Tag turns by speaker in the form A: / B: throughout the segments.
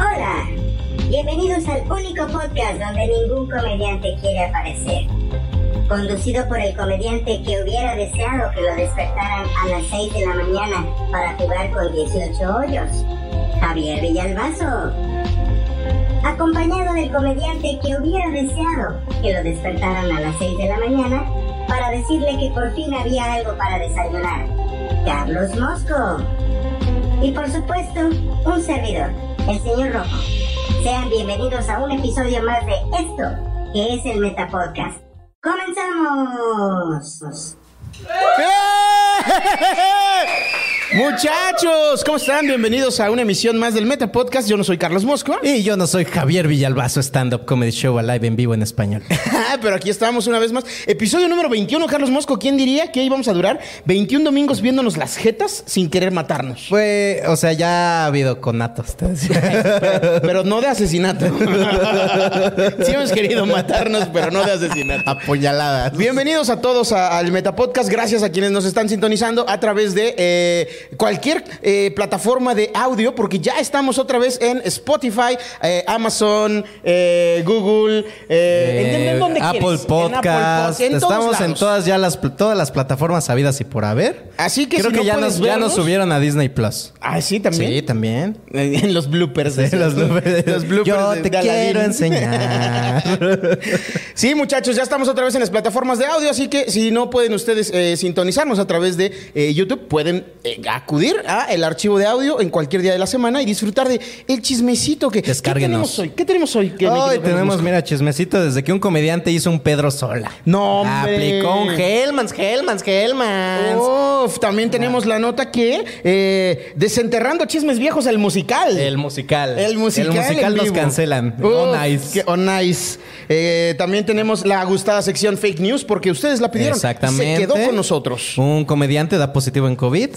A: Hola, bienvenidos al único podcast donde ningún comediante quiere aparecer. Conducido por el comediante que hubiera deseado que lo despertaran a las 6 de la mañana para jugar con 18 hoyos, Javier Villalbazo. Acompañado del comediante que hubiera deseado que lo despertaran a las 6 de la mañana para decirle que por fin había algo para desayunar, Carlos Mosco. Y por supuesto, un servidor, el señor Rojo. Sean bienvenidos a un episodio más de esto, que es el Metapodcast. ¡Comenzamos!
B: Muchachos, ¿cómo están? Bienvenidos a una emisión más del Meta Podcast. Yo no soy Carlos Mosco,
C: Y yo no soy Javier Villalbazo, stand-up comedy show alive en vivo en español.
B: Ah, pero aquí estamos una vez más. Episodio número 21, Carlos Mosco. ¿Quién diría que ahí vamos a durar 21 domingos viéndonos las jetas sin querer matarnos?
C: Fue, o sea, ya ha habido conatos. te decía.
B: Pero, pero no de asesinato. sí hemos querido matarnos, pero no de asesinato.
C: Apuñaladas.
B: Bienvenidos a todos a- al Metapodcast. Gracias a quienes nos están sintonizando a través de eh, cualquier eh, plataforma de audio, porque ya estamos otra vez en Spotify, eh, Amazon, eh, Google, eh, ¿en- en- en dónde
C: Apple
B: quieres? En
C: Podcast.
B: Podcast, en todos
C: Estamos en
B: lados.
C: todas ya las pl- todas las plataformas sabidas y por haber.
B: Así que
C: Creo
B: si
C: que
B: no
C: ya,
B: puedes
C: nos, ya
B: vernos-
C: nos subieron a Disney Plus.
B: Ah, sí, también.
C: Sí, también.
B: En los bloopers.
C: Sí, los bloopers.
B: Los bloopers
C: Yo
B: de-
C: te
B: de Aladdin.
C: quiero enseñar.
B: Sí, muchachos, ya estamos otra vez en las plataformas de audio, así que si no pueden ustedes eh, sintonizarnos a través de eh, YouTube, pueden eh, acudir a el archivo de audio en cualquier día de la semana y disfrutar de el chismecito que
C: Descárguenos.
B: ¿Qué tenemos hoy? ¿Qué tenemos hoy? que- mi
C: Hoy
B: querido
C: tenemos,
B: Carlos?
C: mira, chismecito desde que un comediante hizo un Pedro Sola.
B: No, hombre.
C: Ah, Aplicó un Hellmans, Hellmans, Hellmans.
B: Uf, también tenemos la nota que eh, desenterrando chismes viejos el musical.
C: El musical.
B: El musical.
C: El musical
B: en
C: nos
B: vivo.
C: cancelan.
B: Uf,
C: Oh, nice.
B: qué- oh, nice. Eh, también tenemos la gustada sección fake news porque ustedes la pidieron.
C: Exactamente.
B: Se quedó con nosotros.
C: Un comediante da positivo en COVID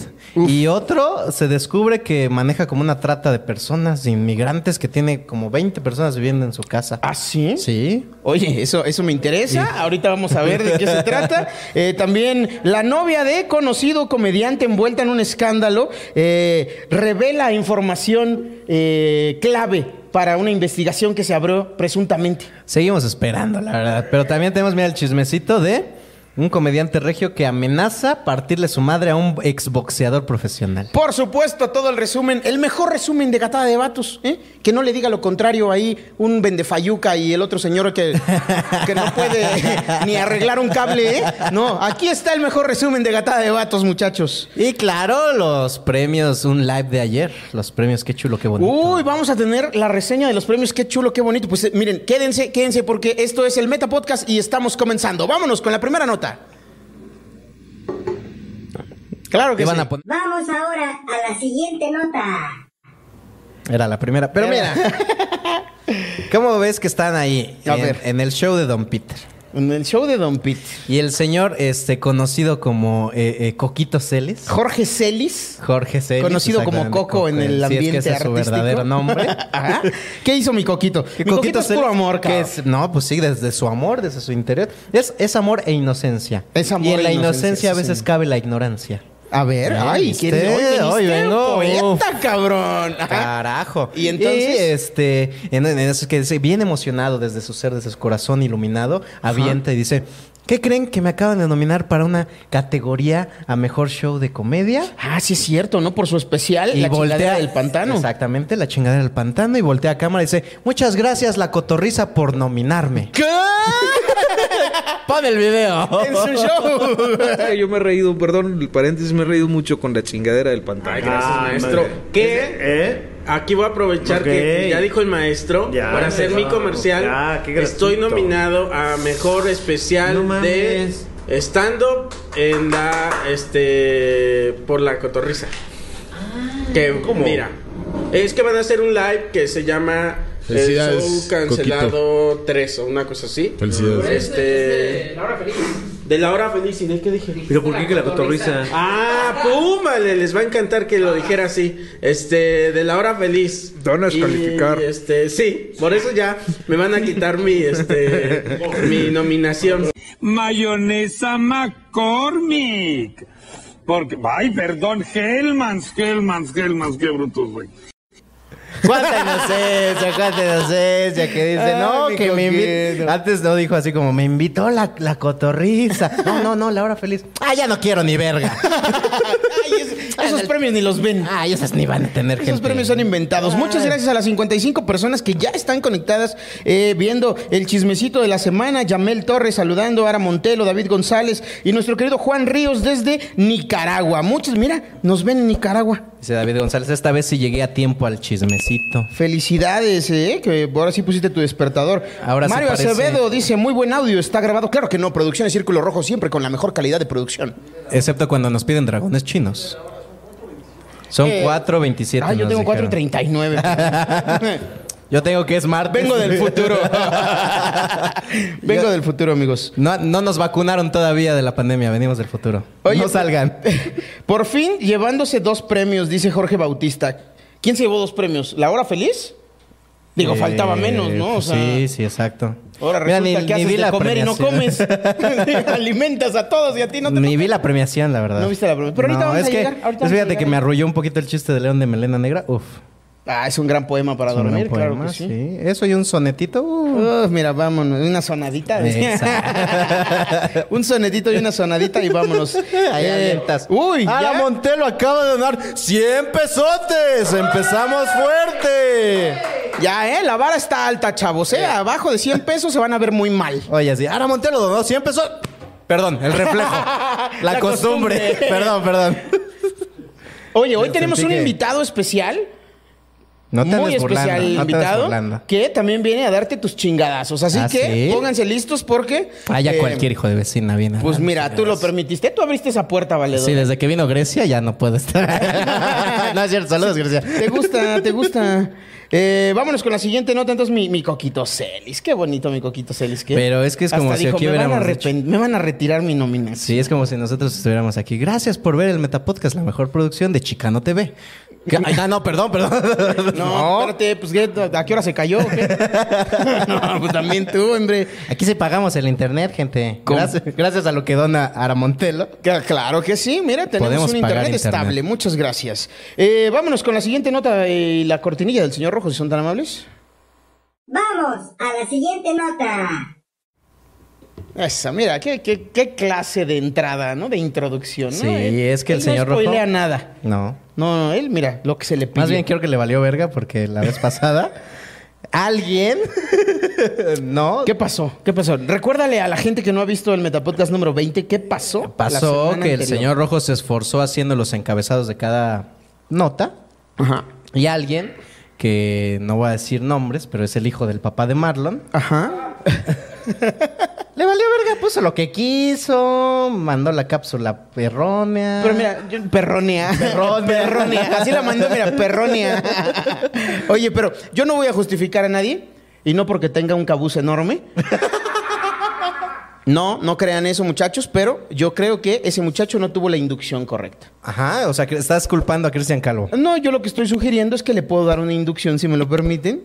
C: y otro se descubre que maneja como una trata de personas, de inmigrantes, que tiene como 20 personas viviendo en su casa.
B: ¿Ah, sí?
C: Sí.
B: Oye, eso, eso me interesa. Ahorita vamos a ver de qué se trata. Eh, también la novia de conocido comediante envuelta en un escándalo eh, revela información eh, clave para una investigación que se abrió presuntamente.
C: Seguimos esperando, la verdad. Pero también tenemos, mira, el chismecito de un comediante regio que amenaza partirle su madre a un exboxeador profesional.
B: Por supuesto, todo el resumen, el mejor resumen de Gatada de Vatos, ¿eh? que no le diga lo contrario ahí un vendefayuca y el otro señor que, que no puede ni arreglar un cable. ¿eh? No, aquí está el mejor resumen de Gatada de Vatos, muchachos.
C: Y claro, los premios, un live de ayer. Los premios, qué chulo, qué bonito.
B: Uy, vamos a tener la reseña de los premios. Qué chulo, qué bonito. Pues eh, miren, quédense, quédense, porque esto es el Meta Podcast y estamos comenzando. Vámonos con la primera nota. Claro que
C: Iban
B: sí.
C: a poner-
A: Vamos ahora a la siguiente nota.
C: Era la primera. Pero
B: Era.
C: mira. ¿Cómo ves que están ahí?
B: A
C: en,
B: ver.
C: en el show de Don Peter.
B: En el show de Don Pete.
C: Y el señor, este, conocido como eh, eh, Coquito Celis.
B: Jorge Celis.
C: Jorge Celis.
B: Conocido como
C: exactamente,
B: Coco en el
C: sí, es que
B: ambiente
C: ese es
B: artístico.
C: su verdadero nombre.
B: Ajá. ¿Qué hizo mi coquito? Mi coquito, es
C: Celis,
B: puro amor,
C: que
B: cabrón.
C: es, No, pues sí, desde su amor, desde su interior. Es, es amor e inocencia.
B: Es amor
C: y en
B: e
C: la
B: inocencia,
C: inocencia, a
B: sí,
C: veces
B: señor.
C: cabe la ignorancia.
B: A ver,
C: Ya
B: ay,
C: viste,
B: ¿quién hoy,
C: hoy
B: vengo?
C: vengo.
B: Poeta, cabrón. Ajá.
C: Carajo.
B: Y entonces-
C: este, en, en eso que dice, bien emocionado desde su ser, desde su corazón iluminado, avienta y dice. ¿Qué creen que me acaban de nominar para una categoría a mejor show de comedia?
B: Ah, sí es cierto, ¿no? Por su especial, la voltea del pantano.
C: Exactamente, la chingadera del pantano. Y voltea a cámara y dice: Muchas gracias, la cotorriza, por nominarme.
B: ¿Qué?
C: Pon el video.
B: En su show.
D: Ay, Yo me he reído, perdón, el paréntesis, me he reído mucho con la chingadera del pantano.
E: Ay, gracias,
F: Ah,
E: maestro.
F: madre.
E: ¿Qué?
F: ¿Eh?
E: Aquí voy a aprovechar que
F: Ok.
E: ya dijo el maestro
F: Ya,
E: para hacer mi
F: ya,
E: comercial.
F: ya, qué gratuito.
E: Estoy nominado a mejor especial
F: No
E: de
F: mames.
E: stand up en la este por la cotorriza.
G: Ah.
E: Que,
F: ¿Cómo?
E: mira, es que van a hacer un live que se llama El Show
F: Felicidades,
E: Cancelado 3 o una cosa así.
F: Felicidades.
E: Este.
G: La hora feliz.
E: De la hora feliz, ¿y de qué dije?
G: Pero ¿por qué que la cotorriza?
E: Ah, púmale, les va a encantar que lo dijera así. Este, de la hora feliz.
D: Van a
E: Y,
D: descalificar.
E: Este, sí, por eso ya me van a quitar mi, este, mi nominación.
H: Mayonesa McCormick. Porque, ay, perdón, Hellmans, Hellmans, Hellmans, qué brutos, güey.
C: Cuánta inocencia, cuánta inocencia, que dice, no,
B: Ay, mi
C: que me
B: Ah, coqueto.
C: invitó. Antes no dijo así como, me invitó la, la cotorriza. No, no, no, la hora feliz. Ah, ya no quiero ni verga.
B: Ay, es- esos premios ni los ven.
C: Ah, esas ni van a tener gente.
B: Esos premios son inventados. Muchas gracias a las 55 personas que ya están conectadas eh, viendo el chismecito de la semana. Yamel Torres saludando, Ara Montelo, David González y nuestro querido Juan Ríos desde Nicaragua. Muchas, mira, nos ven en Nicaragua.
C: Dice David González, esta vez sí llegué a tiempo al chismecito.
B: Felicidades, eh, que ahora sí pusiste tu despertador.
C: Ahora sí
B: Mario
C: parece.
B: Acevedo dice, muy buen audio, está grabado. Claro que no, producción es Círculo Rojo, siempre con la mejor calidad de producción.
C: Excepto cuando nos piden dragones chinos. Son
B: Eh,
C: 4.27.
B: Ah, yo
C: nos
B: tengo
C: dijeron.
B: 4.39.
C: Yo tengo que es martes.
B: Vengo del futuro. Vengo
C: Yo-
B: del futuro, amigos.
C: No, no nos vacunaron todavía de la pandemia, venimos del futuro.
B: Oye,
C: no salgan.
B: Por fin llevándose dos premios, dice Jorge Bautista. ¿Quién se llevó dos premios? ¿La hora feliz? Digo,
C: Eh, pues
B: faltaba menos, ¿no? O sea,
C: sí, sí, exacto.
B: ahora
C: Mira,
B: resulta que haces
C: vi
B: de
C: la
B: comer y no comes.
C: premiación.
B: Alimentas a todos y a ti no te
C: ni vi la premiación, la verdad.
B: No viste la premiación. Pero ahorita vamos
C: es
B: a
C: que,
B: llegar, ahorita
C: pues
B: vamos a
C: fíjate que
B: llegar.
C: me arrulló un poquito el chiste de León de Melena Negra. Uf.
B: Ah, es un gran poema para
C: es un gran
B: dormir, claro
C: poema,
B: que sí.
C: sí. Eso y un sonetito. uh.
B: Uf, mira, vámonos. Una sonadita.
C: Exacto.
B: un sonetito y una sonadita y vámonos.
C: Ahí
B: Eh,
C: avientas.
B: Uy, ya.
C: Ala Montelo acaba de donar 100 pesotes. Empezamos fuerte.
B: Ya, eh, la vara está alta, chavos. Eh, abajo de 100 pesos se van a ver muy mal.
C: Oye, sí. Ara Montelo donó 100 pesos. Perdón, el reflejo. La,
B: La
C: costumbre.
B: costumbre.
C: perdón, perdón.
B: Oye, hoy
C: Pero
B: tenemos un
C: sentí que-
B: invitado especial.
C: No te
B: muy
C: andes burlando,
B: especial
C: no te andes
B: invitado
C: burlando.
B: que también viene a darte tus chingadazos. Así
C: ¿Ah,
B: que
C: sí?
B: pónganse listos porque.
C: Haya
B: eh,
C: cualquier hijo de vecina viene.
B: Pues
C: hablando
B: mira, tú lo
C: chingadas.
B: permitiste, tú abriste esa puerta, valedor.
C: Sí, desde que vino Grecia ya no puedo estar. no es cierto, saludos, Grecia.
B: Te gusta, te gusta. Eh, vámonos con la siguiente nota. Entonces, mi, mi coquito Celis. Qué bonito mi coquito Celis. que
C: Pero es que es como
B: hasta
C: si
B: dijo,
C: aquí
B: me van, a
C: hubiéramos
B: arrepen- me van a retirar mi nominación.
C: Sí, es como si nosotros estuviéramos aquí. Gracias por ver el Metapodcast, la mejor producción de Chicano TV. Que- Ay, ah, no, no, perdón, perdón.
B: No, espérate, pues ¿qué? ¿a qué hora se cayó? o qué? no, pues también tú, hombre.
C: Aquí sí pagamos el internet, gente. Gracias, gracias a lo que dona Aramontelo.
B: Cla- Claro que sí, mira, tenemos
C: Podemos
B: un
C: pagar
B: internet,
C: internet.
B: estable, muchas gracias. Eh, vámonos con la siguiente nota eh, y la cortinilla del señor Rojo, si son tan amables.
A: Vamos a la siguiente nota.
B: Esa, mira, qué, qué- qué clase de entrada, ¿no? De introducción, ¿no?
C: Sí,
B: Él-
C: es que el
B: él
C: señor
B: no
C: Rojo-
B: spoilea nada.
C: No.
B: No, no, él, mira, lo que se le pide.
C: Más bien creo que le valió verga porque la vez pasada alguien no
B: ¿Qué pasó? ¿Qué pasó? Recuérdale a la gente que no ha visto el Metapodcast número 20, ¿qué pasó? la
C: pasó que
B: semana
C: el
B: anterior?
C: señor Rojo se esforzó haciendo los encabezados de cada nota
B: Ajá.
C: y alguien que no voy a decir nombres, pero es el hijo del papá de Marlon.
B: Ajá.
C: Le valió verga, puso lo que quiso, mandó la cápsula errónea.
B: Pero mira, yo- perronea.
C: Perrón-
B: perronea. Así la mandó, mira, perronea. Oye, pero yo no voy a justificar a nadie. Y no porque tenga un cabuz enorme. No, no crean eso, muchachos. Pero yo creo que ese muchacho no tuvo la inducción correcta.
C: Ajá, o sea, que estás culpando a Cristian Calvo.
B: No, yo lo que estoy sugiriendo es que le puedo dar una inducción, si me lo permiten.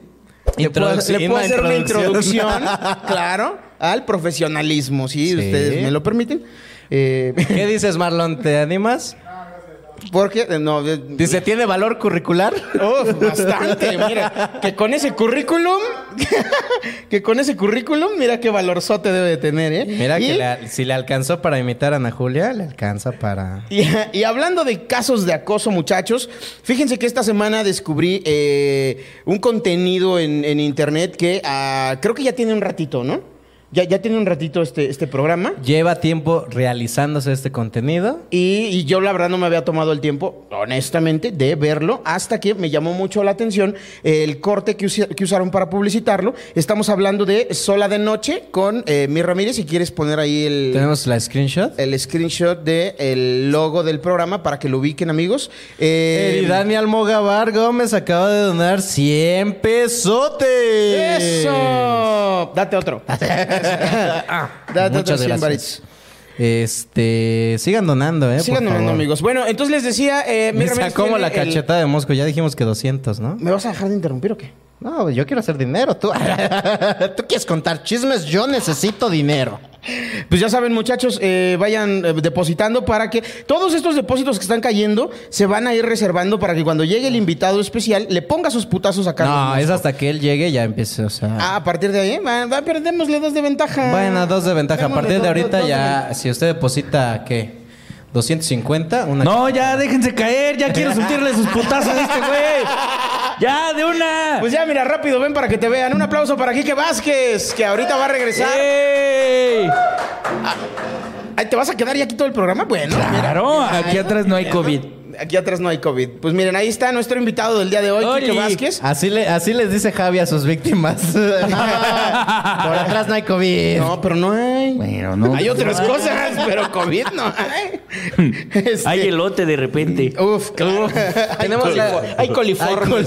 B: Le puedo,
C: Introducción,
B: le puedo hacer una
C: introducción.
B: introducción, claro, al profesionalismo, si
C: Sí.
B: ustedes me lo permiten. Eh,
C: ¿Qué dices, Marlon? ¿Te animas?
B: porque, eh, no, eh,
C: Dice, ¿tiene valor curricular?
B: Uf, bastante. Mira, que con ese currículum, que con ese currículum, mira qué valorzote debe de tener, ¿eh?
C: Mira
B: Y-
C: que le- si le alcanzó para imitar a Ana Julia, le alcanza para...
B: Y, y hablando de casos de acoso, muchachos, fíjense que esta semana descubrí eh, un contenido en, en internet que ah, creo que ya tiene un ratito, ¿no? Ya, ya tiene un ratito este, este programa.
C: Lleva tiempo realizándose este contenido.
B: Y, y yo la verdad no me había tomado el tiempo, honestamente, de verlo, hasta que me llamó mucho la atención el corte que, usi- que usaron para publicitarlo. Estamos hablando de Sola de Noche con eh, Mi Ramírez, si quieres poner ahí el...
C: Tenemos la screenshot.
B: El screenshot del logo del programa para que lo ubiquen, amigos. Eh,
C: y Dani Almogavar Gómez acaba de donar 100 pesotes.
B: ¡Eso! Date otro. Date otro
C: Ah, Muchas
B: 100
C: gracias.
B: varitos.
C: Este, sigan donando, eh.
B: Sigan
C: por
B: donando,
C: favor.
B: amigos. Bueno, entonces les decía... eh, mi
C: Me
B: Ramírez
C: sacó como
B: tiene el-
C: la cacheta de Mosco. Ya dijimos que 200, ¿no?
B: ¿Me vas a dejar de interrumpir o qué?
C: No, yo quiero hacer dinero. Tú, tú quieres contar chismes. Yo necesito dinero.
B: Pues ya saben, muchachos, eh, vayan eh, depositando para que todos estos depósitos que están cayendo se van a ir reservando para que cuando llegue el invitado especial le ponga sus putazos a Carlos.
C: No,
B: Mosco.
C: es hasta que él llegue ya empiece, o sea.
B: Ah, a partir de ahí, eh, va- va, pero démosle dos de ventaja.
C: Bueno, dos de ventaja. A
B: Démosle
C: partir
B: dos-
C: de ahorita
B: dos- dos de
C: ya, si usted deposita, ¿qué? ¿250? Una
F: No, ya déjense caer, ya quiero sentirle sus putazos a este güey. Ya, de una.
B: Pues ya, mira, rápido, ven para que te vean. Un aplauso para Quique Vázquez, que ahorita va a regresar.
F: Eh, ¡Ey!
B: Ay, ¿Te vas a quedar ya aquí todo el programa? Bueno, mira,
F: Claro, aquí atrás no hay COVID.
B: aquí atrás no hay COVID. Pues miren, ahí está nuestro invitado del día de hoy, Quique
F: Oli.
B: Vázquez.
C: Así, le, así les dice Javi a sus víctimas. Por atrás no hay COVID.
B: No, pero no hay.
F: Bueno, no.
B: Hay otras cosas, pero COVID no hay. Este,
F: Hay elote de repente.
B: Uf, claro. Tenemos la- hay coliformes.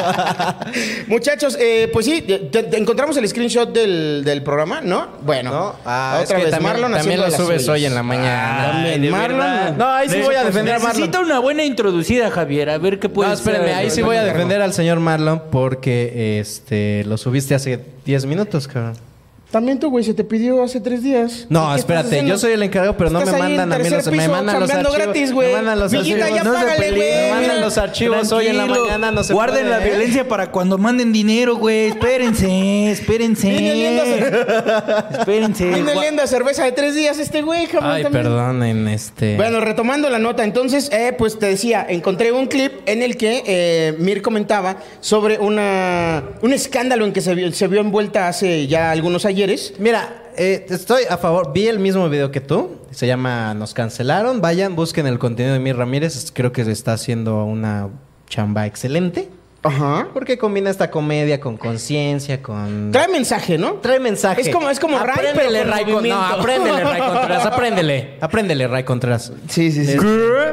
B: Muchachos, eh, pues sí, te- te encontramos el screenshot del, del programa, ¿no? Bueno,
C: Ah, es que también, también
B: haciendo
C: lo
B: las
C: subes
B: suyas.
C: hoy en la mañana.
F: Ay, de
B: Marlon,
F: verdad.
C: no, ahí sí voy a defender a Marlon.
F: Necesita una buena introducida, Javier. A ver qué puede
C: no, espérenme, ahí sí voy a defender al señor Marlon porque este lo subiste hace 10 minutos, cabrón.
B: También tú, güey, se te pidió hace tres días.
C: No,
B: ¿Qué estás
C: espérate,
B: haciendo?
C: yo soy el encargado, pero no me
B: Estás ahí en
C: mandan a mí
B: tercer
C: los, me
B: piso
C: mandan los
B: chambeando
C: archivos.
B: gratis, güey.
C: Me mandan los
B: Mijita,
C: archivos.
B: ya págale, güey,
C: Me mandan
B: mira.
C: los archivos hoy en la mañana, no se
F: Guarden
C: puede,
F: la
C: ¿eh?
F: violencia para cuando manden dinero, güey. Espérense,
B: Viene oliendo
F: espérense. espérense.
B: Viene
F: Gua-
B: oliendo a cerveza de tres días este güey, cabrón.
C: Ay,
B: también.
C: perdonen, este.
B: Bueno, retomando la nota, entonces, eh, pues te decía, encontré un clip en el que eh, Mir comentaba sobre una, un escándalo en que se vio, se vio envuelta hace ya algunos ayeres.
C: Mira, eh, estoy a favor. Vi el mismo video que tú. Se llama Nos cancelaron. Vayan, busquen el contenido de Mir Ramírez. Creo que está haciendo una chamba excelente.
B: Ajá.
C: Porque combina esta comedia con conciencia, con.
B: Trae mensaje, ¿no?
C: Trae mensaje.
B: Es como- es como Ray, pero
C: Apréndele,
B: con
C: Ray Con-
B: movimiento.
C: No, apréndele, Ray Contreras. Apréndele. Apréndele, Ray Contreras.
B: Sí, sí, sí.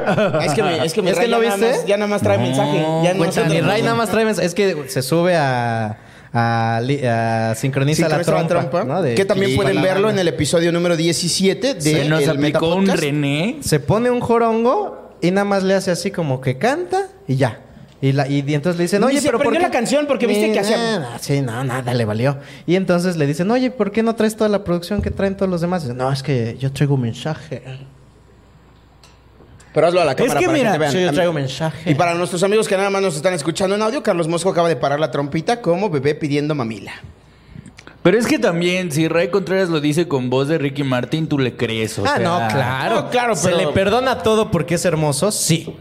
B: Ah, Es que, me, es que, mi
C: ¿Es que
B: Ray
C: lo
B: ya nada
C: viste?
B: más- ya nada más trae mensaje. Ya no
C: Cuenta,
B: hace
C: mi
B: otra
C: Ray
B: cosa.
C: nada más trae mensaje. Es que se sube a. a li- a sincroniza,
B: Sincroniza
C: la trompa. ¿no? De-
B: que también
C: y-
B: pueden
C: para-
B: verlo en el episodio número 17 de
F: Se nos
B: el
F: aplicó un
B: Metapodcast.
F: René.
C: se pone un jorongo y nada más le hace así como que canta y ya. Y, la, y, y entonces le dicen,
B: Ni
C: oye,
B: se
C: pero ¿por
B: aprendió
C: qué?
B: la canción porque viste
C: Ni
B: que hacía-
C: nada, sí, no, nada, le valió. Y entonces le dicen, oye, ¿por qué no traes toda la producción que traen todos los demás? Y dice, no, es que yo traigo un mensaje.
B: Pero hazlo a la cámara
F: que
B: para
F: mira,
B: que te vean.
C: Sí, yo
B: Am-
C: traigo un mensaje.
B: Y para nuestros amigos que nada más nos están escuchando en audio, Carlos Mosco acaba de parar la trompita como bebé pidiendo mamila.
F: Pero es que también, si Ray Contreras lo dice con voz de Ricky Martin, tú le crees. o
C: ah,
F: sea.
C: no, claro.
B: No, claro,
C: ¿Se
B: pero-
C: le perdona todo porque es hermoso? Sí.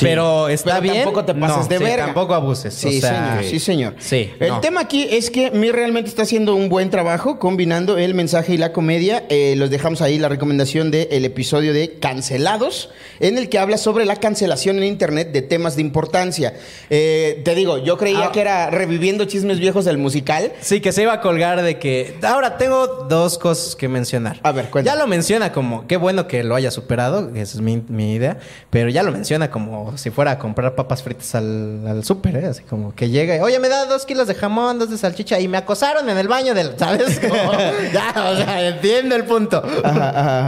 C: Pero está
B: Pero
C: bien.
B: tampoco te pases
C: No,
B: de
C: sí,
B: verga.
C: Tampoco abuses.
B: Sí,
C: o sea,
B: señor. Sí, señor.
C: Sí.
B: El
C: no.
B: tema aquí es que Mi realmente está haciendo un buen trabajo combinando el mensaje y la comedia. Eh, los dejamos ahí la recomendación del episodio de Cancelados, en el que habla sobre la cancelación en Internet de temas de importancia. Eh, te digo, yo creía
C: Ah.
B: que era reviviendo chismes viejos del musical.
C: Sí, que se iba a colgar de que. Ahora tengo dos cosas que mencionar.
B: A ver, cuenta.
C: Ya lo menciona como. Qué bueno que lo haya superado, que esa es mi, mi idea. Pero ya lo menciona como si fuera a comprar papas fritas al, al súper, ¿eh? Así como que llega y. Oye, me da dos kilos de jamón, dos de salchicha. Y me acosaron en el baño del. ¿Sabes? Como, ya, o sea, entiendo el punto.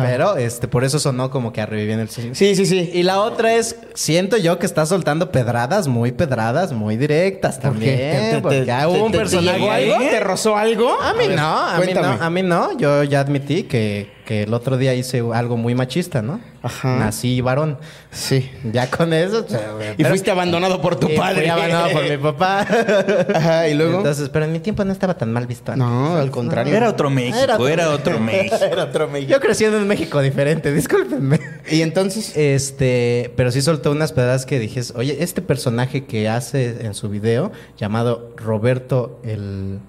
C: Pero este, por eso sonó como que a reviviendo el chisme.
B: Sí, sí, sí.
C: Y la otra es, siento yo que está soltando pedradas, muy pedradas, muy directas también. Eh, porque hubo un personaje
B: llegó
C: ahí.
B: algo? ¿Te rozó algo?
C: A mí
B: ver,
C: no, a mí no,
B: cuéntame.
C: a mí no. Yo ya admití que, que el otro día hice algo muy machista, ¿no?
B: Ajá.
C: Nací varón.
B: Sí.
C: Ya con eso.
B: Y fuiste abandonado por tu padre.
C: Ya por mi papá.
B: Ajá, y luego.
C: Entonces, pero en mi tiempo no estaba tan mal visto.
B: no, al contrario.
F: Era otro México,
C: Era
F: era
C: otro-
F: otro, México.
C: Yo crecí en un México diferente, discúlpenme.
B: Y entonces.
C: Este, pero sí soltó unas pedradas que dijes, oye, este personaje que hace en su video, llamado Roberto el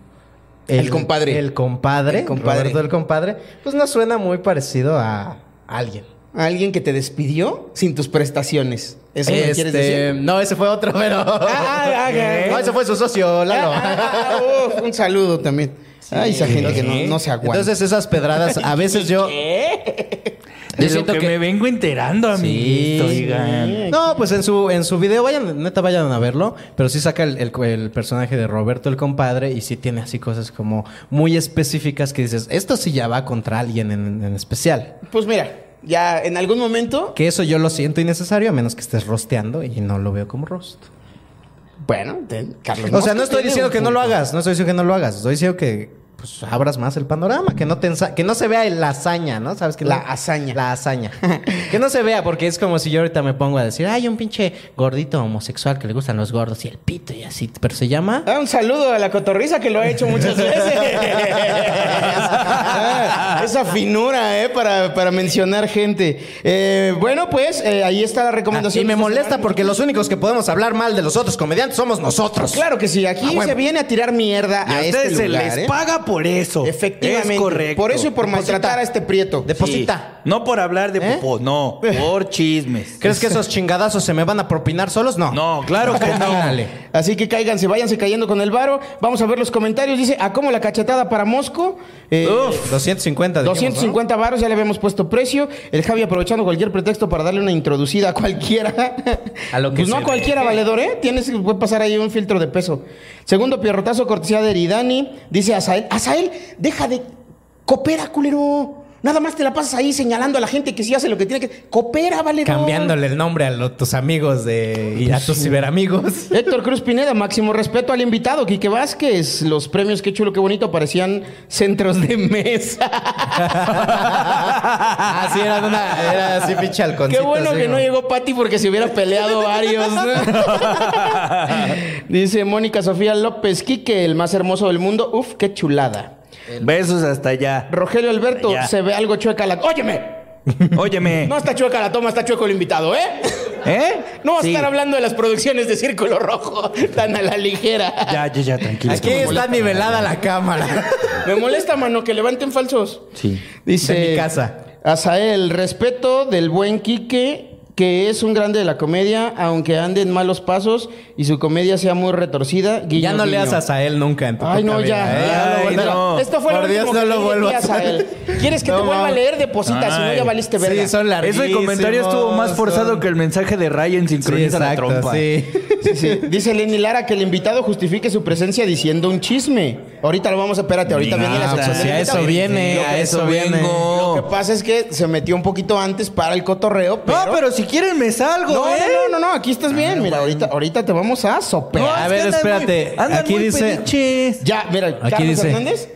B: El compadre.
C: El compadre.
B: El compadre.
C: Roberto el compadre. Pues no suena muy parecido a alguien.
B: Alguien que te despidió sin tus prestaciones. ¿Eso me
C: Este,
B: quieres decir?
C: No, ese fue otro, pero.
B: ah, ah,
C: no, ese fue su socio, Lalo.
B: Ah, uf, un saludo también. Ay, esa gente que no, no se aguanta.
C: Entonces, esas pedradas, a veces yo.
F: De lo que, me vengo enterando, amiguito, oigan.
C: No, pues en su, en su video, vayan, neta, vayan a verlo. Pero sí saca el, el- el personaje de Roberto el compadre y sí tiene así cosas como muy específicas que dices, esto sí ya va contra alguien en, en especial.
B: pues mira, ya en algún momento,
C: Que eso yo lo siento innecesario, a menos que estés rosteando y no lo veo como rost.
B: bueno, te- Carlos.
C: O
B: Mosco
C: sea, no estoy
B: Pues tiene
C: diciendo
B: un
C: que no lo
B: punto.
C: hagas, no estoy diciendo que no lo hagas, estoy diciendo que pues, abras más el panorama, que no te ensa- que no se vea la hazaña, ¿no? ¿Sabes que
B: La
C: no-
B: hazaña.
C: La hazaña. que no se vea porque es como si yo ahorita me pongo a decir, "Ay, un pinche gordito homosexual que le gustan los gordos y el pito y así", pero se llama
B: Ah, un saludo a la cotorriza que lo ha hecho muchas veces. Ah, esa finura, ¿eh? Para, para mencionar gente. Eh, bueno, pues eh, ahí está la recomendación.
C: Ah,
F: Ah,
C: y me molesta porque los únicos que podemos hablar mal de los otros comediantes somos nosotros.
B: Claro que sí, aquí
C: Ah, bueno.
B: se viene a tirar mierda
F: Y
B: a,
F: a
B: este
F: ustedes se
B: lugar,
F: les
B: ¿eh?
F: paga por eso.
B: Efectivamente.
F: Es correcto.
B: Por eso y por
C: Deposita.
B: maltratar a este prieto.
C: Deposita.
F: No por hablar de
C: ¿Eh?
F: popó, no. Por chismes.
C: ¿Crees que esos chingadazos se me van a propinar solos? No.
F: No, claro que no.
C: Dale.
B: Así que cáiganse, váyanse cayendo con el varo. Vamos a ver los comentarios. Dice, ¿a cómo la cachetada para Mosco? Eh,
C: 250 dijimos, ¿no?
B: 250 varos, ya le habíamos puesto precio. El Javi aprovechando cualquier pretexto para darle una introducida a cualquiera.
C: A lo que
B: pues no
C: se
B: a cualquiera valedor, ¿eh? Tienes que puede pasar ahí un filtro de peso. Segundo pierrotazo, cortesía de Eridani. Dice Azael, Azael, deja de... Coopera, culero. Nada más te la pasas ahí señalando a la gente que sí hace lo que tiene que... Coopera, valedor.
C: cambiándole el nombre a lo- tus amigos de y a tus ciberamigos.
B: Héctor Cruz Pineda, máximo respeto al invitado, Quique Vázquez. Los premios, qué chulo, qué bonito, parecían centros de mesa.
C: Así Ah, era de una era así pinche halconcito,
B: Qué bueno
C: así
B: que
C: como-
B: no llegó Patti porque se hubiera peleado varios. Dice Mónica Sofía López Quique, el más hermoso del mundo. Uf, qué chulada.
F: Besos hasta allá.
B: Rogelio Alberto,
F: Ya.
B: se ve algo chueca la. ¡Óyeme!
C: Eh.
F: Óyeme.
B: No está chueca la toma, está chueco el invitado, ¿eh?
F: ¿Eh?
B: No va
F: Sí.
B: a estar hablando de las producciones de Círculo Rojo tan a la ligera.
F: Ya, ya, ya, tranquilo.
C: Aquí está nivelada la cámara.
B: Me molesta, mano, que levanten falsos.
F: Sí.
B: Dice.
C: De mi casa.
B: Azael, respeto del buen Quique, que es un grande de la comedia, aunque ande en malos pasos y su comedia sea muy retorcida. Guiño,
C: ya no
B: guiño.
C: leas a Sael nunca en tu
B: Ay,
C: puta
B: no,
C: vida,
B: ya.
C: ¿eh?
B: ya lo
F: Ay,
B: volví a-
F: no.
B: Esto fue
C: Por
B: lo
C: Dios,
B: último
C: no
B: que
C: lo
B: te dije,
C: vuelvo a
B: Azael.
C: hacer.
B: ¿Quieres que
C: No,
B: te vuelva a
C: mames.
B: leer? Deposita, si no
F: Ay.
B: ya valiste verga.
C: Sí, son larguísimos.
F: Ese comentario estuvo más forzado que el mensaje de Ryan
C: Sí,
F: sincroniza la
C: exacto,
F: trompa.
C: sí.
B: Sí, sí. Dice Lenny Lara que el invitado justifique su presencia diciendo un chisme. Ahorita lo vamos a... Espérate, ahorita viene la
C: Nada,
B: sección.
C: si
B: del
C: a
B: invitado.
C: eso viene, a eso viene.
B: Lo que pasa es que se metió un poquito antes para el cotorreo, pero...
F: No, pero si quieren me salgo,
B: No,
F: ¿eh?
B: no, no, no, no, aquí estás
C: Ah,
B: bien. Mira, ahorita, ahorita te vamos a sopear.
F: No, es
C: A
F: que
C: ver,
F: andan
C: espérate,
F: muy- andan
C: aquí
F: muy
C: dice-
F: pediches.
B: Ya, mira,
C: Aquí
B: Carlos
C: dice-
B: Hernández,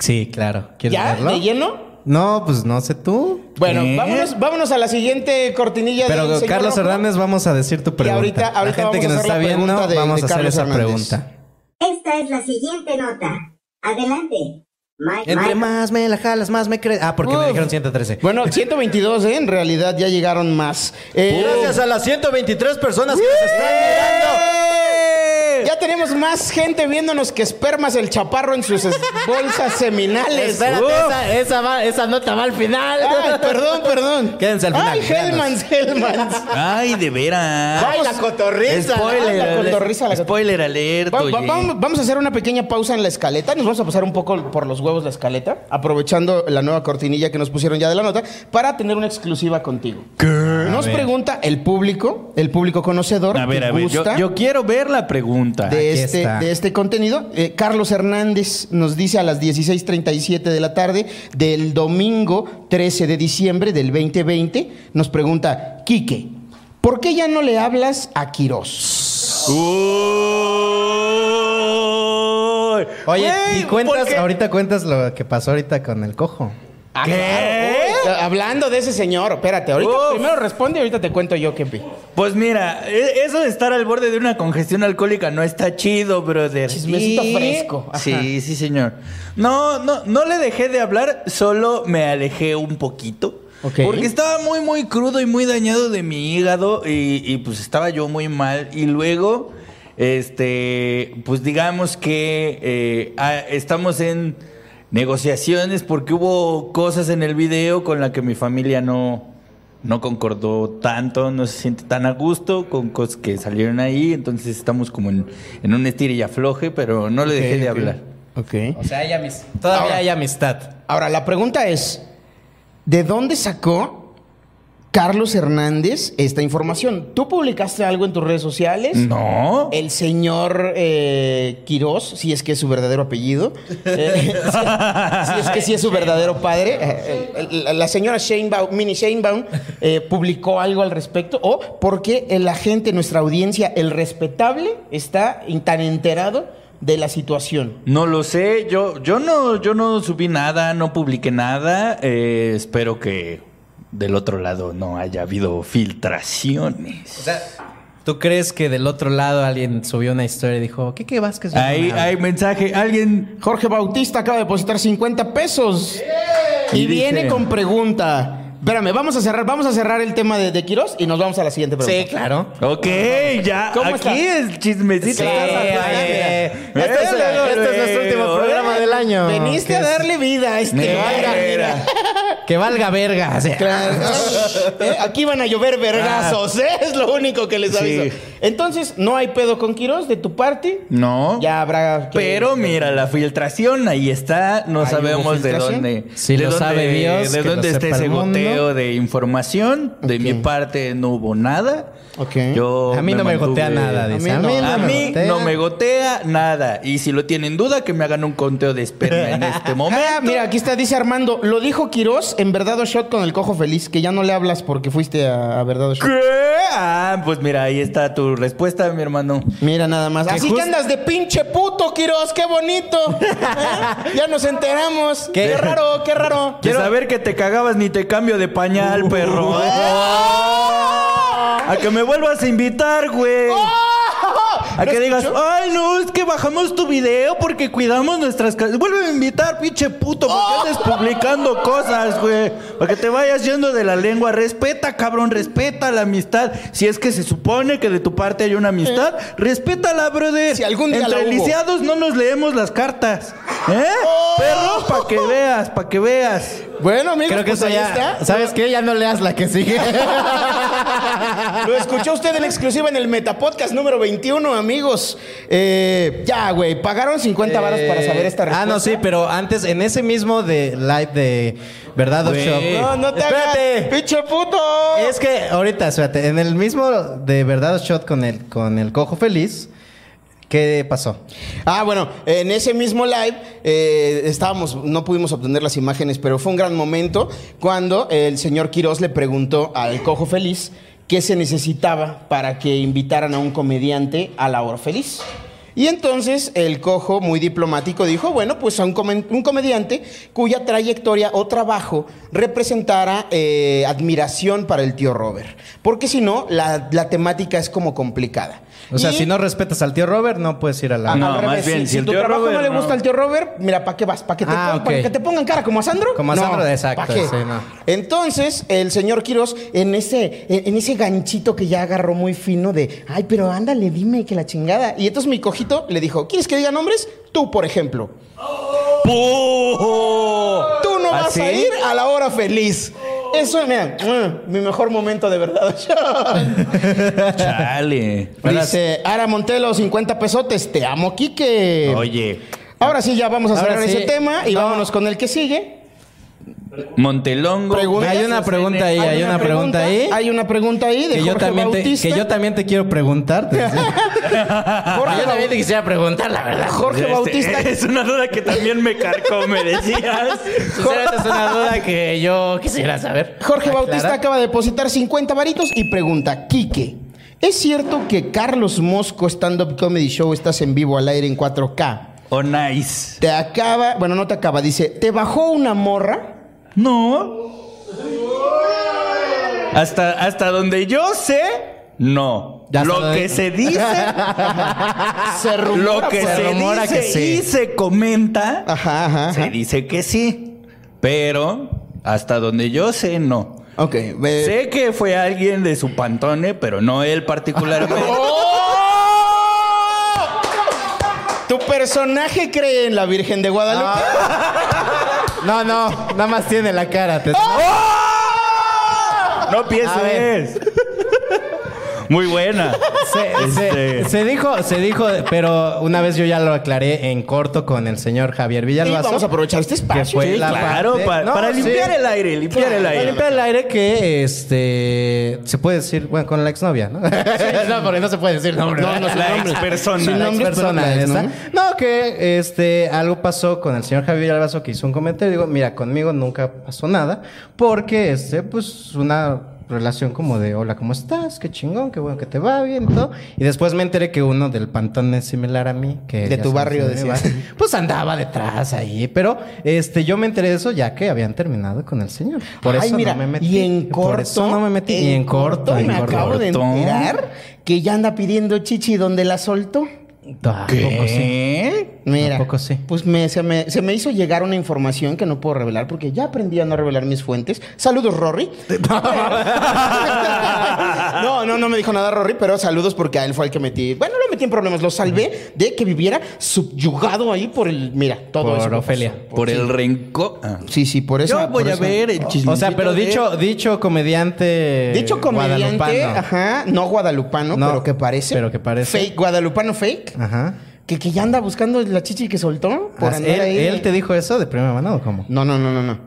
C: Sí, claro. ¿Quieres
B: ¿ya?
C: verlo?
B: ¿De lleno?
C: No, pues no sé tú.
B: Bueno,
F: ¿Qué?
B: vámonos, vámonos a la siguiente cortinilla
C: Pero
B: del señor
C: Carlos
B: Rojo.
C: Hernández, vamos a decir tu pregunta.
B: ahorita- ahorita
C: la gente
B: vamos
C: que
B: a
C: nos
B: hacer
C: está
B: la
C: viendo,
B: pregunta de-
C: vamos
B: de
C: a hacer
B: Carlos
C: esa
B: Hernández. Ah.
C: pregunta.
A: Esta es la siguiente nota. Adelante. Mike,
C: Entre
A: Mike-
C: más me la jalas, más me crees. Ah, porque me
B: Uf.
C: dijeron 113.
B: Bueno, 122, ¿eh? En realidad ya llegaron más. Eh,
C: Gracias a las 123 personas que nos están mirando.
B: Ya tenemos más gente viéndonos que espermas el chaparro en sus es- bolsas seminales.
C: Espérate,
B: Uf.
C: esa, esa va- esa nota va al final.
B: Ay, perdón, perdón.
C: Quédense al
B: Ay,
C: final,
B: Hellmans, Hellmans.
F: Ay, de veras.
B: Ay, la cotorriza.
F: Spoiler,
B: Ay, la cotorriza, la
F: spoiler alert,
B: Va- va-
F: oye.
B: vamos, vamos a hacer una pequeña pausa en la escaleta. Nos vamos a pasar un poco por los huevos la escaleta, aprovechando la nueva cortinilla que nos pusieron ya de la nota, para tener una exclusiva contigo. Nos pregunta el público, el público conocedor,
F: A ver,
B: que
F: a ver, yo,
B: gusta
F: yo quiero ver la pregunta.
B: de,
C: Aquí
B: este,
C: está.
B: de este contenido. Eh, Carlos Hernández nos dice a las 16.37 de la tarde del domingo 13 de diciembre del 2020, nos pregunta, Quique, ¿por qué ya no le hablas a Quirós?
F: Uy.
C: Oye,
F: Güey,
C: y cuentas,
F: ¿por qué?
C: ahorita cuentas lo que pasó ahorita con el cojo.
B: Ah,
F: ¿Qué?
B: claro. Uy, Hablando de ese señor, espérate, ahorita
F: Uf.
B: primero responde y ahorita te cuento yo, Kempi.
F: Pues mira, e- eso de estar al borde de una congestión alcohólica no está chido, brother.
B: Chismecito
F: Sí.
B: fresco, ajá.
F: Sí, sí, señor. No, no, no le dejé de hablar, solo me alejé un poquito.
B: Ok.
F: Porque estaba muy, muy crudo y muy dañado de mi hígado y, y, pues estaba yo muy mal. Y luego,
G: Este, pues digamos que eh, ah, estamos en negociaciones porque hubo cosas en el video con la que mi familia no, no concordó tanto, no se siente tan a gusto con cosas que salieron ahí. Entonces estamos como en, en un estir y afloje, pero no le dejé de hablar.
B: Ok.
C: O sea, hay amis- todavía
B: Ahora-
C: hay amistad.
B: Ahora, la pregunta es, ¿de dónde sacó Carlos Hernández esta información? ¿Tú publicaste algo en tus redes sociales?
G: No.
B: El señor eh, Quirós, si es que es su verdadero apellido, eh, si, si es que sí es su verdadero padre, eh, el- el- la señora Sheinbaum, Mini Sheinbaum, eh, publicó algo al respecto, o porque la gente, nuestra audiencia, el respetable, está in- tan enterado de la situación.
G: No lo sé, yo, yo no, yo no subí nada, no publiqué nada. eh, espero que del otro lado no haya habido filtraciones.
C: O sea, ¿tú crees que del otro lado alguien subió una historia y dijo, ¿qué, qué Vázquez? ya no
G: Ahí
C: me habla"?
G: hay mensaje, alguien.
B: Jorge Bautista acaba de depositar 50 pesos y,
G: Y
B: viene
G: dice-
B: con pregunta. Espérame, vamos a cerrar, vamos a cerrar el tema de, de Quirós y nos vamos a la siguiente pregunta.
C: Sí, claro.
G: Ok, ya.
B: ¿Cómo
G: aquí es chismecito.
C: Sí, oye. Este es- este es nuestro último programa del año.
B: Veniste a
C: ¿Qué es?
B: darle vida a este.
G: Mira.
B: Mira.
C: Que valga verga. o sea.
B: Eh, Aquí van a llover vergazos, ¿eh? es lo único que les aviso.
G: Ah. Sí.
B: Entonces, no hay pedo con Quirós de tu parte.
G: No.
B: Ya habrá. que-
G: Pero mira, la filtración ahí está, no
B: Ahí hubo
G: sabemos de
B: filtración.
G: dónde.
C: Si
G: de
C: lo
G: dónde-
C: sabe Dios,
G: De
C: que lo
G: dónde está
C: sepa
G: ese
C: el mundo.
G: goteo de información. De mi
B: Ok.
G: parte no hubo nada.
B: Ok.
G: Yo
C: a mí no me
G: mantuve-
C: gotea nada, dice.
B: A mí no
G: A mí
C: gotea.
G: no me gotea nada. Y si lo tienen duda, que me hagan un conteo de esperma en este momento.
B: Ah, mira, aquí está, dice Armando. Lo dijo Quirós en Verdado Shot con el cojo feliz, que ya no le hablas porque fuiste a, a Verdado Shot.
G: ¿Qué? Ah, pues mira, ahí está tu respuesta, mi hermano.
B: Mira nada más. Así que
G: just-
B: andas de pinche puto, Quirós, qué bonito. ¿Eh? Ya nos enteramos. Qué, raro, qué raro.
G: De saber que te cagabas ni te cambio de pañal, perro.
C: ¡Ah!
G: A que me vuelvas a invitar, güey. A que digas, ay, no, es que bajamos tu video porque cuidamos nuestras casas. Vuelve a invitar, pinche puto,
B: ¡Oh!
G: porque andas publicando cosas, güey. Para que te vayas yendo de la lengua. Respeta, cabrón, respeta la amistad. Si es que se supone que de tu parte hay una amistad, respétala, brother.
B: Eh. Si algún día la
G: Entre
B: hubo. ¡Oh!
G: lisiados no nos leemos las cartas. ¿Eh? Perro, para que veas, para que veas.
B: Bueno, amigos,
C: Creo que
B: pues
C: eso
B: ahí
C: ya.
B: está.
C: ¿Sabes qué? Ya no leas la que sigue.
B: Lo escuchó usted en exclusiva en el Metapodcast número 21, amigos. Eh, ya, güey, pagaron 50 varos para saber esta respuesta.
C: Ah, no, sí, pero antes, en ese mismo de live de Verdad o Shop.
B: No, no te hagas,
C: Espérate.
B: pinche puto.
C: Es que ahorita, espérate, en el mismo de verdad shot con el con el cojo feliz, ¿qué pasó?
B: Ah, bueno, en ese mismo live eh, estábamos, no pudimos obtener las imágenes, pero fue un gran momento cuando el señor Quirós le preguntó al Cojo Feliz qué se necesitaba para que invitaran a un comediante a la hora feliz. Y entonces el cojo, muy diplomático, dijo, bueno, pues a un, comen- un comediante cuya trayectoria o trabajo representara eh, admiración para el tío Robert. Porque si no, la, la temática es como complicada.
C: O sea,
B: Y-
C: si no respetas al tío Robert, no puedes ir a la.
G: Ah, no,
B: al revés,
G: más bien,
B: si,
G: si
B: si
G: el
B: tu
G: tío
B: trabajo no
G: Robert,
B: le gusta
G: no.
B: al tío Robert, mira, ¿para qué vas? ¿Para que, te
C: Ah,
B: pongan- para
C: ok.
B: que te pongan cara como a Sandro?
C: Como a
B: No,
C: Sandro, exacto,
B: ¿pa' qué?
C: sí, no.
B: Entonces, el señor Quirós, en ese, en en ese ganchito que ya agarró muy fino de, ay, pero ándale, dime que la chingada. Y entonces mi cojito le dijo, ¿quieres que diga nombres? Tú, por ejemplo.
G: ¡Pujo!
B: Tú no vas
G: ¿Así?
B: a ir a la hora feliz. Eso, mira, mm, mi mejor momento de verdad.
G: Chale.
B: Dice, Ara Montelo, 50 pesotes, te amo, Quique.
G: Oye,
B: Ahora sí, ya vamos a
C: Ahora
B: cerrar
C: sí.
B: ese tema y
C: No.
B: vámonos con el que sigue.
G: Montelongo.
B: Pregunta-
C: Hay una pregunta ahí, hay una pregunta ahí.
B: Hay una pregunta ahí de
C: Que yo,
B: Jorge
C: también te,
B: Bautista.
C: que yo Ah, también te quiero preguntar. te decía.
B: Jorge, Bau-
C: quisiera preguntar, la verdad.
B: Jorge
G: Este,
B: Bautista.
G: Es una duda que también me carcó, me decías.
C: Sinceramente es una duda que yo quisiera saber.
B: Jorge Bautista
C: Aclarar.
B: acaba de depositar 50 varitos y pregunta, Quique, ¿es cierto que Carlos Mosco Stand Up Comedy Show estás en vivo al aire en 4K?
G: O nice.
B: Te acaba, bueno, no te acaba, dice, ¿te bajó una morra?
G: No. Hasta, hasta donde yo sé, no.
C: Ya
G: lo
C: sabe. Pues
G: que se dice,
B: Se rumora
G: lo que
B: por-
G: se,
C: rumora
G: dice
C: que sí.
G: y se comenta,
B: Ajá, ajá. ajá.
G: se dice que sí. Pero hasta donde yo sé, no.
B: Ok,
C: Eh.
B: ve-
G: Sé
C: Oh,
G: que fue alguien de su pantone, pero no él particularmente.
B: ¿Tu personaje cree en la Virgen de Guadalupe?
C: Ah, No, no, nada más tiene la cara.
B: ¡Oh!
C: te-
F: ¡Oh! No
C: A ver.
F: pienses. Muy buena.
C: Se, se-
F: Este-
C: se dijo, se dijo, pero una vez yo ya lo aclaré en corto con el señor Javier
B: Sí,
C: Villalbazo.
B: vamos a aprovechar este
C: que
B: espacio.
C: fue
F: Sí,
C: la
F: claro,
C: parte-
F: pa- para limpiar el aire, limpiar el
C: Para
F: aire.
C: limpiar el aire que este se puede decir, bueno, con la exnovia, ¿no? no, porque no se puede decir nombre.
B: No, no, sin
F: La
B: nombres.
F: expersona.
B: Sin
C: La
B: nombres
C: expersona
B: personales,
C: esa.
B: ¿no?
C: ¿no? que este algo pasó con el señor Javier Villalbazo que hizo un comentario. Digo, mira, conmigo nunca pasó nada. Porque este, pues, una relación como de hola, ¿cómo estás? Qué chingón, qué bueno que te va bien y todo. Y después me enteré que uno del pantón es similar a mí. Que
B: De
C: ya
B: tu
C: sabes,
B: barrio,
C: de mi
B: decías.
C: barrio, Pues andaba detrás ahí. Pero este, yo me enteré de eso ya que habían terminado con el señor. Por
B: Ay,
C: eso
B: mira,
C: no me metí.
B: Y en corto.
C: Por eso no me metí. y en corto. en
B: me
C: corto.
B: acabo de
F: corto.
B: enterar que ya anda pidiendo chichi donde la soltó.
C: Ah, poco sí.
B: Mira,
C: Tampoco sí.
B: pues me, se, me, se me hizo llegar una información que no puedo revelar porque ya aprendí a no revelar mis fuentes. Saludos, Rory. no, no, no me dijo nada Rory, pero saludos porque a él fue el que metí. Bueno, lo metí en problemas, lo salvé de que viviera subyugado ahí por el. Mira, todo
C: Por
B: eso. que
C: Ofelia.
B: pasó.
G: Por el rencor. Ah.
B: Sí, sí, por eso.
F: Yo voy
B: por
F: a
B: eso-
F: ver el chisme.
C: O sea, pero dicho, dicho comediante.
B: eh. Dicho comediante,
C: eh, guadalupano.
B: ajá, no guadalupano,
C: No,
B: pero que parece.
C: pero que parece. Ah.
B: Fake, guadalupano fake.
C: Ajá.
B: Que, que ya anda buscando la chichi que soltó por
C: Ah,
B: andar
C: ¿él,
B: ahí.
C: él te dijo eso de primera mano o cómo?
B: No, no, no, no, no.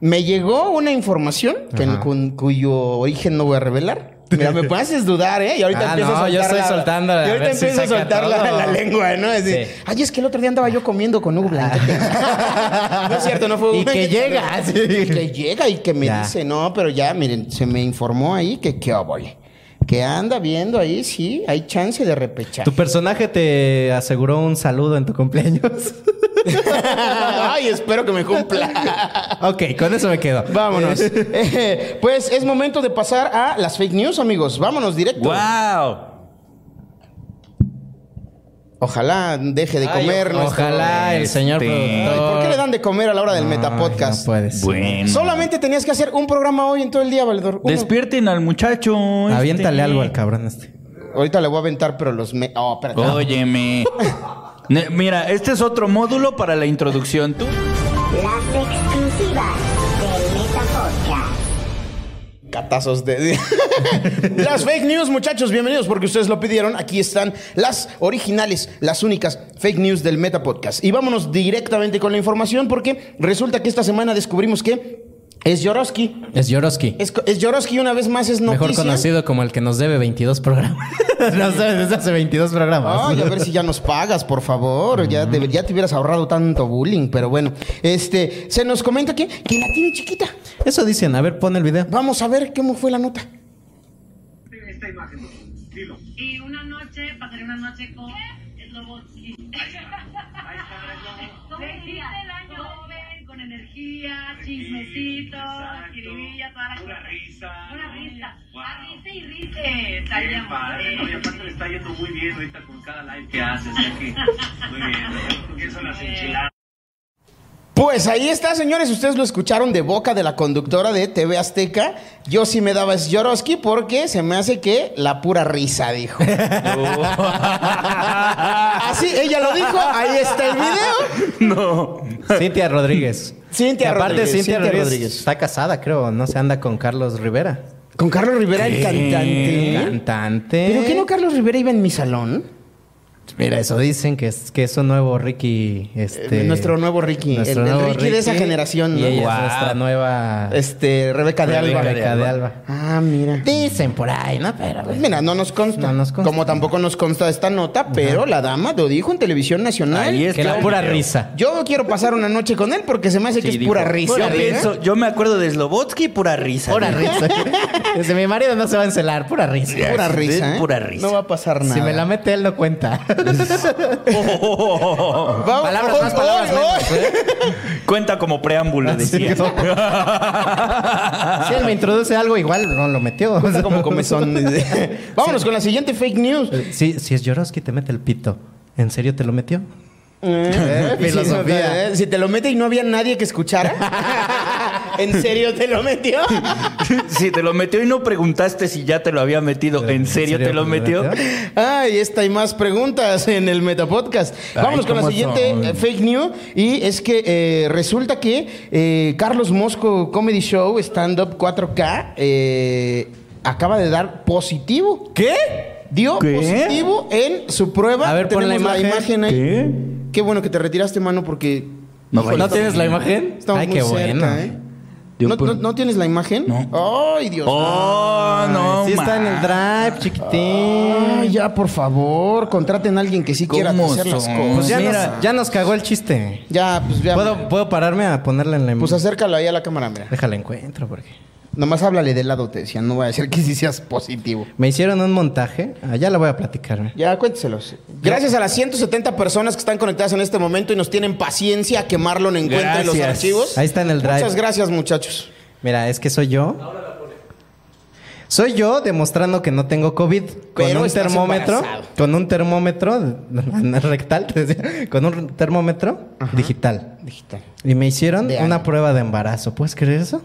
B: Me llegó una información que
C: Ajá.
B: cu- cuyo origen no voy a revelar. Mira, me haces dudar, ¿eh? Y ahorita
C: Ah,
B: empiezo a
C: no,
B: soltar
C: yo estoy
B: la-
C: soltando, a
B: Y ahorita
C: ver si
B: empiezo a
C: saca
B: soltar la,
C: todo.
B: la lengua, ¿no? Así,
C: Sí.
B: Ay, es que el otro día andaba yo comiendo con Hugo Blanquete. no es cierto, no fue Hugo
C: Ah. Y que
B: Blanquete.
C: llega, así.
B: Y que llega y que me
C: Ya.
B: dice, no, pero ya, miren, se me informó ahí que qué obole. Que anda viendo ahí, sí, hay chance de repechar.
C: ¿Tu personaje te aseguró un saludo en tu cumpleaños?
B: Ay, espero que me cumpla.
C: ok, con eso me quedo.
B: Vámonos. Eh, pues es momento de pasar a las fake news, amigos. Vámonos directo.
G: ¡Wow!
B: Ojalá deje de comer. nuestro-
C: Ojalá el señor
B: Ay,
C: productor.
B: ¿Por qué le dan de comer a la hora del
C: No
B: Metapodcast?
C: puede ser.
G: Bueno.
B: Solamente tenías que hacer un programa hoy en todo el día, Valedor. Uno.
G: Despierten al muchacho. este.
C: Aviéntale algo al cabrón este.
B: Ahorita le voy a aventar, pero los... Me... Oh, espérate.
G: Óyeme. Ne- Mira, este es otro módulo para la introducción. Tú.
A: Las exclusivas del Meta Podcast.
B: Catazos de... las fake news, muchachos, bienvenidos porque ustedes lo pidieron. Aquí están las originales, las únicas fake news del Meta Podcast. Y vámonos directamente con la información porque resulta que esta semana descubrimos que es Jorowski.
C: Es Yorosky.
B: Es, es Jorowski una vez más es noticia.
C: Mejor conocido como el que nos debe 22 programas. nos debe desde hace 22 programas.
B: Ay, a ver si ya nos pagas, por favor. Ya te, ya te hubieras ahorrado tanto bullying, pero bueno. Este, se nos comenta que, que la tiene chiquita.
C: Eso dicen. A ver, pon el video.
B: Vamos a ver cómo fue la nota.
I: Y una noche, pasaré una noche con el Slobotsky. Feliz el año joven, con energía, chismecito, jiribilla, toda la cosa. Una risa. A risa y risa. Salíamos. eh.
H: está yendo muy bien ahorita con cada live que haces. Muy bien. Eso las enchiladas.
B: Pues ahí está, señores. Ustedes lo escucharon de boca de la conductora de TV Azteca. Yo sí me daba Jorowski porque se me hace que la pura risa, dijo. Así, ella lo dijo. Ahí está el video.
C: Cintia Rodríguez.
B: Cintia
C: Que aparte,
B: Rodríguez,
C: Cintia,
B: Cintia
C: Rodríguez,
B: Rodríguez.
C: está casada, creo, no se anda con Carlos Rivera.
B: Con Carlos Rivera, el cantante.
C: Cantante.
B: ¿Pero qué no Carlos Rivera iba en mi salón?
C: Mira, eso dicen que es, que es un nuevo Ricky. Este,
B: Eh, nuestro nuevo Ricky, el- el Ricky de esa generación,
C: Y
B: ¿no?
C: ella es
B: Guau.
C: nuestra nueva.
B: Este, Rebeca de Alba.
C: Rebeca de Alba.
B: Ah, mira.
C: Dicen por ahí, ¿no? Pero. pues,
B: Mira, no nos consta.
C: No nos consta.
B: Como tampoco nos consta esta nota, pero la dama lo dijo en televisión nacional.
G: Ahí es
C: que la
G: claro.
C: pura risa.
B: Yo no quiero pasar una noche con él porque se me hace que
G: Sí,
B: es pura
G: dijo.
B: risa.
F: Yo
B: ¿eh? ¿eh?
F: pienso, yo me acuerdo de Slobotsky, pura risa. ¿eh?
C: Pura
F: ¿no?
C: risa. Dice, mi marido no se va a encelar, pura risa.
B: Pura
F: Sí,
B: risa, ¿eh?
F: pura risa.
B: No va a pasar nada.
C: Si me la mete él, no cuenta.
B: Vamos-
C: palabras
B: hoy-
C: más, palabras
B: hoy-
C: menos,
B: hoy-
C: ¿eh?
G: Cuenta como
C: Ah,
G: preámbulo, decía.
C: Si él me introduce algo, igual no lo metió.
B: Está como comezón. Vámonos con la siguiente fake news.
C: Si, si es Jorowski, te mete el pito. ¿En serio te lo metió?
B: Eh,
C: filosofía.
B: sí, o sea, eh, Si te lo mete y no había nadie que escuchara. ¿En serio te lo metió?
G: Si te lo metió y no preguntaste si ya te lo había metido, ¿en serio, te lo metió?
B: Ay, esta y más preguntas en el Metapodcast.
G: Ay,
B: Vamos con la
G: ¿cómo
B: siguiente
G: son?
B: eh, fake news. Y es que eh, resulta que eh, Carlos Mosco Comedy Show Stand Up 4K eh, acaba de dar positivo. ¿Qué? Dio
G: ¿Qué?
B: positivo en su prueba.
C: A ver, pon la
B: Tenemos
C: imagen.
B: ahí.
G: ¿Qué?
B: Qué bueno que te retiraste, mano, porque.
G: No,
B: Híjole,
G: ¿no
B: estamos-
C: tienes la imagen?
B: Estamos
C: Ay,
B: muy
C: qué
B: cerca,
C: bueno.
B: ¿eh?
G: Yo
B: ¿No,
G: por-
B: no, no tienes la imagen?
G: No.
B: ¡Ay, Dios!
G: Oh, no.
C: Sí está en el
G: ma.
C: drive,
B: Ay,
C: chiquitín.
B: ya, por favor, contraten a alguien que sí quiera
G: ¿Cómo
B: hacer las
G: son?
B: cosas.
C: Pues ya,
G: Mira.
C: nos, ya nos cagó el chiste.
B: Ya, pues ya.
C: ¿Puedo, ¿Puedo pararme a ponerla en la em-
B: Pues acércalo ahí a la cámara, mira.
C: Déjala encuentro porque...
B: Nomás háblale de lado, te decían. No voy a decir que sí seas positivo.
C: Me hicieron un montaje. Ah, ya la voy a platicar. ¿eh?
B: Ya, cuénteselos. Gracias a las 170 personas que están conectadas en este momento y nos tienen paciencia a que Marlon encuentre los
G: Gracias.
B: archivos.
C: Ahí está en el drive.
B: Muchas gracias, muchachos.
C: Mira, es que soy yo. Soy yo demostrando que no tengo COVID
B: Pero
C: con un
B: estás
C: termómetro,
B: embarazado.
C: con un termómetro rectal, te decía, con un termómetro digital.
B: Digital.
C: Y me hicieron
B: De
C: una
B: año.
C: prueba de embarazo. ¿Puedes creer eso?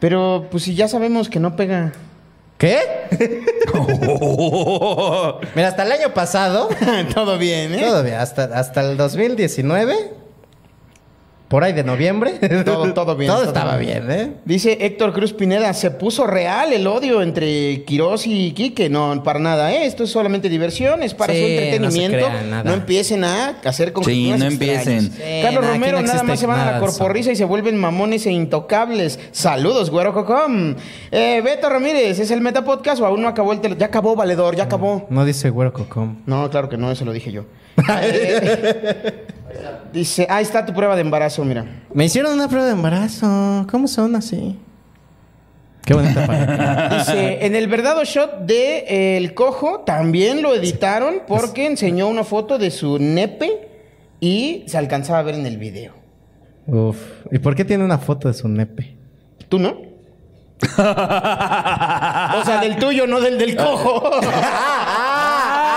B: Pero, pues si ya sabemos que no pega.
C: ¿Qué? Mira, hasta el año pasado,
B: Todo bien, ¿eh?
C: todavía, hasta, hasta el 2019, por ahí de noviembre,
B: Todo- todo bien,
C: Todo,
B: todo
C: estaba
B: bien.
C: bien, ¿eh?
B: Dice Héctor Cruz Pineda, se puso real el odio entre Quirós y Quique. No, para nada, ¿eh? Esto es solamente diversión, es para
C: Sí,
B: su
C: no se
B: entretenimiento. No,
C: crean nada.
B: empiecen a hacer conjeturas
G: no
B: extrañas.
G: empiecen.
C: Sí,
B: Carlos
C: no, aquí
B: Romero,
C: no
B: nada
C: existe
B: más se van a la
C: nada de eso.
B: corporrisa y se vuelven mamones e intocables. Saludos, güero cocom. Eh, Beto Ramírez, ¿es el Metapodcast o aún no acabó el tele- Ya acabó, valedor, ya acabó.
C: No dice güero cocom.
B: No, claro que no, eso lo dije yo. Eh, dice, ahí está tu prueba de embarazo, mira.
C: Me hicieron una prueba de embarazo. ¿Cómo son así? Qué bonita pareja.
B: Dice, en el verdadero shot de eh, El Cojo también lo editaron porque enseñó una foto de su nepe y se alcanzaba a ver en el video.
C: Uf. ¿Y por qué tiene una foto de su nepe?
B: ¿Tú no? o sea, del tuyo, no del del cojo.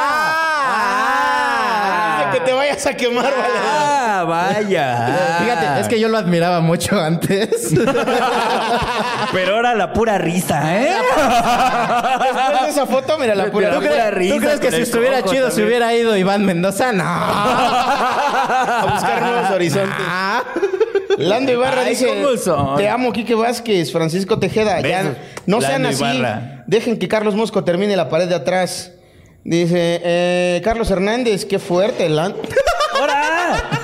B: Ah, ah. que te vayas a quemar, vale.
G: Ah, vaya.
C: Fíjate, es que yo lo admiraba mucho antes.
G: Pero ahora la pura risa, ¿eh?
B: Después de esa foto, mira la pura.
G: ¿Tú crees-
C: ¿Tú
G: risa
C: crees que
G: con
C: si
G: el
C: estuviera
G: coco
C: chido se
G: también.
C: hubiera ido Iván Mendoza? No.
B: A buscar nuevos horizontes. Lando Ibarra
G: Ah. Ay,
B: dice:
G: ¿cómo son?
B: Te amo, Quique Vázquez, Francisco Tejeda. Ya,
G: Besos.
B: no sean
G: Lando
B: así.
G: Ibarra.
B: Dejen que Carlos Mosco termine la pared de atrás. Dice: eh, Carlos Hernández, qué fuerte, Lando.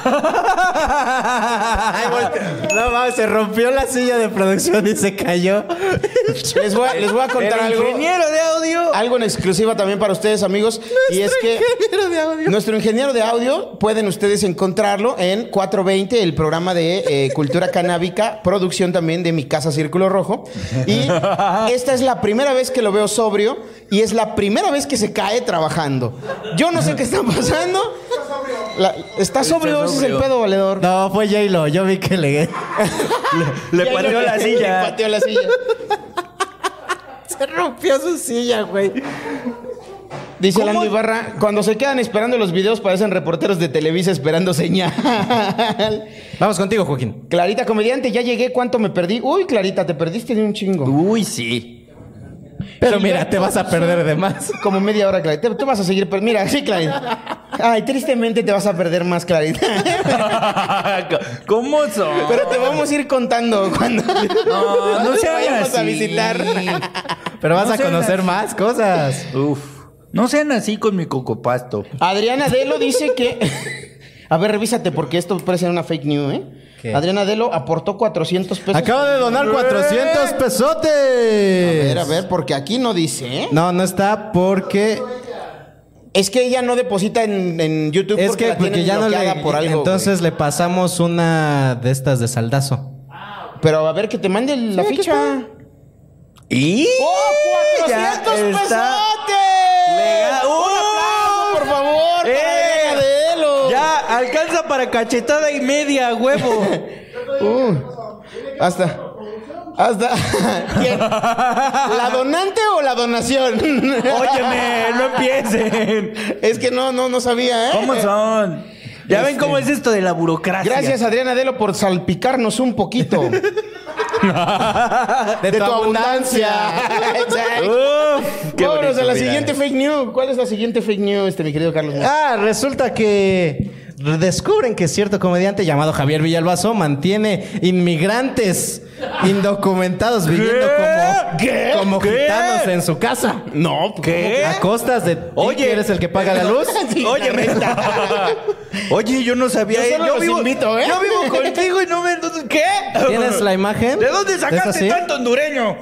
C: Ay, volte- no mames, se rompió la silla de producción y se cayó.
B: Les voy a, les voy a contar
G: El
B: algo.
G: ingeniero de audio.
B: Algo en exclusiva también para ustedes, amigos. y es que
C: Ingeniero de audio.
B: nuestro ingeniero de audio pueden ustedes encontrarlo en 420, el programa de eh, Cultura Canábica, producción también de Mi Casa Círculo Rojo. Y esta es la primera vez que lo veo sobrio y es la primera vez que se cae trabajando. Yo no sé qué está pasando. La- está sobrio, ese es el
G: sobrio.
B: pedo, valedor.
C: No, fue J-Lo. Yo vi que le...
G: Le
B: Ya,
G: pateó
B: ya, ya,
G: la
B: Le
G: silla.
B: pateó la silla.
C: se rompió su silla, güey.
B: Dice Lando Ibarra, cuando se quedan esperando los videos parecen reporteros de Televisa esperando señal.
C: Vamos contigo, Joaquín.
B: Clarita comediante, ya llegué, ¿cuánto me perdí? Uy, Clarita, te perdiste de un chingo.
G: Uy, sí.
C: Pero mira, te vas a perder de más.
B: Como media hora, Clarita. Tú vas a seguir, per- mira, sí, Clarita. Ay, tristemente te vas a perder más, Clarita.
G: ¿Cómo son?
B: Pero te vamos a ir contando cuando
G: No, no
B: te
G: se
B: vayamos
G: hagan
B: a
G: así.
B: visitar.
C: Pero vas
G: No
C: a
G: sean
C: conocer más cosas.
F: Pues
G: Uf. No sean así con mi cocopasto.
B: Adriana Delo dice que. A ver, revísate, porque esto parece una fake news, ¿eh?
C: ¿Qué?
B: Adriana Delo aportó 400 pesos.
C: Acabo de donar 400 pesotes.
B: A ver, a ver, porque aquí no dice, ¿eh?
C: No, no está porque
B: Es que ella no deposita en, en YouTube
C: es
B: porque
C: que
B: la tienen
C: porque ya no
B: bloqueada
C: le
B: por algo.
C: entonces le pasamos una de estas de saldazo.
B: güey. Pero a ver, que te mande la ficha.
G: ¿Y?
B: ¡Oh,
G: Ya
B: 400
G: está.
B: pesotes!
G: Legal.
B: ¡Un aplauso, por favor!
G: ¡Eh!
B: para Adriana Delo!
F: Ya, alcanza para cachetada y media, huevo.
B: Uh, hasta. Hasta. ¿Quién? ¿La donante o la donación?
F: Óyeme, no empiecen.
B: Es que no, no, no sabía, ¿eh?
G: ¿Cómo son?
B: Este,
G: Ya ven cómo es esto de la burocracia.
B: Gracias, Adriana Delo, por salpicarnos un poquito.
C: De,
B: tu abundancia.
C: Uf, qué
B: Vámonos
C: bonito,
B: a la
C: mira.
B: siguiente fake news. ¿Cuál es la siguiente fake news, este, mi querido Carlos?
C: Ah, resulta que descubren que cierto comediante llamado Javier Villalbazo mantiene inmigrantes indocumentados viviendo como,
B: ¿Qué?
C: como
B: ¿Qué?
C: gitanos en su casa.
B: No,
G: ¿Eh?
B: ¿qué?
G: Ah,
C: A costas de Oye, eres el que paga la luz.
B: Sí,
F: Oye,
B: la neta.
F: Oye, yo no sabía.
B: Yo solo
F: yo
B: los invito, ¿eh?
F: Yo vivo contigo y no me. ¿Qué?
C: ¿Tienes la imagen?
F: ¿De dónde
C: ¿Es
F: sacaste
C: así?
F: tanto hondureño?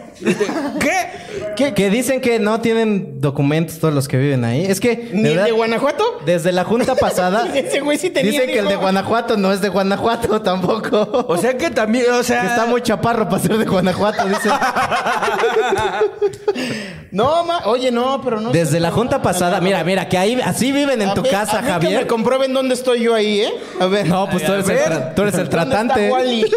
F: ¿Qué?
C: Que, que dicen que no tienen documentos todos los que viven ahí. Es que de
B: ¿Ni el
C: verdad,
B: de Guanajuato?
C: desde la junta pasada
B: Ese güey sí tenía,
C: dicen que el de
B: dijo.
C: Guanajuato no es de Guanajuato tampoco.
F: O sea que también, o sea.
C: Que está muy chaparro para ser de Guanajuato, dice.
B: No, ma... Oye, no, pero no.
C: Desde la junta pasada, mira, mira, que ahí así viven en
B: A
C: tu
B: ver,
C: casa,
B: a mí que me
C: Javier.
B: comprueben dónde estoy yo ahí, ¿eh? A ver.
C: No, pues tú eres, el, tra- tú eres
B: ¿Dónde
C: el tratante.
B: está Wally?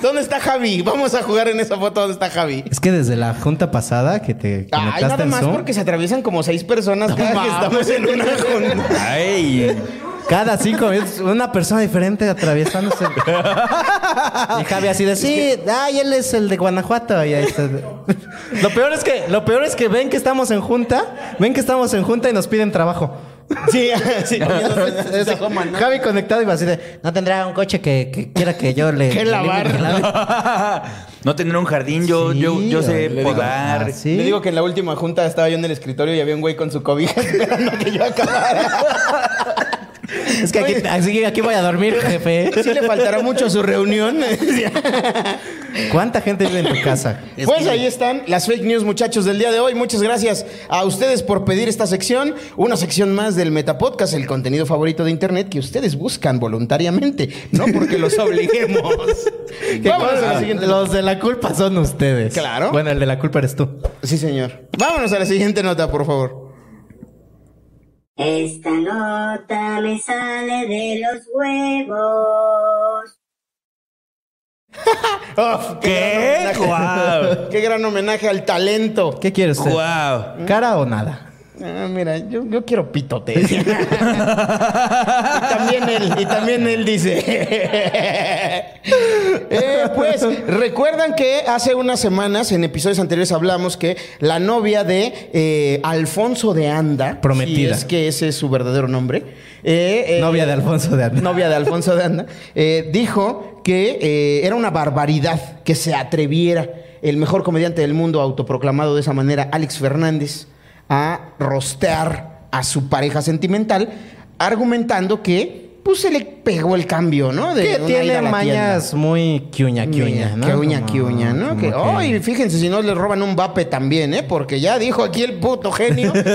B: ¿Dónde está Javi? Vamos a jugar en esa foto. ¿Dónde está Javi?
C: Es que desde la junta pasada que te
B: Ay,
C: conectaste
B: nada
C: en
B: más
C: Zoom,
B: porque se atraviesan como seis personas cada que estamos en una junta.
C: cada cinco es una persona diferente atraviesándose. y Javi así de sí, ay, él es el de Guanajuato. Y ahí está. Lo peor es que, lo peor es que ven que estamos en junta, ven que estamos en junta y nos piden trabajo.
B: Sí, sí.
C: pues, Es así, Javi conectado y va así de no tendrá un coche que, que quiera que yo le
B: Que
C: le
B: lavar.
C: limpie, que lave?"
G: No tener un jardín, yo,
C: Sí,
G: yo, yo sé
C: le digo,
G: podar.
C: "Ah, sí".
B: Le digo que en la última junta estaba yo en el escritorio y había un güey con su cobija esperando que yo acabara.
C: Es que aquí, así que aquí voy a dormir, jefe.
B: Sí le faltará mucho a su reunión.
C: ¿Cuánta gente vive en tu casa?
B: Pues ahí están las fake news, muchachos, del día de hoy. Muchas gracias a ustedes por pedir esta sección. Una sección más del Metapodcast, el contenido favorito de Internet que ustedes buscan voluntariamente, no porque los obliguemos.
C: Que
B: Vámonos a
C: con-
B: la siguiente.
C: Los de la culpa son ustedes.
B: Claro.
C: Bueno, el de la culpa eres tú.
B: Sí, señor. Vámonos a la siguiente nota, por favor.
A: Esta nota me sale de los huevos.
B: Uf,
G: ¿Qué?
B: gran homenaje. ¡Qué gran homenaje al talento!
C: ¿Qué quieres ser?
G: ¡Guau!
C: ¿Cara o nada?
B: Ah, mira, yo, yo quiero pitote. y también él, y también él dice. Eh, pues, recuerdan que hace unas semanas, en episodios anteriores, hablamos que la novia de eh, Alfonso de Anda.
C: Prometida.
B: si es que ese es su verdadero nombre. eh, eh,
C: Novia de Alfonso de Anda.
B: novia de Alfonso de Anda, eh, dijo que eh, era una barbaridad que se atreviera el mejor comediante del mundo, autoproclamado de esa manera, Alex Fernández, a rostear a su pareja sentimental, argumentando que pues se le pegó el cambio, ¿no? De
C: que
B: una ida
C: tiene
B: a la
C: mañas muy quiuña,
B: tienda.
C: quiuña, ¿no?
B: Que uña,
C: Como-
B: que uña, ¿no?
C: como
B: Que, oh, y fíjense si no le roban un vape también, ¿eh? Porque ya dijo aquí el puto genio en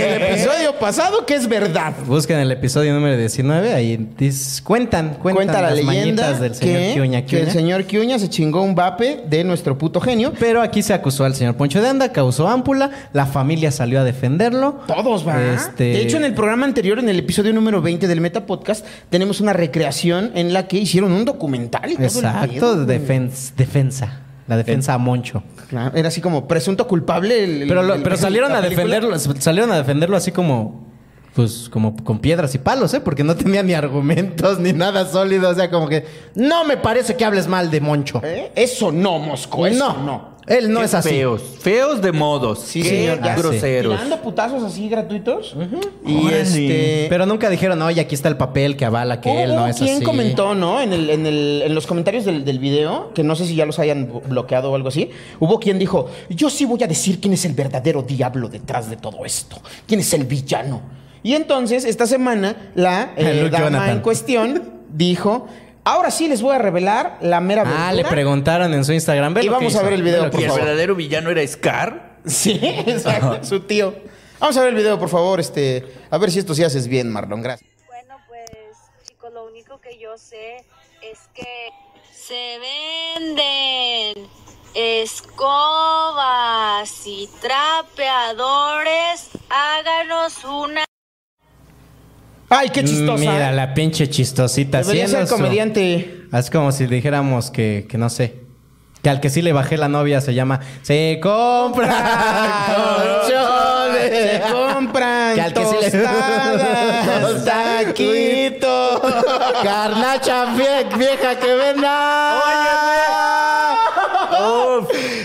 B: el episodio pasado que es verdad.
C: Busquen el episodio número 19, ahí dis- cuentan, cuentan
B: Cuenta la
C: las
B: leyenda
C: mañitas del señor
B: que,
C: Quiuña,
B: que el
C: Quiuña.
B: señor Quiuña se chingó un vape de nuestro puto genio.
C: Pero aquí se acusó al señor Poncho de Anda, causó ámpula, la familia salió a defenderlo.
B: Todos, va.
C: Este-
B: De hecho, en el programa anterior, en el episodio número 20 del Meta Podcast, tenemos una recreación en la que hicieron un documental y todo el
C: Exacto,
B: pedo, güey.
C: defen- defensa. La defensa a Moncho.
B: Claro, Era así como presunto culpable. el- el-
C: Pero, lo-
B: el-
C: pero
B: el-
C: salieron
B: la
C: a
B: película.
C: defenderlo, salieron a defenderlo así como pues como con piedras y palos, ¿eh? Porque no tenía ni argumentos ni nada sólido, o sea, como que no me parece que hables mal de Moncho.
B: ¿Eh? Eso no, Mosco. Eso no. no.
C: Él no es así.
G: Feos. Feos de modos.
B: Sí,
G: Qué
B: señor, ya sé.
G: groseros.
B: Tirando putazos así gratuitos. Y
G: Órale.
B: este.
C: Pero nunca dijeron, "Oye, aquí está el papel que avala que
B: Hubo-
C: él no
B: hubo
C: es
B: quien
C: así."
B: comentó, ¿no? En, el, en, el- en los comentarios del, del video, que no sé si ya los hayan blo- bloqueado o algo así, hubo quien dijo, yo sí voy a decir quién es el verdadero diablo detrás de todo esto, quién es el villano. Y entonces, esta semana, la eh,
C: Luke
B: dama
C: Jonathan.
B: en cuestión dijo, ahora sí les voy a revelar la mera verdad.
C: Ah, le preguntaron en su Instagram. ve
B: Y
C: lo que
B: vamos a
C: hizo,
B: ver el
C: ve
B: video,
C: lo que
G: ¿Y el
B: por favor.
G: verdadero villano era Scar?
B: Sí, exacto, su tío. Vamos a ver el video, por favor, este, a ver si esto sí haces bien, Marlon, gracias.
J: Bueno, pues chicos, lo único que yo sé es que se venden escobas y trapeadores. Háganos una
B: Ay, qué chistosa. ¿eh?
C: Mira, la pinche chistosita.
B: Debería
C: haciendo
B: ser
C: su-
B: comediante.
C: Es como si dijéramos que, que no sé. Que al que sí le bajé la novia se llama Se compra
B: Se
C: colchones.
B: compran
C: Que al que sí le-
B: tostadas, taquitos.
C: Carnacha vie- vieja que venda.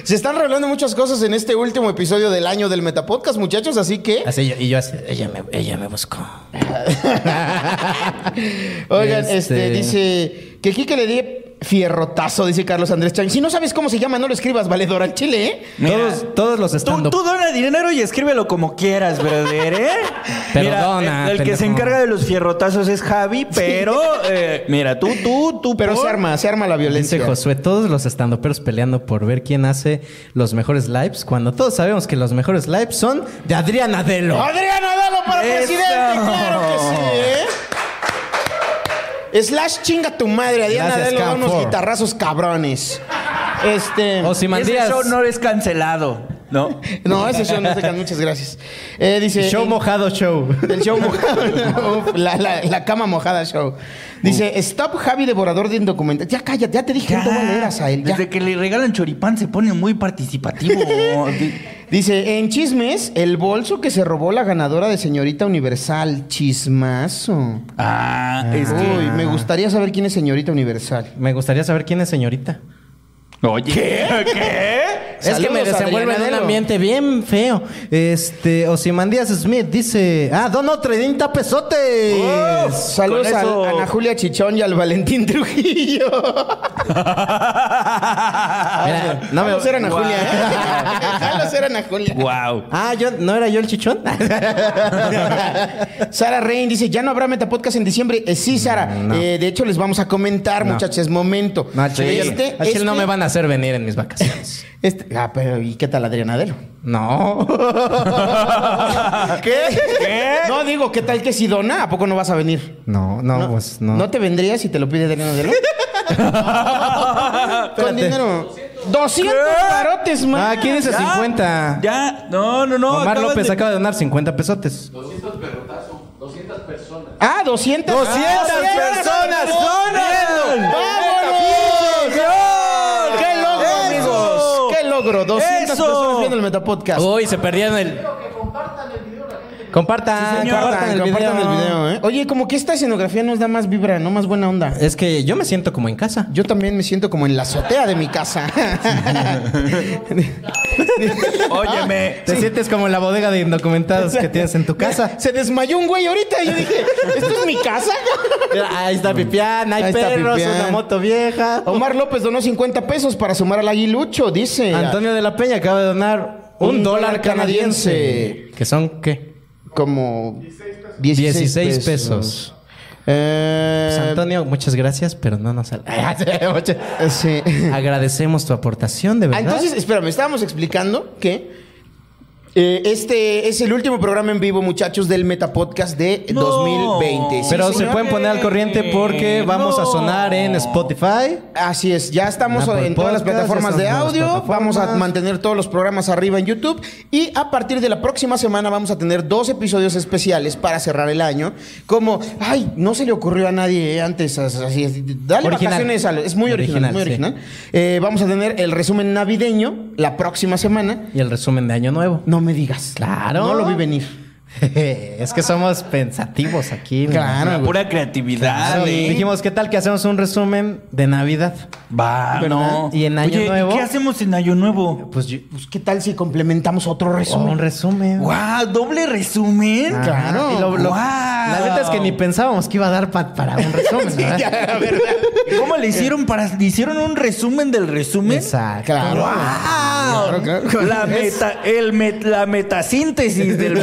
B: Se están revelando muchas cosas en este último episodio del año del Metapodcast, muchachos, así que.
C: Así yo- y yo así, ella me, ella me buscó.
B: Oigan, este,
C: Este-
B: dice que Kike le di fierrotazo, dice Carlos Andrés Chan. Si no sabes cómo se llama, no lo escribas, valedor al chile, ¿eh?
G: Todos,
C: todos los
G: stand
F: Tú dona dinero y escríbelo como quieras, brother, ¿eh?
G: Pero
F: Mira,
G: dona,
F: El, el que se
G: pendejo.
F: encarga de los fierrotazos es Javi, pero. eh, mira, tú, tú, tú.
B: Pero
F: por-
B: se arma, se arma la violencia.
C: Dice Josué, todos los estandoperos peleando por ver quién hace los mejores lives, cuando todos sabemos que los mejores lives son de Adrián Adelo.
B: Adrián Adalo para
F: Eso.
B: presidente, claro que sí, ¿eh? Slash chinga tu madre, Adrián
C: Gracias,
B: Adalo da
C: Cam Oh,
B: unos
C: Ford.
B: guitarrazos cabrones. Este.
F: Ese
C: Osimandías.
F: show no es cancelado, ¿no?
B: No, ese show no se can- muchas gracias. Eh, dice.
C: Show mojado show.
B: El show mojado. Uf, la, la- la cama mojada show.
C: Mm.
B: Dice, stop Javi devorador de indocumental. Ya cállate, ya te dije que no le eras a él. ya.
F: Desde que le regalan choripán se pone muy participativo.
B: Dice, en chismes, el bolso que se robó la ganadora de Señorita Universal. Chismazo.
F: ah, es que.
B: Uy, me gustaría saber quién es Señorita Universal.
C: Me gustaría saber quién es señorita.
G: Oye.
C: Es que me
B: Saludos,
C: desenvuelve en
B: Adriana
C: un
B: Adelo.
C: ambiente bien feo. Este, Osimandías Smith dice, ah, dono 30 pesotes.
B: Saludos
F: Con eso-
B: a Ana Julia Chichón y al Valentín Trujillo.
C: Mira, Ah, no me-
B: Jalos eran a
C: Guau.
B: Julia. ¿eh? Jalos eran a Julia.
G: Wow.
C: Ah, yo, ¿no era yo el chichón?
B: Sara Rein dice, ya no habrá Metapodcast en diciembre. Eh, sí, Sara. Eh, de hecho, les vamos a comentar, muchachos. Es momento.
C: No, al chile,
B: Este-
C: al chile no
B: este-
C: me van a hacer venir en mis vacaciones.
B: este- Ah, pero ¿y qué tal Adriana Adelo?
C: No.
B: ¿Qué? No, digo, ¿qué tal que si dona? ¿A poco no vas a venir?
C: No, no, pues no.
B: ¿No te vendrías si te lo pide Adriana Adelo? Con
C: Espérate.
B: dinero. 200 barotes, man.
C: Ah, ¿quién dice 50?
F: Ya, no, no, no.
C: Omar
F: acabas
C: López
F: de-
C: acaba de donar 50 pesotes.
B: Ah, 200.
C: 200 personas.
F: ¡Personas!
B: ¡Vámonos! ¡Qué logro,
F: ¡Eso!
B: amigos! ¡Qué logro! 200
F: ¡Eso!
B: personas viendo el Metapodcast.
C: Uy, se perdieron el. Compartan,
F: señor.
C: compartan, el
B: Compartan
C: video.
B: el video, ¿eh? Oye, como que esta escenografía nos da más vibra, ¿no? Más buena onda.
C: Es que yo me siento como en casa.
B: Yo también me siento como en la azotea de mi casa.
F: Óyeme.
C: Te sientes como en la bodega de indocumentados que tienes en tu casa.
B: Se desmayó un güey ahorita y yo dije, ¿esto es mi casa?
C: Ahí está Pipián, Oh, hay
B: Ahí está
C: perros,
B: Pipián.
C: una moto vieja.
B: Omar López donó 50 pesos para sumar al aguilucho, dice.
C: Antonio de la Peña acaba de donar un, dólar canadiense. ¿Que son qué?
B: Como
C: 16 pesos.
B: Eh,
C: Pues, Antonio, muchas gracias, pero no nos sale.
B: eh, sí.
C: Agradecemos tu aportación, de
B: Ah,
C: verdad.
B: Entonces, espérame, estábamos explicando que eh, este es el último programa en vivo, muchachos, del Metapodcast de
F: No.
B: 2020. Sí,
C: pero se
B: señor.
C: pueden poner al corriente porque vamos a sonar en Spotify.
B: Así es, ya estamos
C: Apple
B: en todas las
C: Ah, Podcast,
B: plataformas de
C: ya estamos en
B: audio,
C: las plataformas.
B: vamos a mantener todos los programas arriba en YouTube y a partir de la próxima semana vamos a tener dos episodios especiales para cerrar el año, como, ay, no se le ocurrió a nadie eh, antes, así es, dale
C: Original.
B: vacaciones a lo- es muy original,
C: Original,
B: muy
C: sí.
B: original. Eh, vamos a tener el resumen navideño la próxima semana,
C: Y el resumen de Año Nuevo. Pues,
B: no me digas,
C: Claro.
B: no lo vi venir.
C: es que somos pensativos aquí. mi
B: Claro,
C: hermano.
B: güey.
G: Pura creatividad.
C: Claro,
G: eh.
C: Dijimos, ¿qué tal que hacemos un resumen de Navidad?
G: Va,
C: ¿Verdad?
G: no.
C: ¿Y en Año
G: Oye,
C: Nuevo?
G: ¿Qué hacemos en Año Nuevo?
C: Pues yo-
B: Pues qué tal si complementamos otro resumen.
C: Oh, un resumen.
G: Guau, doble resumen.
C: Ajá.
B: claro.
C: Y lo- lo-
G: Wow.
C: La neta es que ni pensábamos que iba a dar pa- para un resumen, ¿verdad?
G: ¿Cómo le hicieron para le hicieron un resumen del resumen?
C: Exacto.
B: Claro.
G: ¡Guau!
B: Claro, claro.
G: La, meta, el met- la metasíntesis del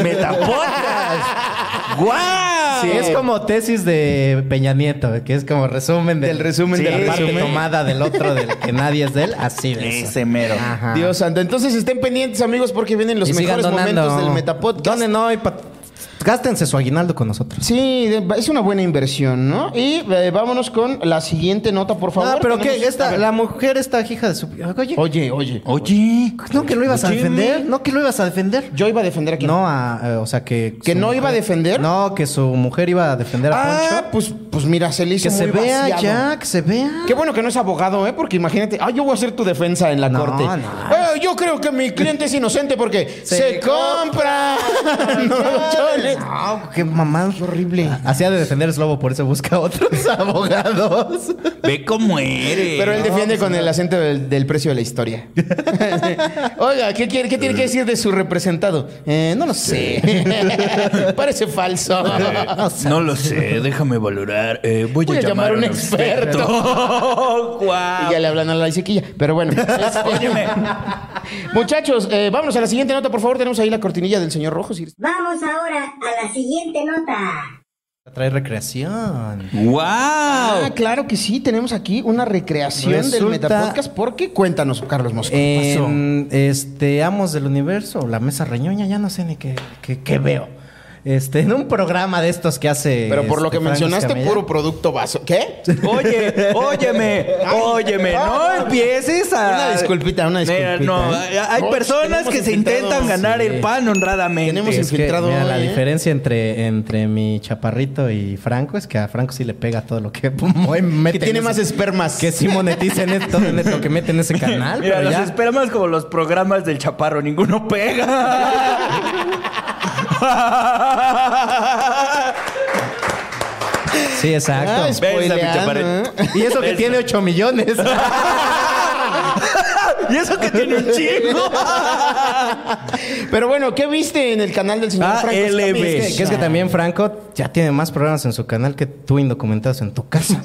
G: metapodcast. ¡Guau!
C: Sí,
B: Eh,
C: es como tesis de Peña Nieto, que es como resumen del,
B: Del resumen
C: de
B: del
C: la parte
B: resumen.
C: tomada del otro, del que nadie es de él, así de eso.
G: Ese mero.
C: Ajá.
B: Dios santo. Entonces estén pendientes, amigos, porque vienen los
C: Y sigan
B: mejores
C: donando.
B: momentos del Metapodcast.
C: Donen hoy, pa- gástense su aguinaldo con nosotros.
B: Sí, de- es una buena inversión, ¿no? Y eh, vámonos con la siguiente nota, por favor.
C: Ah, pero que
B: Tenemos- a
C: esta,
B: ver.
C: la mujer esta hija de su... Oye,
B: Oye, oye.
G: Oye.
C: ¿no que lo ibas a
G: Oye,
C: defender?
G: mi-
C: ¿No que lo ibas a defender?
B: Yo iba a defender aquí.
C: No, a- eh, o sea, que...
B: ¿Que
C: su
B: no
C: mujer-
B: iba a defender?
C: No, que su mujer iba a defender a
B: Ah,
C: Poncho.
B: pues, pues mira, se le hizo
C: Que se
B: muy
C: vea
B: vaciado.
C: ya, que se vea.
B: Qué bueno que no es abogado, ¿eh? Porque imagínate, ah, yo voy a hacer tu defensa en la
C: No,
B: corte.
C: no.
B: Eh, yo creo que mi cliente es inocente porque se,
C: Se
B: compra. no, yo le
C: Entonces,
B: no, qué mamá horrible.
C: Hacía de defender Slobo, por eso busca otros abogados.
G: Ve cómo eres.
B: Pero él defiende con el acento del, del precio de la historia. Oiga, ¿qué, quiere- qué tiene que decir de su representado? Eh, no lo sé. Parece falso.
G: Eh, no lo sé, déjame valorar. Eh, voy,
B: Voy a llamar a un experto.
G: Guau.
B: Y ya le hablan a la Isequilla. Pero bueno. este-
G: Óyeme.
B: Muchachos, eh, vámonos a la siguiente nota. Por favor, tenemos ahí la cortinilla del señor Rojo. si-
A: Vamos ahora a la siguiente nota.
C: Trae recreación.
G: ¡Wow!
B: Ah, claro que sí. Tenemos aquí una recreación del
C: Resulta-
B: Metapodcast. ¿Por qué? Cuéntanos, Carlos Mosco. ¿qué pasó?
C: En este Amos del Universo, la mesa reñoña, ya no sé ni qué, qué- qué veo. Este, en un programa de estos que hace.
B: Pero por lo
C: este,
B: que
C: Frank
B: mencionaste,
C: Escamilla.
B: puro producto vaso. ¿Qué?
G: Oye, óyeme, óyeme, no empieces a.
B: Una disculpita, una
G: Mira,
B: disculpita,
G: no,
B: ¿eh?
G: hay- hay
B: No,
G: personas
B: tenemos
G: que se
B: invitados,
G: intentan ganar el
C: sí.
G: pan honradamente.
B: Tenemos
C: Es que,
B: infiltrado
C: mira,
B: hoy,
C: la
B: ¿eh?
C: diferencia entre, entre mi chaparrito y Franco es que a Franco sí le pega todo lo que mete.
B: Que tiene más espermas.
C: Que sí moneticen todo lo que mete en ese canal.
G: Mira,
C: pero
G: los
C: ya-
G: espermas como los programas del chaparro, ninguno pega.
C: Sí, exacto.
B: Ah, spoileando, ¿eh?
C: y eso que tiene 8 millones.
G: y eso que tiene un chingo.
B: ¿eh? Pero bueno, ¿qué viste en el canal del señor
G: Ah,
B: Franco?
G: LB.
B: Escamilla?
C: Es que, que es que también Franco ya tiene más programas en su canal que tú indocumentados en tu casa.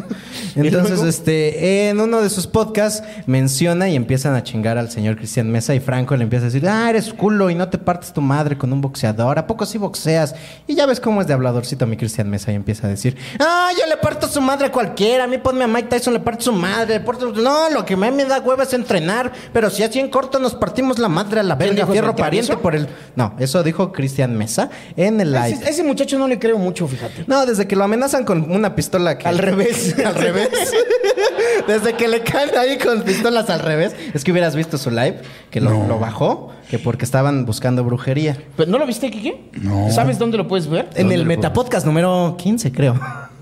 C: Entonces, este, en uno de sus podcasts menciona y empiezan a chingar al señor Cristian Mesa y Franco le empieza a decir, ah, eres culo y no te partes tu madre con un boxeador, ¿a poco sí boxeas? Y ya ves cómo es de habladorcito mi Cristian Mesa y empieza a decir, ah, yo le parto su madre a cualquiera, a mí ponme a Mike Tyson, le parto su madre, le parto- no, lo que a mí me da hueva es entrenar, pero si así en corto nos partimos la madre a la verga,
B: dijo eso?
C: fierro
B: ¿Te
C: pariente
B: aviso?
C: por el... No, eso dijo Cristian Mesa en el live.
B: Ese, ese muchacho no le creo mucho, fíjate.
C: No, desde que lo amenazan con una pistola que...
B: Al revés.
C: al revés. desde que le caen ahí con pistolas al revés. Es que hubieras visto su live, que lo, lo bajó, que porque estaban buscando brujería.
B: ¿Pero ¿No lo viste, Kike? No. ¿Sabes dónde lo puedes ver?
C: En el Metapodcast número 15, creo.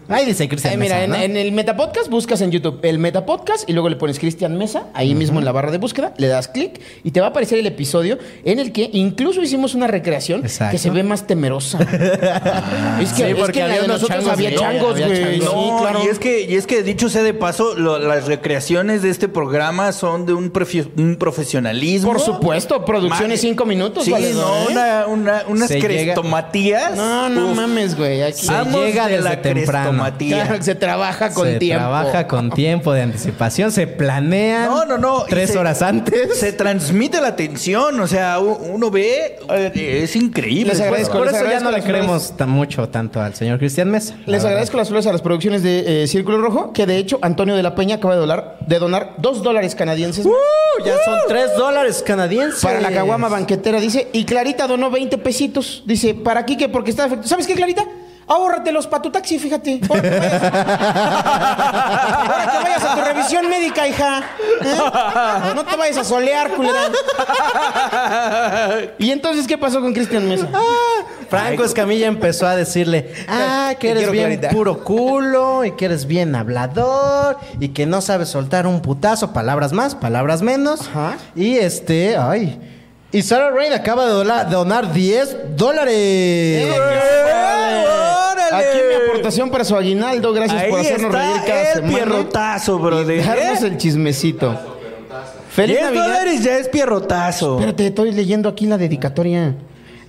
C: Ahí dice Cristian
B: Ay, Eh, mira,
C: Mesa,
B: en, en
C: ¿no?
B: el Metapodcast buscas en YouTube el Metapodcast y luego le pones Cristian Mesa, ahí mismo en la barra de búsqueda, le das clic y te va a aparecer el episodio en el que incluso hicimos una recreación
C: Exacto.
B: que se ve más temerosa. Ah, es que,
C: Sí,
B: es
C: porque
B: que en la
C: había
B: de
C: unos
B: nosotros
C: changos,
B: había
C: sí,
B: changos,
C: había
B: güey.
C: changos.
B: Sí,
G: No,
B: claro.
G: y es que, y es que dicho sea de paso, lo- las recreaciones de este programa son de un, prefi- un profesionalismo.
B: Por supuesto, producciones
G: Ma-
B: cinco minutos,
G: Sí,
B: valedor,
G: no,
B: ¿eh?
G: una- una- unas
C: Se llega-
G: crestomatías.
B: No, no
G: Uf.
B: mames, güey. Aquí
C: Se
G: Amos
C: llega
G: de
C: desde
G: la
C: temprano.
G: crestomatía.
B: Claro, se trabaja con
C: Ah, se
B: tiempo.
C: trabaja con tiempo de anticipación, se planean
G: No, no, no. y
C: tres
G: se-
C: horas antes.
G: Se transmite la tensión, o sea, u- uno ve, eh, es increíble.
B: Les agradezco,
C: Pues, Por
B: les
C: eso ya
B: agradezco
C: no le
B: las flores.
C: creemos tan mucho tanto al señor Cristian Mesa. la
B: Les
C: verdad.
B: agradezco las flores a las producciones de eh, Círculo Rojo, que de hecho Antonio de la Peña acaba de, dolar, de donar dos dólares canadienses más
C: ¡Uh! Ya son tres dólares canadienses.
B: para la caguama banquetera, dice. Y Clarita donó 20 pesitos. Dice, ¿para qué? que Porque está... afectado. ¿Sabes qué, Clarita? Ahórratelos para tu taxi, fíjate. Ahora que vayas- ahora que vayas a tu revisión médica, hija. ¿Eh? No te vayas a solear, culera. ¿Y entonces qué pasó con Cristian Mesa?
C: Franco Escamilla empezó a decirle, ah, que
B: Te
C: eres
B: quiero,
C: bien
B: Clarita.
C: puro culo y que eres bien hablador y que no sabes soltar un putazo, palabras más, palabras menos.
B: Ajá.
C: Y este, ay. Y Sarah Rain acaba de dola- donar 10 dólares.
G: ¡Órale!
B: Aquí mi aportación para su aguinaldo. Gracias
G: Ahí
B: por hacernos
G: está
B: reír cada
G: el
B: semana.
G: pierrotazo, brother.
B: Y darnos
G: ¿Eh?
B: el chismecito. Feliz
G: 10
B: Navidad.
G: dólares ya es pierrotazo.
B: Espérate, estoy leyendo aquí la dedicatoria.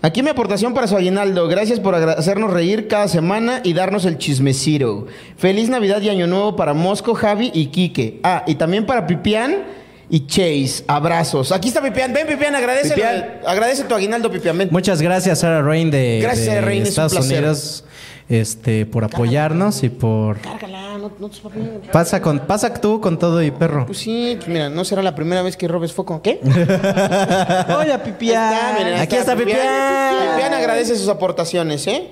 B: Aquí mi aportación para su aguinaldo. Gracias por agra- hacernos reír cada semana y darnos el chismecito. Feliz Navidad y Año Nuevo para Mosco, Javi y Quique. Ah, y también para Pipián y Chase. Abrazos. Aquí está Pipián. Ven, Pipián, agradece,
G: Pipián.
B: agradece tu aguinaldo, Pipián. Ven.
C: Muchas gracias, Sarah Rain de,
B: Gracias,
C: de
B: Sarah Rain, es un
C: Estados
B: placer.
C: Unidos este, por apoyarnos y por.
B: Cárgala, no, no te papeles.
C: Pasa, con, pasa tú con todo y perro.
B: Pues sí, pues mira, no será la primera vez que robes foco. ¿Qué?
G: Hola, Pipián.
C: Aquí está Pipián.
B: Pipián agradece sus aportaciones, ¿eh?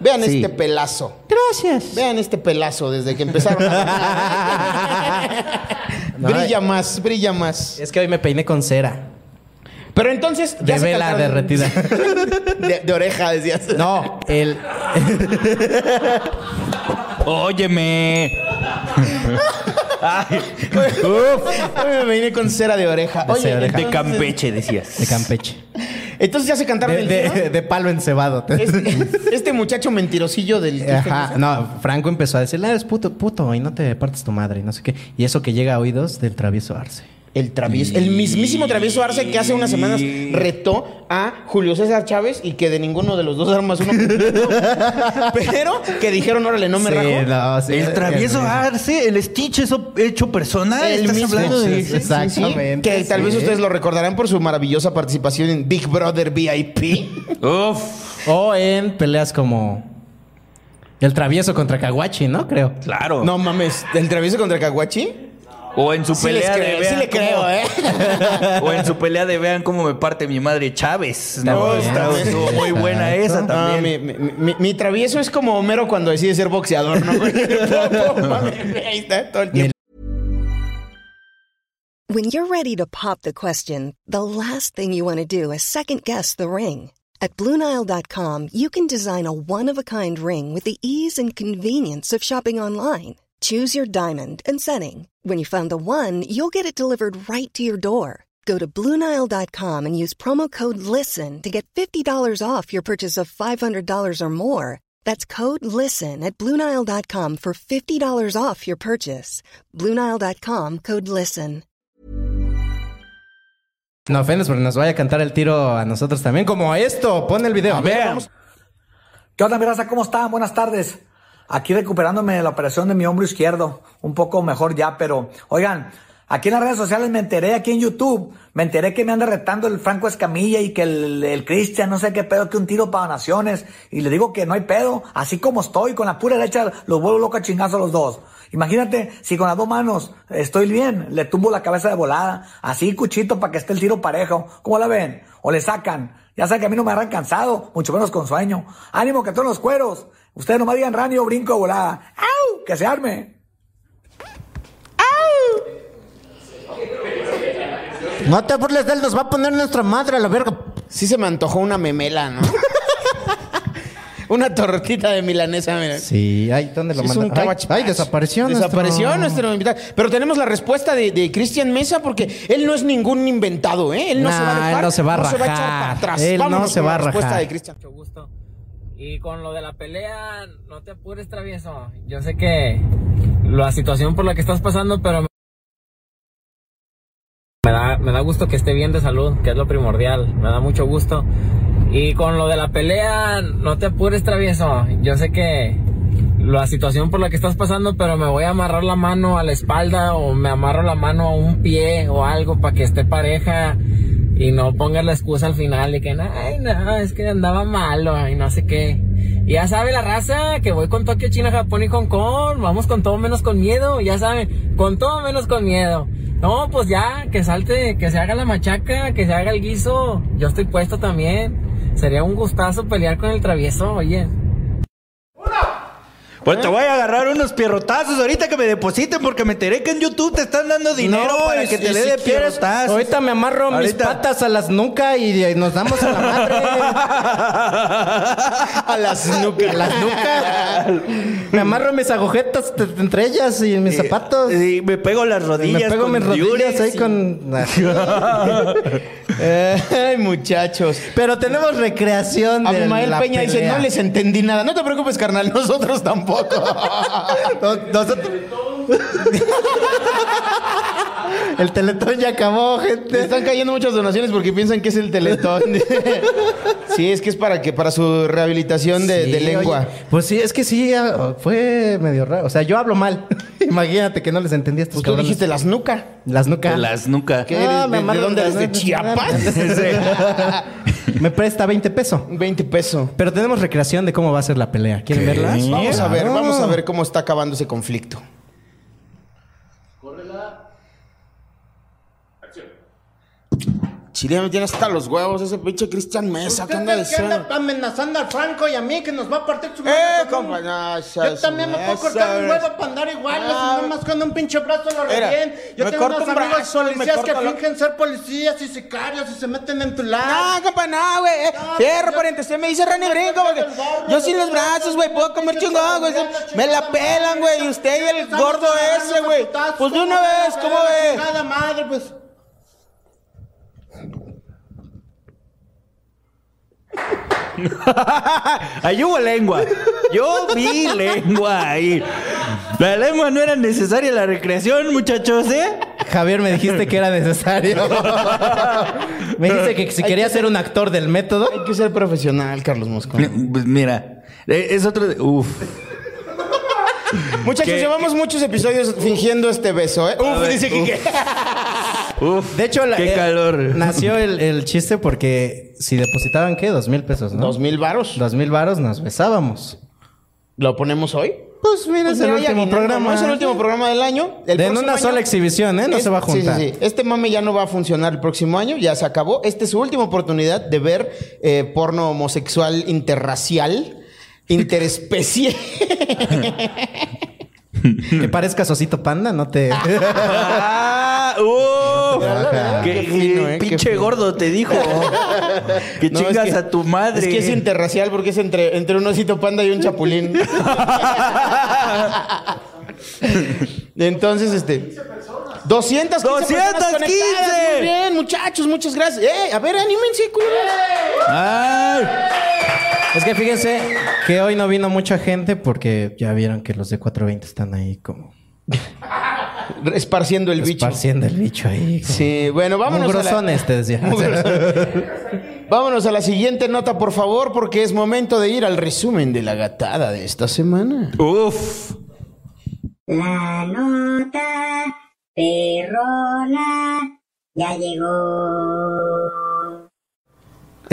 B: Vean
C: Sí.
B: este pelazo.
C: Gracias.
B: Vean este pelazo desde que empezaron. a-
C: No,
B: brilla
C: eh.
B: más, brilla más.
C: Es que hoy me peiné con cera.
B: Pero entonces. ya
C: De
B: se
C: vela
B: calzaron-
C: derretida.
B: De, de oreja, decías.
C: No, el.
G: Óyeme. Ay, uf.
B: Me vine con cera de oreja.
C: De
B: Oye,
C: cera de oreja.
G: De
B: entonces-
G: Campeche, decías.
C: De Campeche.
B: Entonces ya se cantaron
C: De,
B: el
C: de- de palo encebado.
B: Este, este muchacho mentirosillo del... que
C: Ajá, no, Franco empezó a decirle, eres puto, puto, y no te partes tu madre, y no sé qué. Y eso que llega a oídos del travieso Arce.
B: El travieso, el mismísimo travieso Arce que hace unas semanas retó a Julio César Chávez y que de ninguno de los dos armas uno. Pero que dijeron, órale, no me
C: Sí,
B: rajo.
C: no, sí,
G: El travieso
C: el-
G: Arce, el Stitch eso hecho persona.
B: El
G: Ah, Estás
B: mismo.
G: hablando de.
B: Sí, sí, sí.
C: Exactamente,
B: Que tal
C: sí.
B: vez ustedes lo recordarán por su maravillosa participación en Big Brother VIP.
G: Uf,
C: O en peleas como el travieso contra Kawachi, ¿no? Creo.
G: claro.
B: No mames, ¿el travieso contra Caguachi?
G: O en su
B: Sí, les
G: pelea de.
B: creo, sí
G: vean
B: le creo,
G: cómo-
B: ¿eh?
G: O en su pelea de vean cómo me parte mi madre Chávez.
C: Está
G: No,
C: buena.
G: Está- estuvo muy buena esa
B: Ah,
G: también.
B: mi, mi- mi- mi travieso es como Homero cuando decide ser boxeador, ¿no? Ahí está, todo el tiempo.
K: When you're ready to pop the question, the last thing you want to do is second guess the ring. At Bluenile.com, you can design a one of a kind ring with the ease and convenience of shopping online. Choose your diamond and setting. When you find the one, you'll get it delivered right to your door. Go to Bluenile.com and use promo code LISTEN to get $50 off your purchase of $500 or more. That's code LISTEN at Bluenile.com for $50 off your purchase. Bluenile.com code LISTEN.
C: No ofendes, pero nos vaya a cantar el tiro a nosotros también, como esto. Pon el video.
G: Vean.
L: ¿Qué onda, mi raza? ¿Cómo están? Buenas tardes. Aquí recuperándome de la operación de mi hombro izquierdo. Un poco mejor ya, pero oigan, aquí en las redes sociales me enteré, aquí en YouTube, me enteré que me anda retando el Franco Escamilla y que el, el Cristian, no sé qué pedo, que un tiro para naciones. Y le digo que no hay pedo, así como estoy, con la pura derecha los vuelvo loco a chingazo a los dos. Imagínate, si con las dos manos estoy bien, le tumbo la cabeza de volada, así cuchito para que esté el tiro parejo. ¿Cómo la ven? O le sacan. Ya saben que a mí no me agarran cansado, mucho menos con sueño. Ánimo que todos los cueros. Ustedes nomás digan ranio, brinco de volada. ¡Au! Que se arme.
C: No te burles de él, nos va a poner nuestra madre a la verga.
B: Sí se me antojó una memela, ¿no? una tortita de milanesa, mira.
C: Sí, ay, ¿dónde lo
B: Sí, es
C: mandan?
B: un
C: Ay,
B: cabachazo.
C: ay, desapareció. nuestro-
B: Desapareció nuestro invitado. Pero tenemos la respuesta de, de Cristian Mesa porque él no es ningún inventado, ¿eh? Él no se va a
C: Nah,
B: dejar,
C: él no se va a
B: echar para
C: rajar.
B: atrás.
C: Él no
B: Vámonos
C: se
B: con
C: va
B: la
C: a
B: respuesta
C: rajar.
B: de Cristian.
M: Mucho gusto. Y con lo de la pelea, no te apures, travieso. Yo sé que la situación por la que estás pasando, pero me- me da, me da gusto que esté bien de salud, que es lo primordial. Me da mucho gusto. Y con lo de la pelea, no te apures, travieso. Yo sé que la situación por la que estás pasando, pero me voy a amarrar la mano a la espalda o me amarro la mano a un pie o algo para que esté pareja y no pongas la excusa al final de que, ay, no, es que andaba malo y no sé qué. Y ya sabe la raza que voy con Tokio, China, Japón y Hong Kong. Vamos con todo menos con miedo, ya saben, con todo menos con miedo. No, pues ya, que salte, que se haga la machaca, que se haga el guiso. Yo estoy puesto también. Sería un gustazo pelear con el travieso, oye.
G: Bueno, Pues te voy a agarrar unos pierrotazos ahorita que me depositen porque me enteré que en YouTube te están dando dinero
C: No,
G: para
C: y-
G: que
C: y
G: te le
C: si
G: dé
C: quieres,
G: pierrotazos.
C: Ahorita me amarro mis
G: Ahorita.
C: patas a las nuca y, y nos damos a la madre.
B: A las nucas.
C: a las nucas. Me amarro mis agujetas t- entre ellas y mis
B: Eh,
C: zapatos.
G: Y me pego las rodillas.
C: me pego
G: con
C: mis rodillas
G: Yuri,
C: ahí
G: sí.
C: con... ah, Eh,
B: Ay, muchachos.
C: Pero tenemos recreación de
B: Abimael
C: la
B: Peña dice,
C: pelea.
B: no les entendí nada. No te preocupes, carnal, nosotros tampoco.
C: No- nosotros- El teletón ya acabó,
B: Me
C: gente.
B: están cayendo muchas donaciones porque piensan que es el teletón. sí, es que es para que para su rehabilitación de,
C: Sí,
B: de lengua.
C: oye, pues sí, es que sí, ah, fue medio raro. O sea, yo hablo mal. Imagínate que no les entendí a estos
B: Pues tú
C: cabrones.
B: dijiste las nuca.
C: Las nucas.
G: Las nunca.
B: ¿Qué eres?
C: Ah, me
B: ¿De, de
C: amarran
B: dónde
C: las
B: eres? ¿De
C: nucas.
B: Chiapas?
C: Me presta 20 pesos.
B: 20 pesos.
C: Pero tenemos recreación de cómo va a ser la pelea. ¿Quieren verla?
B: Pues Vamos a ver, vamos a ver cómo está acabando ese conflicto. Chile me tiene hasta los huevos ese pinche Cristian Mesa. ¿Qué anda diciendo?
C: amenazando a Franco y a mí que nos va a partir su
B: ¡Eh, compa! no,
C: Yo
B: seas
C: también me puedo cortar un
B: mesa,
C: huevo para andar igual,
B: Ah.
C: nomás con un pinche brazo lo
B: Mira,
C: revienen. Yo
B: me
C: tengo
B: corto
C: unos
B: un
C: amigos
B: brazo y me
C: policías que
B: corto la-
C: fingen ser policías y sicarios y se meten en tu lado.
B: No, compa, no, güey. eh. Fierro, pariente. Usted me dice Rani Brinco, porque yo sin los brazos, güey, puedo comer chingón, güey. Me la pelan, güey. Y usted y el gordo ese, güey. Pues de una vez, ¿cómo ves?
C: Cada madre, pues.
G: Ahí hubo lengua. Yo vi lengua ahí. La lengua no era necesaria en la recreación, muchachos, ¿eh?
C: Javier, me dijiste que era necesario. me dijiste que si
B: Hay
C: quería
B: que
C: ser un actor del método.
B: Hay que ser profesional, Carlos Moscón.
G: Pues mira, eh, es otro. de- Uf.
B: Muchachos,
G: ¿Qué?
B: llevamos muchos episodios fingiendo este beso, ¿eh? Uf,
G: ver,
B: dice Quique.
G: Uf.
C: De hecho, la-
G: qué
C: eh,
G: calor.
C: nació el, el chiste porque si depositaban, ¿qué? Dos mil pesos, ¿no?
B: Dos mil varos.
C: Dos mil varos nos besábamos.
B: ¿Lo ponemos hoy?
C: Pues mira,
B: Pues
C: es el
B: mira,
C: último
B: ya,
C: programa. ¿eh?
B: no, Es el último programa del año. El
C: De en
B: próximo
C: una
B: año-
C: sola exhibición, ¿eh? No
B: Es-
C: se va a
B: sí, sí,
C: juntar.
B: sí. Este mame ya no va a funcionar el próximo año, ya se acabó. Esta es su última oportunidad de ver eh, porno homosexual interracial, interespecie.
C: Que parezcas osito panda, no te.
G: Ah, uf.
C: Ajá.
G: Qué,
B: Qué fino,
G: qué
B: ¿eh? Qué
G: pinche
B: fino.
G: gordo te dijo. que
B: No, es
G: chingas
B: que-
G: a tu madre.
B: Es que es interracial porque es entre, entre un osito panda y un chapulín. Entonces, este. 215 personas
G: 215.
B: conectadas. Muy bien, muchachos, muchas gracias. ¡Eh! A ver, anímense, culeros.
G: Ay.
C: Es que fíjense que hoy no vino mucha gente porque ya vieron que los de 420 están ahí como
B: Esparciendo el bicho.
C: esparciendo el bicho ahí. como-
B: Sí, bueno, vámonos. a la-
C: Mugrosones, te decía.
B: Vámonos a la siguiente nota, por favor, porque es momento de ir al resumen de la gatada de esta semana.
G: Uf.
A: La nota perrona ya llegó.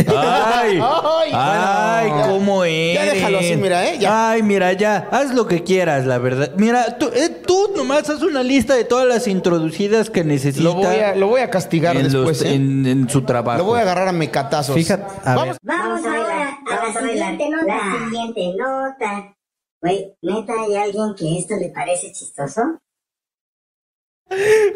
G: Ay.
B: Ay,
G: Ay, cómo es.
B: Ya déjalo así, mira, ¿eh? Ya.
G: Ay, mira, ya. Haz lo que quieras, la verdad. Mira, tú, eh, tú nomás haz una lista de todas las introducidas que necesitas.
B: Lo voy a, lo voy a castigar
G: en, los-
B: después. ¿eh?
G: en- en su trabajo.
B: Lo voy a agarrar a mecatazos.
C: Fíjate, a
B: Vamos.
A: Vamos, ahora a la siguiente nota. La siguiente nota. Güey, ¿neta hay alguien que esto le parece chistoso?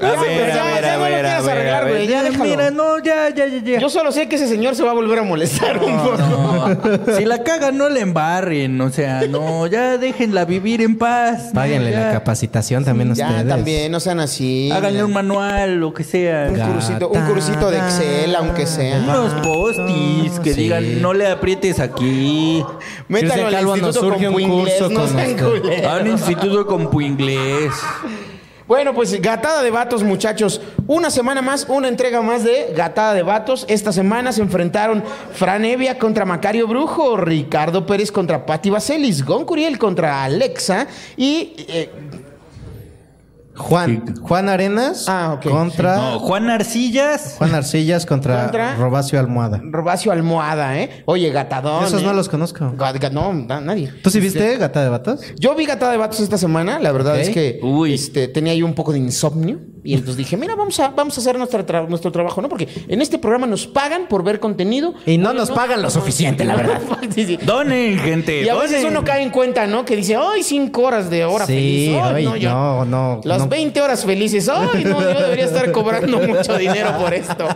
G: A ver,
B: ya,
G: a ver,
B: ya
G: a
B: no lo
G: ver, a
B: quieras
G: ver,
B: arreglar,
G: a
B: güey,
G: ver. Ya,
B: ya déjalo.
G: Mira, no, ya, ya, ya, ya.
B: Yo solo sé que ese señor se va a volver a molestar un poco.
G: No, si la cagan, no la embarren. O sea, no, ya déjenla vivir en paz.
C: Páguenle
G: Ya.
C: la capacitación también a
B: ya,
C: ustedes.
B: también, no sean así.
G: Háganle un manual, lo que sea.
B: Un cursito, un cursito de Excel, aunque sea.
G: Unos postis que
C: Sí.
G: digan, no le aprietes aquí.
B: Métanlo
C: Cristian
B: al
C: Calvo nos
B: instituto
C: surge
B: con
C: un
B: Puinglés,
C: curso
B: no
C: con
B: sean
C: nuestro-
B: culeros.
G: A un instituto con puinglés.
B: Bueno, pues gatada de vatos, muchachos. Una semana más, una entrega más de gatada de vatos. Esta semana se enfrentaron Fran Evia contra Macario Brujo, Ricardo Pérez contra Patti Vaselis, Goncuriel contra Alexa y. eh,
C: Juan, Juan Arenas
B: Ah, ok.
C: contra
G: No, Juan Arcillas.
C: Juan Arcillas contra,
B: Contra-
C: Robacio Almohada.
B: Robacio Almohada, ¿eh? Oye, gatadón.
C: Esos
B: ¿eh?
C: no los conozco.
B: Ga- ga- No, na- nadie.
C: ¿Tú sí viste Gata de Batas?
B: Yo vi Gatada de Vatos esta semana, la verdad
C: Ok.
B: es que
G: Uy.
B: este, tenía yo un poco de insomnio y entonces dije, mira, vamos a, vamos a hacer nuestra tra- nuestro trabajo, ¿no? Porque en este programa nos pagan por ver contenido.
C: Y no nos pagan lo suficiente, la verdad.
B: Sí, sí.
G: Donen, gente.
B: Y a veces
G: donen.
B: uno cae en cuenta, ¿no? Que dice, ¡ay, cinco horas de hora
C: Sí,
B: feliz! ¡Ay,
C: ay,
B: yo-
C: no, no,
B: Las
C: no.
B: 20 horas felices. ¡Ay, no! Yo debería estar cobrando mucho dinero por esto.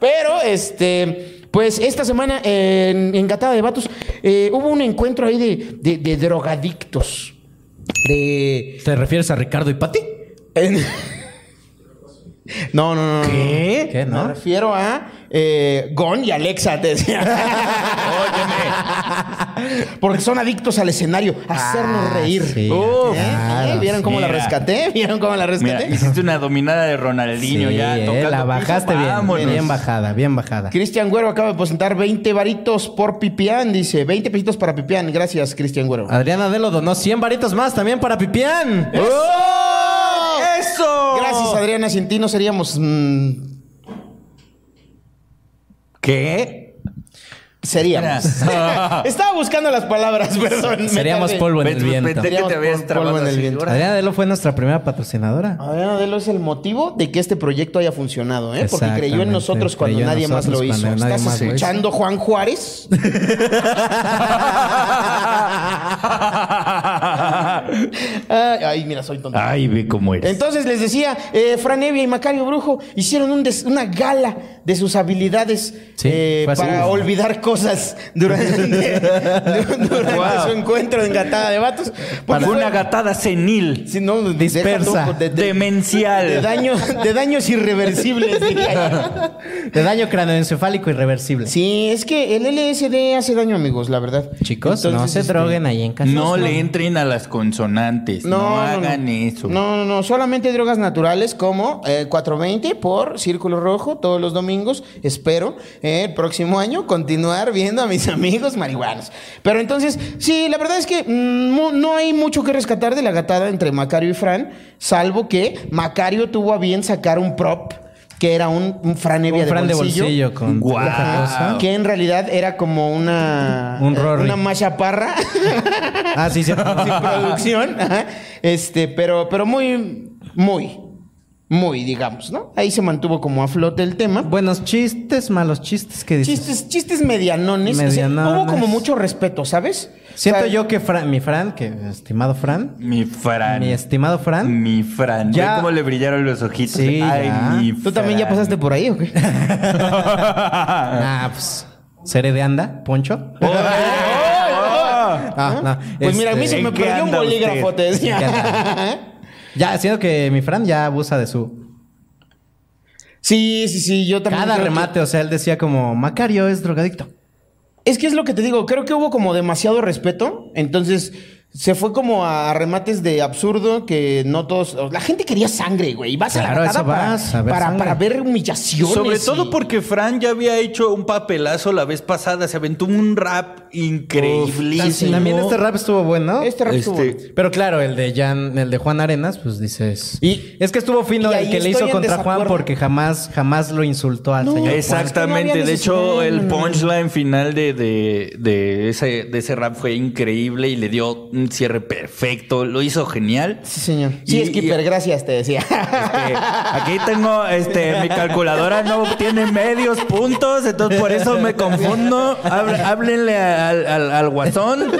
B: Pero, este... Pues esta semana eh, en, en Gatada de Vatos eh, hubo un encuentro ahí de, de- de drogadictos. De...
C: ¿Te refieres a Ricardo y Pati?
B: en- No, no, no. ¿Qué?
C: ¿Qué, no?
B: Me refiero a eh, Gon y Alexa, te decía. Porque son adictos al escenario, a hacernos reír.
C: Ah, sí,
B: Uf,
C: claro,
B: ¿eh? ¿Vieron cómo la
G: mira.
B: rescaté? ¿Vieron cómo la
G: Mira,
B: rescaté?
G: hiciste una dominada de Ronaldinho
C: Sí,
G: ya.
C: eh,
G: tocando
C: la
G: piso,
C: bajaste bien,
G: vámonos.
C: bien bajada, bien bajada.
B: Cristian Güero acaba de presentar 20 varitos por Pipián, dice. 20 pesitos para Pipián. Gracias, Cristian Güero.
C: Adriana Delo donó 100 varitos más también para Pipián.
G: ¡Oh! ¡Eso!
B: Eh, Gracias, Adriana. Sin ti no seríamos mm,
G: ¿Qué?
B: Seríamos. Estaba buscando las palabras, perdón.
C: Seríamos
B: Me tardé.
C: polvo en el
G: Pensé-
C: viento.
G: pensé que te habías
B: Polvo en
G: trabado
B: el
G: así,
B: viento.
G: ahora.
C: Adriana Delo fue nuestra primera patrocinadora.
B: Adriana Delo es el motivo de que este proyecto haya funcionado, ¿eh? Porque creyó en
C: Exactamente,
B: nosotros cuando
C: creyó en
B: nadie más lo
C: nosotros
B: hizo.
C: cuando nadie
B: ¿Estás
C: más lo hizo.
B: escuchando Juan Juárez? Ay, Ay, mira, soy tonto.
N: Ay, ve cómo eres.
B: Entonces les decía, eh, Fran Evia y Macario Brujo hicieron un des- una gala de sus habilidades eh,
N: fue así.
B: para olvidar cosas durante, durante
F: Wow.
B: su encuentro en Gatada de Vatos. Porque
F: Fue una
N: gatada senil.
B: Sí, no,
F: dispersa,
B: deja tú, pues, de- de-
F: demencial.
B: De, daño- de daños irreversibles. dije.
C: De daño craneoencefálico irreversible.
B: Sí, es que el LSD hace daño, amigos, la verdad.
C: Chicos, no
B: Entonces,
C: se
B: este,
C: droguen ahí en casa.
N: No le entren a las consonantes. No, hagan eso.
B: No, no, no. Solamente drogas naturales como eh, 420 por Círculo Rojo todos los domingos. Espero eh, el próximo año continuar viendo a mis amigos marihuanos. Pero entonces, sí, la verdad es que mm, no, no hay mucho que rescatar de la gatada entre Macario y Fran, salvo que Macario tuvo a bien sacar un prop que era un, un Fran Evia
C: Un Fran de bolsillo con
B: Guau.
C: otra cosa.
B: Que en realidad era como una...
C: Un Rory.
B: Una machaparra
C: Ah, sí, sí.
B: sin producción. ajá. Este, pero, pero muy, muy, muy, digamos, ¿no? Ahí se mantuvo como a flote el tema.
C: Buenos chistes, malos chistes que dices.
B: Chistes, chistes medianones. O sea,
C: Medianones.
B: hubo como mucho respeto, ¿sabes?
C: Siento
B: O sea,
C: yo que Fran- mi Fran, que estimado Fran,
N: Mi Fran.
C: mi estimado Fran,
N: Mi Fran.
C: Ya.
N: Ve cómo le brillaron los ojitos.
C: Sí,
N: Ay,
C: ya.
N: mi
B: ¿Tú también ya pasaste por ahí o qué?
C: ah, pues, seré de anda, Poncho.
N: Oh,
C: Ah, no,
B: Pues mira, a mí
C: este,
B: se me perdió un bolígrafo, te decía.
C: Ya, siento que mi Fran ya abusa de su.
B: Sí, sí, sí, yo también.
C: Cada
B: creo que-
C: remate, o sea, él decía como, Macario es drogadicto.
B: Es que es lo que te digo, creo que hubo como demasiado respeto, entonces se fue como a remates de absurdo que no todos... La gente quería sangre, güey, y vas a
C: Claro,
B: la
C: eso
B: gatada para,
C: vas, a ver
B: para,
C: sangre.
B: para ver humillaciones.
N: Sobre
B: y-
N: todo porque Fran ya había hecho un papelazo la vez pasada. Se aventó un rap increíble.
C: También este rap estuvo bueno.
B: Este rap estuvo
N: Este-
C: Pero claro, el de Jan, el de Juan Arenas, pues dices. Y es que estuvo fino
B: y
C: el
B: ahí
C: que le
B: estoy
C: hizo
B: en
C: contra Juan
B: desacuerdo.
C: porque jamás, jamás lo insultó al señor. Juan.
N: Exactamente, de hecho
B: necesidad.
N: el punchline final de, de- de ese, de ese rap fue increíble y le dio un cierre perfecto, lo hizo genial.
B: Sí, señor. Sí,
N: Y-
B: Skipper,
N: y-
B: gracias, te decía.
N: Este, aquí tengo este mi calculadora no tiene medios puntos, entonces por eso me confundo. Hab- háblenle al, al- al guasón.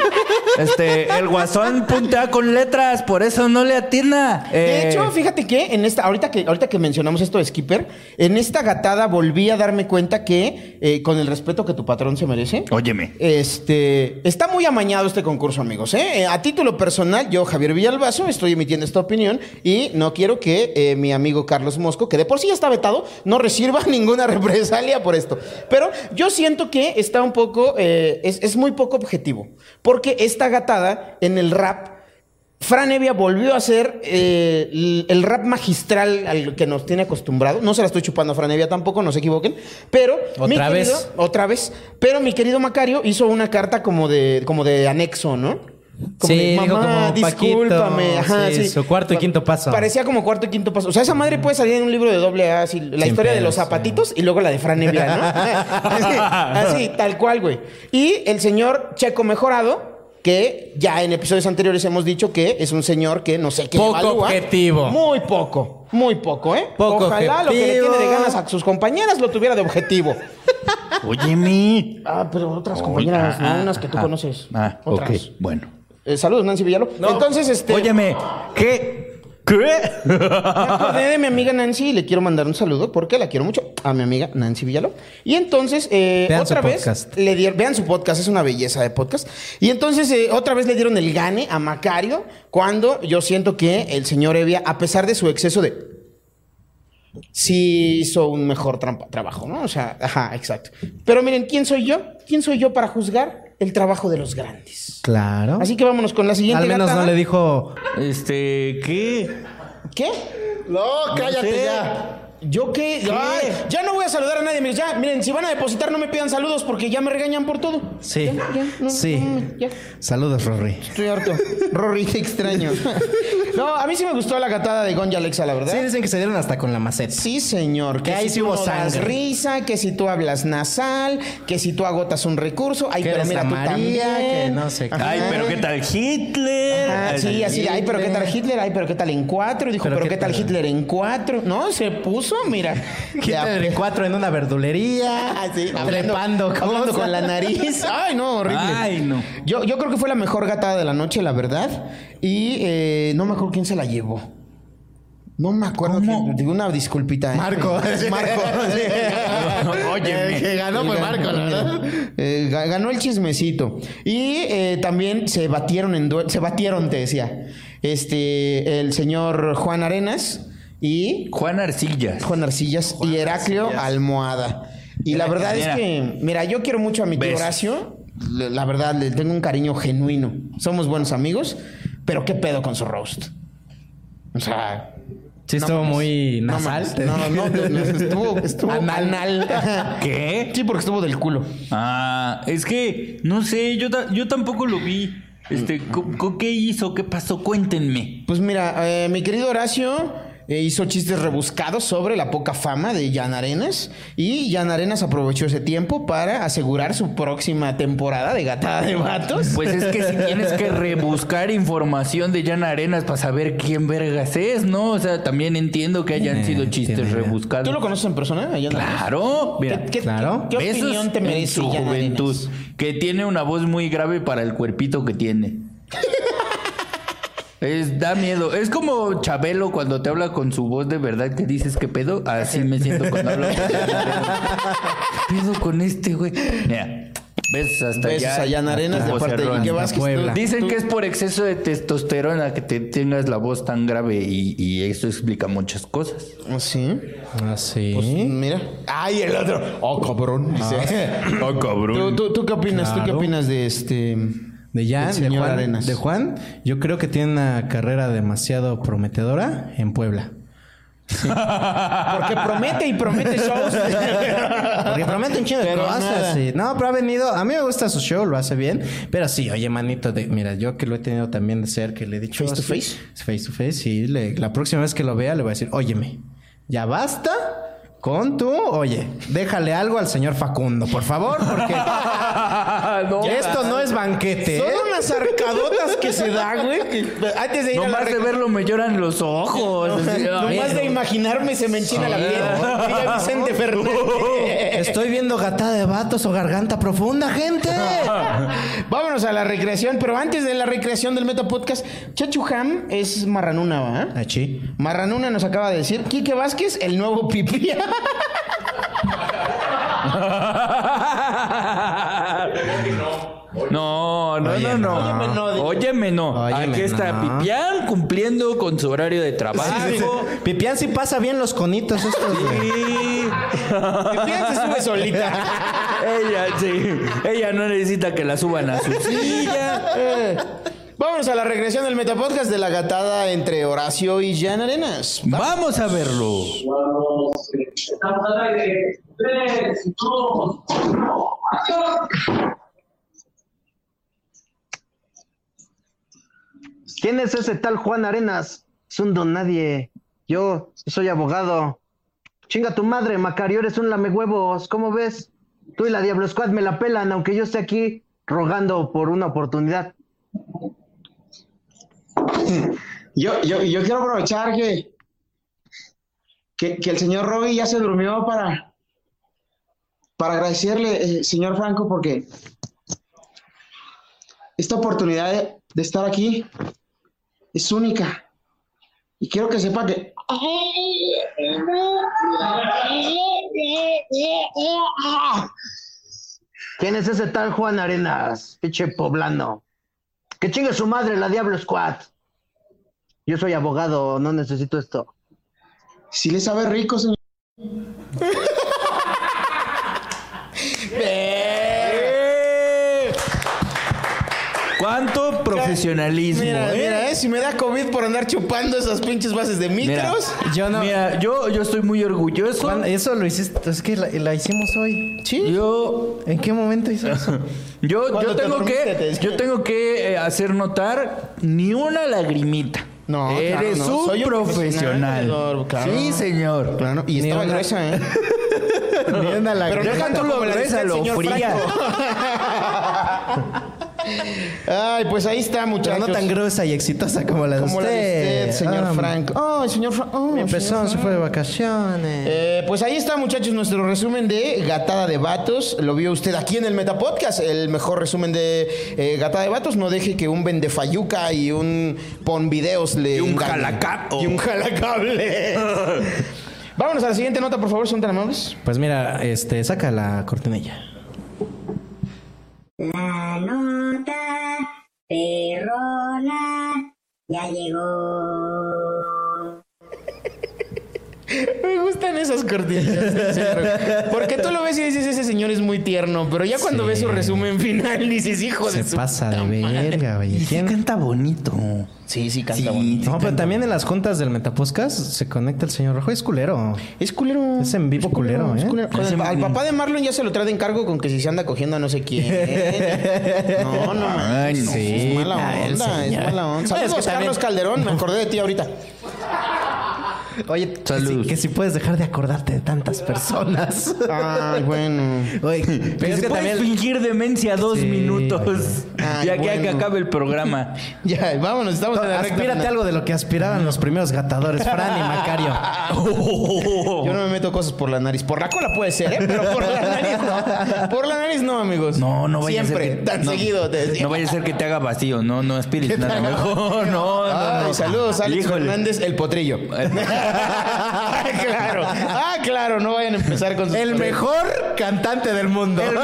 N: Este, el guasón puntea con letras, por eso no le atina.
B: De
N: Eh,
B: hecho, fíjate que en esta, ahorita que, ahorita que mencionamos esto de Skipper, en esta gatada volví a darme cuenta que, eh, con el respeto que tu patrón se merece,
N: óyeme.
B: Este, está muy amañado este concurso, amigos. ¿eh? Eh, A título personal, yo, Javier Villalbazo, estoy emitiendo esta opinión y no quiero que eh, mi amigo Carlos Mosco, que de por sí ya está vetado, no reciba ninguna represalia por esto. Pero yo siento que está un poco, eh, es, es muy poco objetivo, porque esta gatada en el rap. Fran Evia volvió a hacer eh, el- el rap magistral al que nos tiene acostumbrado. No se la estoy chupando a Fran Evia tampoco, no se equivoquen. Pero
C: Otra
B: mi querido-
C: vez.
B: otra vez. Pero mi querido Macario hizo una carta como de, como de anexo, ¿no? Como
C: Sí,
B: de,
C: dijo
B: "Mamá,
C: como, "Paquito",
B: discúlpame. Ajá,
C: sí,
B: sí.
C: su cuarto y quinto paso.
B: Parecía como cuarto y quinto paso. O sea, esa madre puede salir en un libro de doble A, así, la
C: Sin
B: historia de
C: pedos,
B: los zapatitos y luego la de Fran Evia, ¿no? así, así, tal cual, güey. Y el señor Checo Mejorado, que ya en episodios anteriores hemos dicho que es un señor que no sé qué
C: Poco
B: evalúa.
C: objetivo.
B: Muy poco, muy poco, ¿eh?
C: Poco
B: Ojalá lo que le
C: objetivo.
B: tiene de ganas a sus compañeras lo tuviera de objetivo.
N: Óyeme.
B: Ah, pero otras compañeras,
N: Oy, ah,
B: no unas que tú
N: ah,
B: conoces.
N: Ah,
B: otras.
N: ok, bueno.
B: Eh, saludos, Nancy Villalo. Entonces, este.
N: Óyeme, ¿qué? ¿Qué?
B: me acordé de mi amiga Nancy y le quiero mandar un saludo porque la quiero mucho a mi amiga Nancy Villalo. Y entonces, eh,
C: Vean su
B: otra vez,
C: podcast.
B: le dieron, vean su podcast, es una belleza de podcast. Y entonces, eh, otra vez le dieron el gane a Macario cuando yo siento que el señor Evia, a pesar de su exceso de sí hizo un mejor trampa- trabajo, ¿no? O sea, ajá, exacto. Pero miren, ¿quién soy yo? ¿Quién soy yo para juzgar el trabajo de los grandes?
C: Claro.
B: Así que vámonos con la siguiente.
C: Al menos
B: gatada.
C: no le dijo.
N: Este, ¿qué?
B: ¿Qué?
N: No
B: No,
N: sé.
B: ¿Yo qué? Ay, ya no voy a saludar a nadie. amigos. Ya, miren, si van a depositar, no me pidan saludos porque ya me regañan por todo.
C: Sí.
B: Ya, ya, no,
C: Sí.
B: no, ya.
C: Saludos, Rory.
B: Estoy harto. Rory, te extraño. no, a mí sí me gustó la gatada de Gonja Alexa, la
C: Sí,
B: verdad.
C: dicen que se dieron hasta con la maceta.
B: Sí, señor.
C: Que ahí sí
B: tú
C: hubo
B: no das
C: sangre.
B: risa, que si tú hablas nasal, que si tú agotas un recurso. Ay,
C: Que
B: pero
C: eres
B: mira,
C: la
B: tú
C: María,
B: también.
C: que no sé qué.
B: Ajá.
N: Ay, pero ¿qué tal Hitler?
B: Ah, sí, así de, ay, pero qué tal Hitler, ay, pero qué tal en cuatro. Y dijo, pero, qué tal Hitler en cuatro. No, se puso puso, mira.
C: Quítale cuatro en una verdulería.
B: Así,
C: trepando
B: Ah, hablando, hablando con la nariz. Ay, no, horrible.
G: Ay, no.
B: Yo, yo creo que fue la mejor gatada de la noche, la verdad. Y eh, no me acuerdo quién se la llevó. No me acuerdo. quién. Digo una disculpita. ¿eh?
C: Marco.
B: Marco. sí.
C: Óyeme.
B: El que ganó fue Marco, la verdad. Eh, ga- ganó el chismecito. Y eh, también se batieron en duelo. Se batieron, te decía. Este, el señor Juan Arenas y
G: Juan Arcillas.
B: Juan Arcillas y Heraclio Almohada. Y la verdad es
G: Mira.
B: que, mira, yo quiero mucho a mi tío
G: Besos.
B: Horacio. Le- La verdad, le tengo un cariño genuino. Somos buenos amigos, pero qué pedo con su roast. O sea.
C: Sí,
B: no
C: estuvo
B: mames.
C: muy
B: No
C: nasal.
B: mames. No, no, no, no, estuvo, estuvo
C: Anal.
B: anal.
G: ¿Qué?
B: Sí, porque estuvo del culo.
G: Ah, es que no sé, yo, ta- yo tampoco lo vi. Este, co- co- ¿qué hizo? ¿Qué pasó? Cuéntenme.
B: Pues mira, eh, mi querido Horacio eh, hizo chistes rebuscados sobre la poca fama de Jan Arenas y Jan Arenas aprovechó ese tiempo para asegurar su próxima temporada de Gatada de Vatos.
G: Pues es que si tienes que rebuscar información de Jan Arenas para saber quién vergas es, ¿no? O sea, también entiendo que hayan sido chistes rebuscados.
B: ¿Tú lo conoces en persona? a Jan Arenas?
G: Claro, mira,
B: ¿Qué- qué-
G: claro.
B: qué- qué
G: Besos
B: opinión te
G: en
B: merece
G: su
B: Jan
G: juventud, que tiene una voz muy grave para el cuerpito que tiene. Es, da miedo. Es como Chabelo cuando te habla con su voz de verdad que dices que pedo. Así me siento cuando hablo. con Chabelo. ¿Qué pedo con este güey? Mira, besos hasta
B: Besos
G: allá.
B: a Jan Arenas de parte de Quique Vázquez. Tú-
G: Dicen
B: tú-
G: que es por exceso de testosterona que te tengas la voz tan grave y, y eso explica muchas cosas.
B: Sí.
C: Ah, sí.
B: Pues, mira. Ay, el otro. Oh, cabrón. Dice.
G: Ah, cabrón.
B: ¿Tú, tú, tú qué opinas? ¿Tú qué
C: Claro.
B: opinas de este?
C: De
B: El
C: Jan, de
B: señor
C: Juan,
B: Arenas.
C: de Juan, yo creo que tiene una carrera demasiado prometedora en Puebla.
B: Porque promete y promete shows.
C: Porque promete un chingo de
B: Pero
C: cosas.
B: nada.
C: sí. No, pero ha venido. A mí me gusta su show, lo hace bien. Pero sí, oye, manito, de, mira, yo que lo he tenido también de cerca, y le he dicho.
B: Face to
C: sí,
B: face.
C: Face to face, sí. le- la próxima vez que lo vea, le voy a decir, Óyeme, ya basta. Con tu, oye, déjale algo al señor Facundo, por favor, porque esto no es banquete. ¿eh?
B: Son unas arcadotas que se da, güey. que Antes de ir a la
G: Nomás de
B: rec-
G: verlo me lloran los ojos. Así,
B: Nomás
G: ay,
B: de imaginarme se me enchina la
C: Sí.
B: piel. Mira Vicente Fernández.
C: Estoy viendo gatada de vatos o garganta profunda, gente.
B: Vámonos a la recreación, pero antes de la recreación del Meta Podcast, Chachu Ham es marranuna, ¿va?
C: Achí.
B: Marranuna nos acaba de decir, Quique Vázquez, el nuevo pipí.
G: No, no,
C: Oye,
G: no, no.
C: no.
G: Óyeme no. Aquí
C: Óyeme,
G: está
C: no.
G: Pipián cumpliendo con su horario de trabajo.
C: Pipián sí pasa bien los conitos estos. güey.
G: Y
B: Pipián se sube solita.
G: ella, sí. Ella no necesita que la suban a su silla.
B: Eh, Vámonos a la regresión del Metapodcast de la gatada entre Horacio y Jan Arenas.
G: Vamos a verlo.
A: ¿Quién es ese tal Juan Arenas? Es un don nadie. Yo soy abogado. Chinga tu madre, Macario, eres un lamehuevos. ¿Cómo ves? Tú y la Diablo Squad me la pelan, aunque yo esté aquí rogando por una oportunidad.
O: Yo, yo, yo quiero aprovechar que, que, que el señor Roby ya se durmió para, para agradecerle, eh, señor Franco, porque esta oportunidad de, de estar aquí es única. Y quiero que sepa que...
A: ¿Quién es ese tal Juan Arenas? Pinche poblano. Que chingue su madre, la Diablo Squad. Yo soy abogado, no necesito esto.
O: Si le sabe rico, señor.
G: ¿Cuánto profesionalismo?
B: Mira,
G: eh?
B: mira, eh, si me da COVID por andar chupando esas pinches bases de
G: Mira,
B: micros.
C: Yo no.
G: mira, yo, yo estoy muy orgulloso.
C: Juan, eso lo hiciste. Es que la, la hicimos hoy.
B: Sí.
G: Yo
C: ¿En qué momento hizo eso?
G: Yo,
B: Cuando
G: yo,
B: te
G: tengo
B: dormiste,
G: que,
B: te decía.
G: yo tengo que eh, hacer notar ni una lagrimita.
B: No,
G: Eres
B: claro, no.
G: un
B: Soy un
G: profesional.
B: profesional, claro.
G: Sí, señor.
B: Claro, y estaba
C: una-
B: gruesa, ¿eh?
C: Ni una
B: Pero no
C: lágrima.
G: deja
B: tanto
G: tú lo
B: como la del
G: gruesa, lo
B: señor
G: fría.
B: Franco. Ay, pues ahí está,
C: Pero
B: muchachos.
C: no tan gruesa y exitosa como la de
B: Como la de
C: usted.
B: usted, señor
C: Ah,
B: Franco. Oh, señor Franco.
C: Empezó, se fue de vacaciones.
B: Eh, pues ahí está, muchachos, nuestro resumen de Gatada de Vatos. Lo vio usted aquí en el Metapodcast, el mejor resumen de eh, Gatada de Vatos. No deje que un vendefayuca y un ponvideos le. Y
E: un jalacapo.
B: Y un jalacable. Vámonos a la siguiente nota, por favor, son tan amables.
C: Pues mira, este, saca la cortinilla.
A: La nota perrona ya llegó.
B: Me gustan esas cortinillas. del centro. Porque tú lo ves y dices, ese señor es muy tierno, pero ya cuando ves su resumen final dices, hijo de
C: Se
B: su...
C: pasa de verga, güey. ¿Quién?
G: Canta bonito.
B: Sí, sí,
G: Sí, bonito.
C: No, pero también en las juntas del Metapodcast se conecta el señor Rojo. Es culero.
B: Es culero.
C: Es en vivo culero,
B: Es
C: ¿eh?
B: culero. Con el- al papá de Marlon ya se lo trae de encargo con que si se anda cogiendo a no sé quién. No, no,
C: Ay,
B: no,
C: sí.
B: es mala
C: Ah, el
B: onda, es
C: señor.
B: mala onda.
C: Es que
B: Saludos,
C: también-
B: Carlos Calderón, me acordé de ti ahorita.
C: Oye, Que, si, que si puedes dejar de acordarte de tantas personas.
B: Ay, bueno.
C: Oye,
G: Pero es que puedes fingir demencia dos minutos.
B: Ay,
G: ya que- que
B: bueno.
G: acabe el programa.
B: Ya, vámonos, estamos en la recta
C: Aspírate
B: final.
C: algo de lo que aspiraban los primeros gatadores, Fran y Macario.
B: Ah.
G: Oh,
B: Yo no me meto cosas por la nariz. Por la cola puede ser, ¿eh? Pero por la nariz no. Por la nariz no, amigos.
G: No, no vaya a
B: Siempre,
G: ser. que-
B: tan
G: no,
B: seguido. te-
G: No vaya a ser que te haga vacío. No, no aspires nada. Mejor, no, no,
B: Ay,
G: no.
B: saludos, Alex
G: Híjole.
B: Fernández, el potrillo. ah, claro. Ah, claro, no vayan a empezar con sus
C: El mejor cantante del mundo.
G: El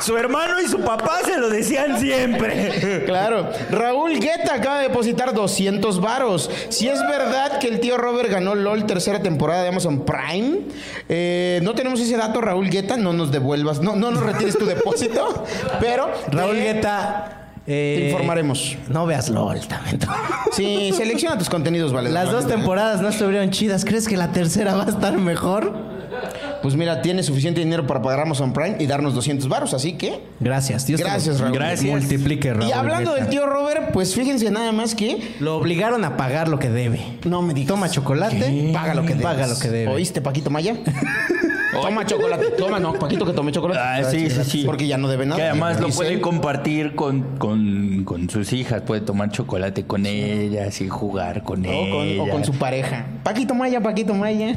G: Su hermano y su papá se lo decían siempre.
B: Claro. Raúl Guetta acaba de depositar 200 varos. Si es verdad que el tío Robert ganó LOL tercera temporada de Amazon Prime, eh, no tenemos ese dato, Raúl Guetta, no nos devuelvas, no, no nos retires tu depósito, pero...
C: Raúl
B: eh,
C: Guetta. eh,
B: Te informaremos.
C: No veas LOL también.
B: Sí, selecciona tus contenidos, vale.
C: Las dos temporadas no estuvieron chidas. ¿Crees que la tercera va a estar mejor?
B: Pues mira, tiene suficiente dinero para pagar Amazon Prime y darnos 200 varos, así que...
C: Gracias, Dios. te
B: Gracias,
C: lo
B: Raúl.
C: Multiplique, Raúl.
B: Y hablando
C: Guetta.
B: del tío Robert, pues fíjense nada más que...
C: Lo obligaron a pagar lo que debe.
B: No me digas.
C: Toma chocolate,
B: Paga lo que debes.
C: Paga lo que debe.
B: ¿Oíste, Paquito Maya? Toma chocolate. Toma, no, Paquito que tome chocolate.
G: Ah, sí, sí, sí.
B: Porque ya no debe nada.
G: Que además lo
B: Dice
G: puede
B: él.
G: compartir con, con, con sus hijas. Puede tomar chocolate con ellas y jugar con
B: O con,
G: ellas.
B: o con su pareja. Paquito Maya, Paquito Maya.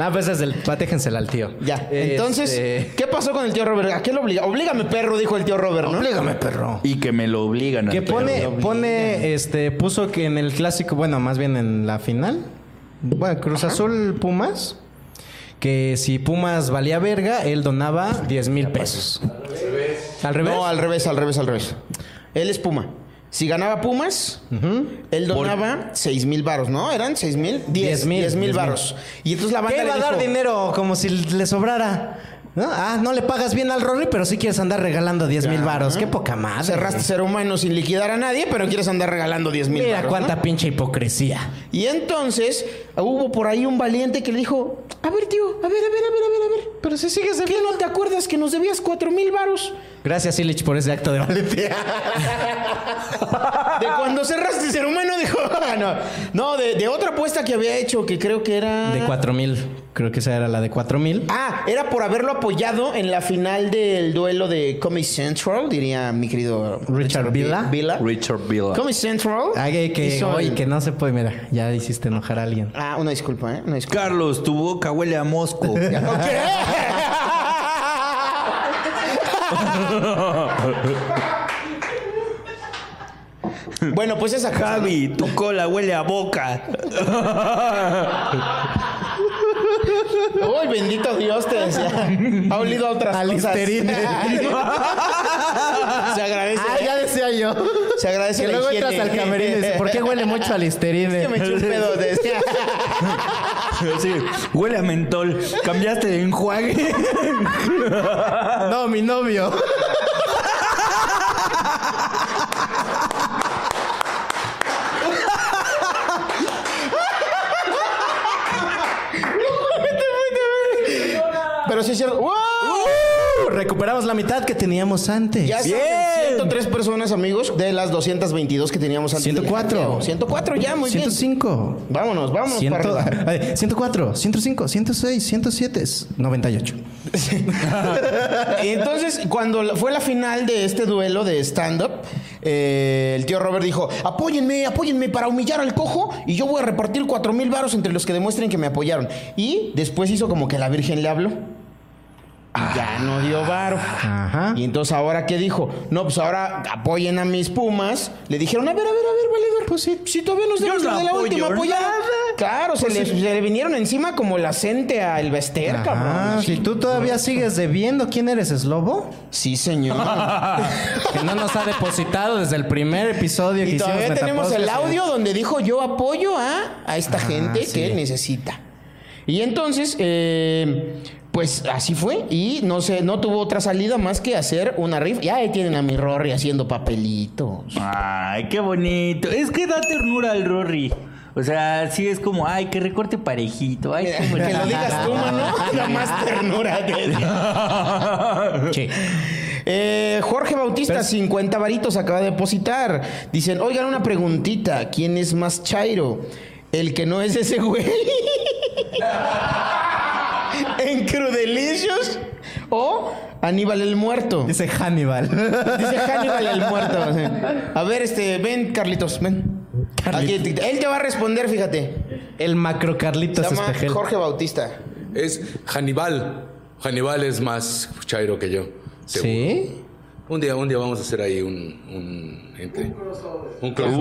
C: Ah, pues es del. Patéjensela al tío.
B: ya. Entonces,
C: Este,
B: ¿qué pasó con el tío Robert? ¿A qué lo obliga? Oblígame, perro, dijo el tío Robert, ¿no?
C: Oblígame, perro.
G: Y que me lo obligan a
C: Que
G: hacer.
C: pone, pone, este, puso que en el clásico, bueno, más bien en la final, bueno, Cruz Azul Pumas, que si Pumas valía verga, él donaba 10 mil pesos. Al revés.
B: No, al revés, al revés, al revés. Él es Puma. Si ganaba Pumas, él donaba seis mil varos, ¿no? ¿Eran seis mil? Diez
C: Diez mil,
B: mil. Diez mil
C: diez mil.
B: varos. Y entonces la banda
C: ¿Qué
B: le
C: va a dar
B: dijo,
C: dinero? Como si le sobrara. ¿No? Ah, no le pagas bien al Rory, pero sí quieres andar regalando 10 mil varos. Qué poca madre.
B: "Pues, Cerraste ser humano sin liquidar a nadie, pero quieres andar regalando diez mil
C: Mira
B: varos,
C: cuánta
B: ¿no?
C: pinche hipocresía.
B: Y entonces hubo por ahí un valiente que le dijo, a ver tío, a ver, a ver, a ver, a ver, a ver. Pero si sigues de ¿Qué no te acuerdas que nos debías cuatro mil varos?
C: Gracias, Illich, por ese acto de valentía.
B: De cuando cerraste ser humano, dijo, "Ah, no. No, de, de otra apuesta que había hecho, que creo que era...
C: De 4 mil. Creo que esa era la de 4 mil.
B: Ah, era por haberlo apoyado en la final del duelo de Comedy Central, diría mi querido
C: Richard Villa.
B: Villa.
G: Richard Villa.
B: Comedy Central.
C: Ay, que,
B: hizo
C: oye,
B: el-
C: que no se puede. Mira, ya hiciste enojar a alguien.
B: Ah, una disculpa, ¿eh? Una disculpa.
G: Carlos, tu boca huele a mosco.
B: bueno, pues esa cosa, ¿no?
G: Javi, tu cola huele a boca.
B: Uy, bendito Dios, te decía. Ha olido a otras
C: Al
B: cosas.
C: Listerine.
B: Se agradece. ¿eh?
C: Ah, ya decía yo.
B: Se agradece
C: Que
B: la
C: luego
B: higiene.
C: entras al camerino y dices, ¿por qué huele mucho a Listerine?
B: Es que me eché un pedo, este te decía.
G: Sí, huele a mentol. Cambiaste de enjuague.
C: No, mi novio.
B: Pero sí es cierto. ¡Wow!
C: Uh, Recuperamos la mitad que teníamos antes.
B: Ya son 103 personas, amigos, de las 222 que teníamos antes. del
C: 104.
B: hackeo. 104 ya, muy bien.
C: 105.
B: Vámonos, vámonos para arriba.
C: 104, 105, 106, 107, 98.
B: Y entonces, cuando la- fue la final de este duelo de stand-up, eh, el tío Robert dijo: Apóyenme, apóyenme para humillar al cojo y yo voy a repartir cuatro mil varos entre los que demuestren que me apoyaron. Y después hizo como que la Virgen le habló. Y Ya no dio varo. Y entonces, ¿ahora qué dijo? No, pues ahora apoyen a mis pumas. Le dijeron, a ver, a ver, a ver, Valedor. Pues sí. Si todavía nos debes
E: Yo no
B: la de la
E: apoyo
B: última apoyada.
E: nada.
B: Claro, se, le, se le vinieron encima como la cente a El Bester,
C: Ah,
B: cabrón.
C: si tú todavía sigues debiendo, ¿quién eres, Slobo?
B: Sí, señor.
C: que no nos ha depositado desde el primer episodio que
B: Y
C: hicimos.
B: todavía tenemos el
C: Metapodcast.
B: audio donde dijo yo apoyo a, a esta gente
C: sí.
B: que necesita. Y entonces, eh, pues así fue. Y no sé, no tuvo otra salida más que hacer una rifa. Ya ahí tienen a mi Rory haciendo papelitos.
G: Ay, qué bonito. Es que da ternura al Rory. O sea, sí es como, ay, que recorte parejito. Ay, qué bonito.
B: Que lo digas tú, mano. La más ternura. Eh, Jorge Bautista, 50 varitos acaba de depositar. Dicen, oigan una preguntita. ¿Quién es más chairo? El que no es ese güey. en Crudelicious o Aníbal el Muerto.
C: Dice Hannibal.
B: Dice Hannibal el Muerto. A ver, este, ven, Carlitos, ven. Aquí, él te va a responder, fíjate.
C: El macro
B: Se
C: Carlitos
B: llama
C: Espejel.
B: Jorge Bautista.
P: Es Hannibal. Hannibal es más chairo que yo.
C: ¿Sí?
P: Un día, un día vamos a hacer ahí un... Un, entre- un crossover.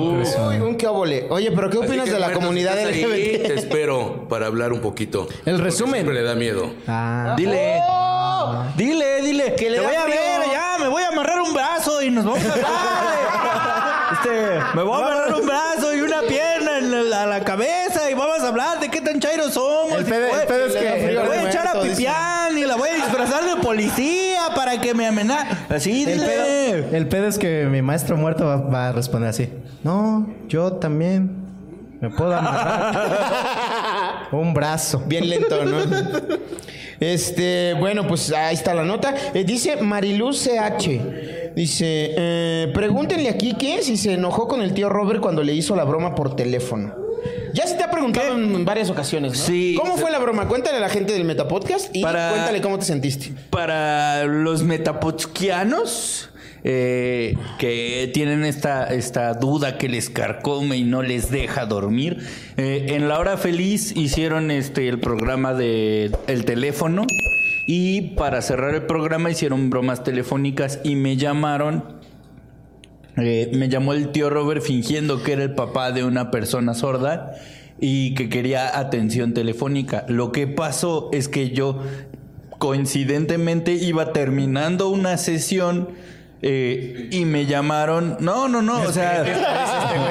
B: Uy, un qué obole. Oye, pero ¿qué
P: Así
B: opinas
P: que,
B: de la
P: Roberto,
B: comunidad
P: si estás ahí, Te
B: LGBT?
P: espero para hablar un poquito.
C: El
P: porque
C: resumen.
P: Siempre le da miedo.
C: Ah.
G: Dile.
B: ¡Oh!
G: Dile, dile.
B: Que le
G: te
B: da
G: voy a
B: frío.
G: ver, ya, me voy a amarrar un brazo y nos vamos a hablar. Este, me voy a amarrar un brazo y una pierna en la, a la cabeza y vamos a hablar de qué tan chairos somos.
C: El
G: Y
C: pedo-
G: voy-
C: el pedo es
G: le
C: que-
G: da frío voy
C: el pedo
G: a echar a
C: es-
G: pipián y la voy a disfrazar de policía para que me amenace. Así,
C: El
G: dile.
C: pedo, el pedo es que mi maestro muerto va, va a responder así. No, yo también me puedo amarrar un brazo.
B: Bien lento, ¿no? Este, bueno, pues ahí está la nota. Eh, dice Mariluz CH. Dice, eh, pregúntenle a Kike si se enojó con el tío Robert cuando le hizo la broma por teléfono. Ya se te ha preguntado en en varias ocasiones, ¿no?
G: Sí.
B: ¿Cómo fue la broma? Cuéntale a la gente del Metapodcast y
G: Para-
B: cuéntale cómo te sentiste.
G: para los metapodquianos eh, que tienen esta, esta duda que les carcome y no les deja dormir, eh, en La Hora Feliz hicieron este, el programa de El Teléfono y para cerrar el programa hicieron bromas telefónicas y me llamaron eh, me llamó el tío Robert fingiendo que era el papá de una persona sorda y que quería atención telefónica. Lo que pasó es que yo coincidentemente iba terminando una sesión eh, y me llamaron. No, no, no. O sea,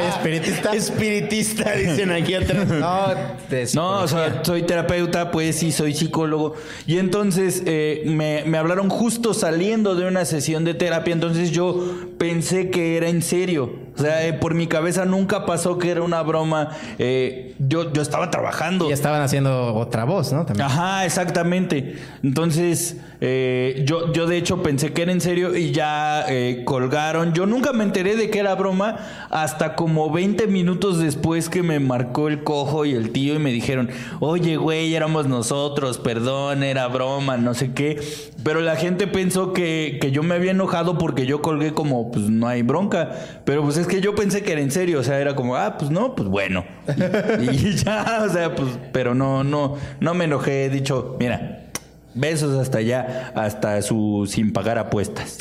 C: espiritista.
B: Espiritista, dicen aquí atrás.
C: No,
B: este,
G: no, o sea, soy terapeuta, pues sí, soy psicólogo. Y entonces eh, me, me hablaron justo saliendo de una sesión de terapia, entonces yo pensé que era en serio. O sea, eh, por mi cabeza nunca pasó que era una broma. Eh, yo, yo estaba trabajando.
C: Y estaban haciendo otra voz, ¿no?
B: Ah,
C: También.
G: Ajá, exactamente. Entonces, eh, yo, yo de hecho pensé que era en serio y ya eh, colgaron. Yo nunca me enteré de que era broma hasta como 20 minutos después que me marcó el cojo y el tío y me dijeron, oye, güey, éramos nosotros, perdón, era broma, no sé qué. Pero la gente pensó que, que yo me había enojado porque yo colgué como, pues no hay bronca. Pero pues es que yo pensé que era en serio, o sea, era como, ah, pues no, pues bueno. Y ya, o sea, pues, pero no, no, no me enojé. He dicho, mira, besos hasta allá, hasta su sin pagar apuestas.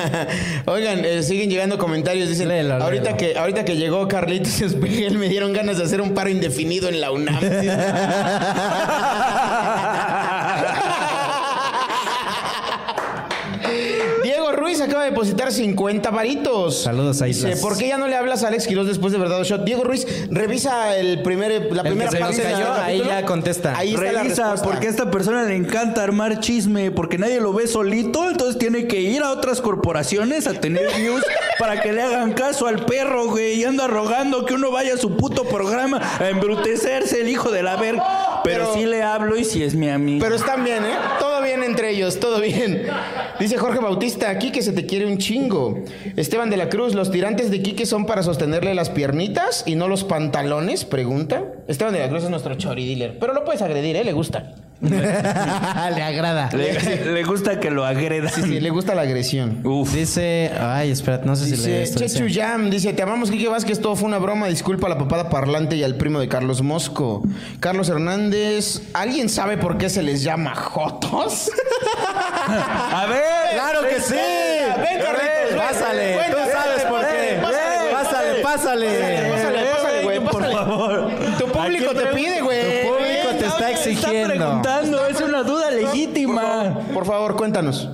B: Oigan, eh, siguen llegando comentarios. Dicen,
C: Léelo,
B: ahorita,
C: léelo.
B: que, ahorita que llegó Carlitos Espejel, me dieron ganas de hacer un paro indefinido en la UNAM. Diego Ruiz acaba de depositar 50 varitos.
C: Saludos a
B: Dice,
C: Islas.
B: ¿por qué ya no le hablas a Alex Quiroz después de Verdad o Shot? Diego Ruiz, revisa el primer, la
C: El que
B: primera
C: se nos
B: parte del
C: cayó, ahí
B: capítulo.
C: ya contesta.
B: Ahí está la
G: Revisa,
B: respuesta.
G: porque a esta persona le encanta armar chisme, porque nadie lo ve solito, entonces tiene que ir a otras corporaciones a tener views para que le hagan caso al perro, güey, y anda rogando que uno vaya a su puto programa a embrutecerse el hijo de la verga. Pero,
B: Pero-
G: sí le hablo y si es mi amigo.
B: Pero están bien, ¿eh? Todo bien ellos, todo bien. Dice Jorge Bautista, aquí que se te quiere un chingo. Esteban de la Cruz, ¿los tirantes de Quique son para sostenerle las piernitas y no los pantalones? Pregunta. Esteban de la Cruz es nuestro chori dealer, pero lo puedes agredir, ¿eh? Le gusta.
C: le agrada.
G: Le, le gusta que lo agredan.
B: Sí, sí, le gusta la agresión.
C: Dice, ay, espérate, no sé si le
B: Dice
C: esto.
B: Chechu
C: dice.
B: Jam, dice, te amamos Quique Vázquez, todo fue una broma, disculpa a la papada parlante y al primo de Carlos Mosco. Carlos Hernández, ¿alguien sabe por qué se les llama Jotos?
G: A ver.
C: Claro que sí.
B: Ven, Carlitos, ven.
C: Pásale, tú
B: Cuéntale,
C: sabes por qué. Pásale, pásale.
B: Pásale, Eh, pásale, güey,
C: Por
B: pásale.
C: favor.
B: Tu público te pide, güey.
C: Tu público te está exigiendo.
G: es una duda legítima.
B: Por favor, cuéntanos.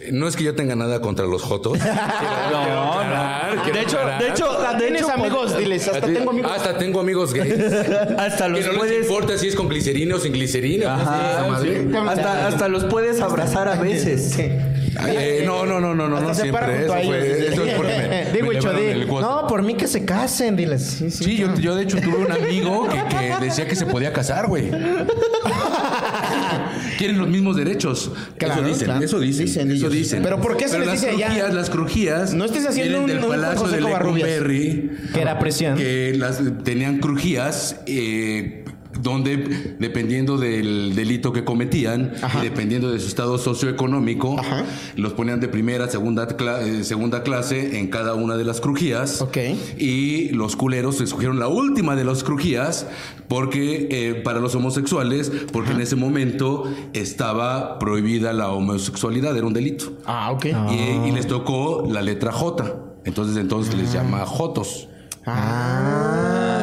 P: Eh, No es que yo tenga nada contra los jotos.
G: No,
P: no.
G: De hecho, de hecho,
B: Hasta
G: de
B: tienes
G: hecho,
B: amigos, diles, hasta tengo amigos.
P: Hasta tengo amigos gays.
G: hasta
P: que
G: los
P: no les
G: puedes.
P: importa si es con glicerina o sin glicerina.
G: Ajá,
P: Esa madre.
G: sí. hasta, hasta los puedes abrazar a veces.
P: Ay, eh, no, no, no, no, no,
B: Hasta
P: no
B: se para
P: siempre. Eso
B: junto a ellos,
P: fue,
B: dice.
P: eso es porque me,
C: Digo,
P: me
C: hecho
P: elevaron
C: de.
P: el cuota.
C: No, por mí que se casen, diles. Sí, sí.
P: Sí, yo, yo de hecho tuve un amigo que, que decía que se podía casar, güey. Quieren los mismos derechos.
B: Claro,
P: eso dicen,
B: claro.
P: eso dicen,
B: Dicen
P: eso
B: ellos.
P: dicen.
B: Pero ¿por qué se les
P: las
B: dice allá?
P: crujías, Las crujías.
B: No estés haciendo
P: vienen
B: un-
P: del
B: un
P: palacio
B: José
P: de
B: Covarrubias.
P: Lecumberri.
C: Que era presión.
P: Que las tenían crujías. eh, donde dependiendo del delito que cometían y dependiendo de su estado socioeconómico, los ponían de primera, segunda, cla- eh, segunda clase en cada una de las crujías. Y los culeros escogieron la última de las crujías porque eh, para los homosexuales, porque en ese momento estaba prohibida la homosexualidad, era un delito.
B: Ah, ok.
P: Y, y les tocó la letra J. Entonces, entonces les llama Jotos.
B: Ah,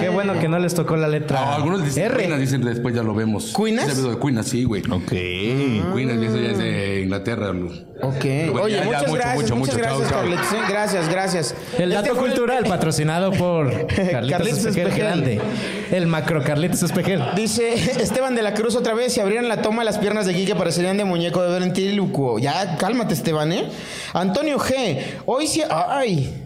C: Qué bueno que no les tocó la
P: Ah,
C: letra.
P: algunos dicen cuinas, dicen después ya lo vemos.
B: ¿Cuinas?
P: Sí, pero de Cuinas, sí, güey. Ok. Cuinas, eso ya es de Inglaterra. Lu.
B: Ok.
P: Bueno,
B: Oye,
P: ya, ya,
B: muchas
P: mucho,
B: gracias,
P: mucho,
B: muchas
P: mucho. Chao,
B: gracias,
P: chao.
B: Carlitos. Sí, Gracias, gracias.
C: El
B: Este
C: dato
B: fue
C: cultural patrocinado por Carlitos,
B: Carlitos
C: Espejel
B: Espejel.
C: Grande. El macro Carlitos Espejel.
B: Dice Esteban de la Cruz otra vez, si abrieran la toma las piernas de Quique parecerían de muñeco de Ventrílocuo. Ya, cálmate Esteban, ¿eh? Antonio G, hoy sí... Ay,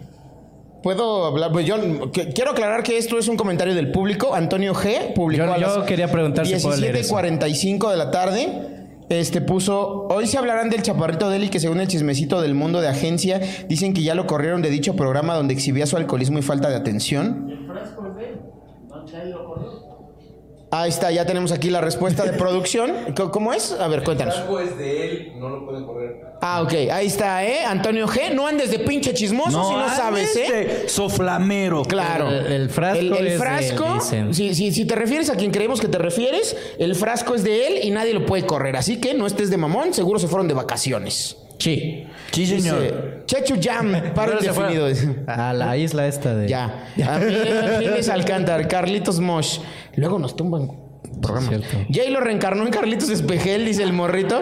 B: puedo hablar... Pues yo que- quiero aclarar que esto es un comentario del público. Antonio G publicó
C: Yo-
B: a las
C: yo quería preguntar si puedo leer eso.
B: 17.45 de la tarde. Este puso, hoy se hablarán del chaparrito Deli que según el chismecito del mundo de agencia, dicen que ya lo corrieron de dicho programa donde exhibía su alcoholismo y falta de atención. Ahí está, ya tenemos aquí la respuesta de producción. Co- ¿Cómo es? A ver, cuéntanos.
D: es de él, no lo pueden correr.
B: Ah, ok, ahí está, ¿eh? Antonio G. No andes de pinche chismoso si no
G: andes
B: sabes, ¿eh?
G: de Soflamero.
B: Claro.
C: El, el frasco.
B: El, el
C: es de él,
B: frasco,
C: dicen.
B: si, si- si te refieres a quien creemos que te refieres, el frasco es de él y nadie lo puede correr. Así que no estés de mamón, seguro se fueron de vacaciones. Sí.
G: Sí, señor.
B: Dice, Chechu Jam, paro indefinido.
C: A la isla esta de.
B: Ya. A mí, Jiménez Alcántar, Carlitos Mosh. Luego nos tumban programa.
C: Cierto.
B: Jay lo reencarnó en Carlitos Espejel, dice el morrito.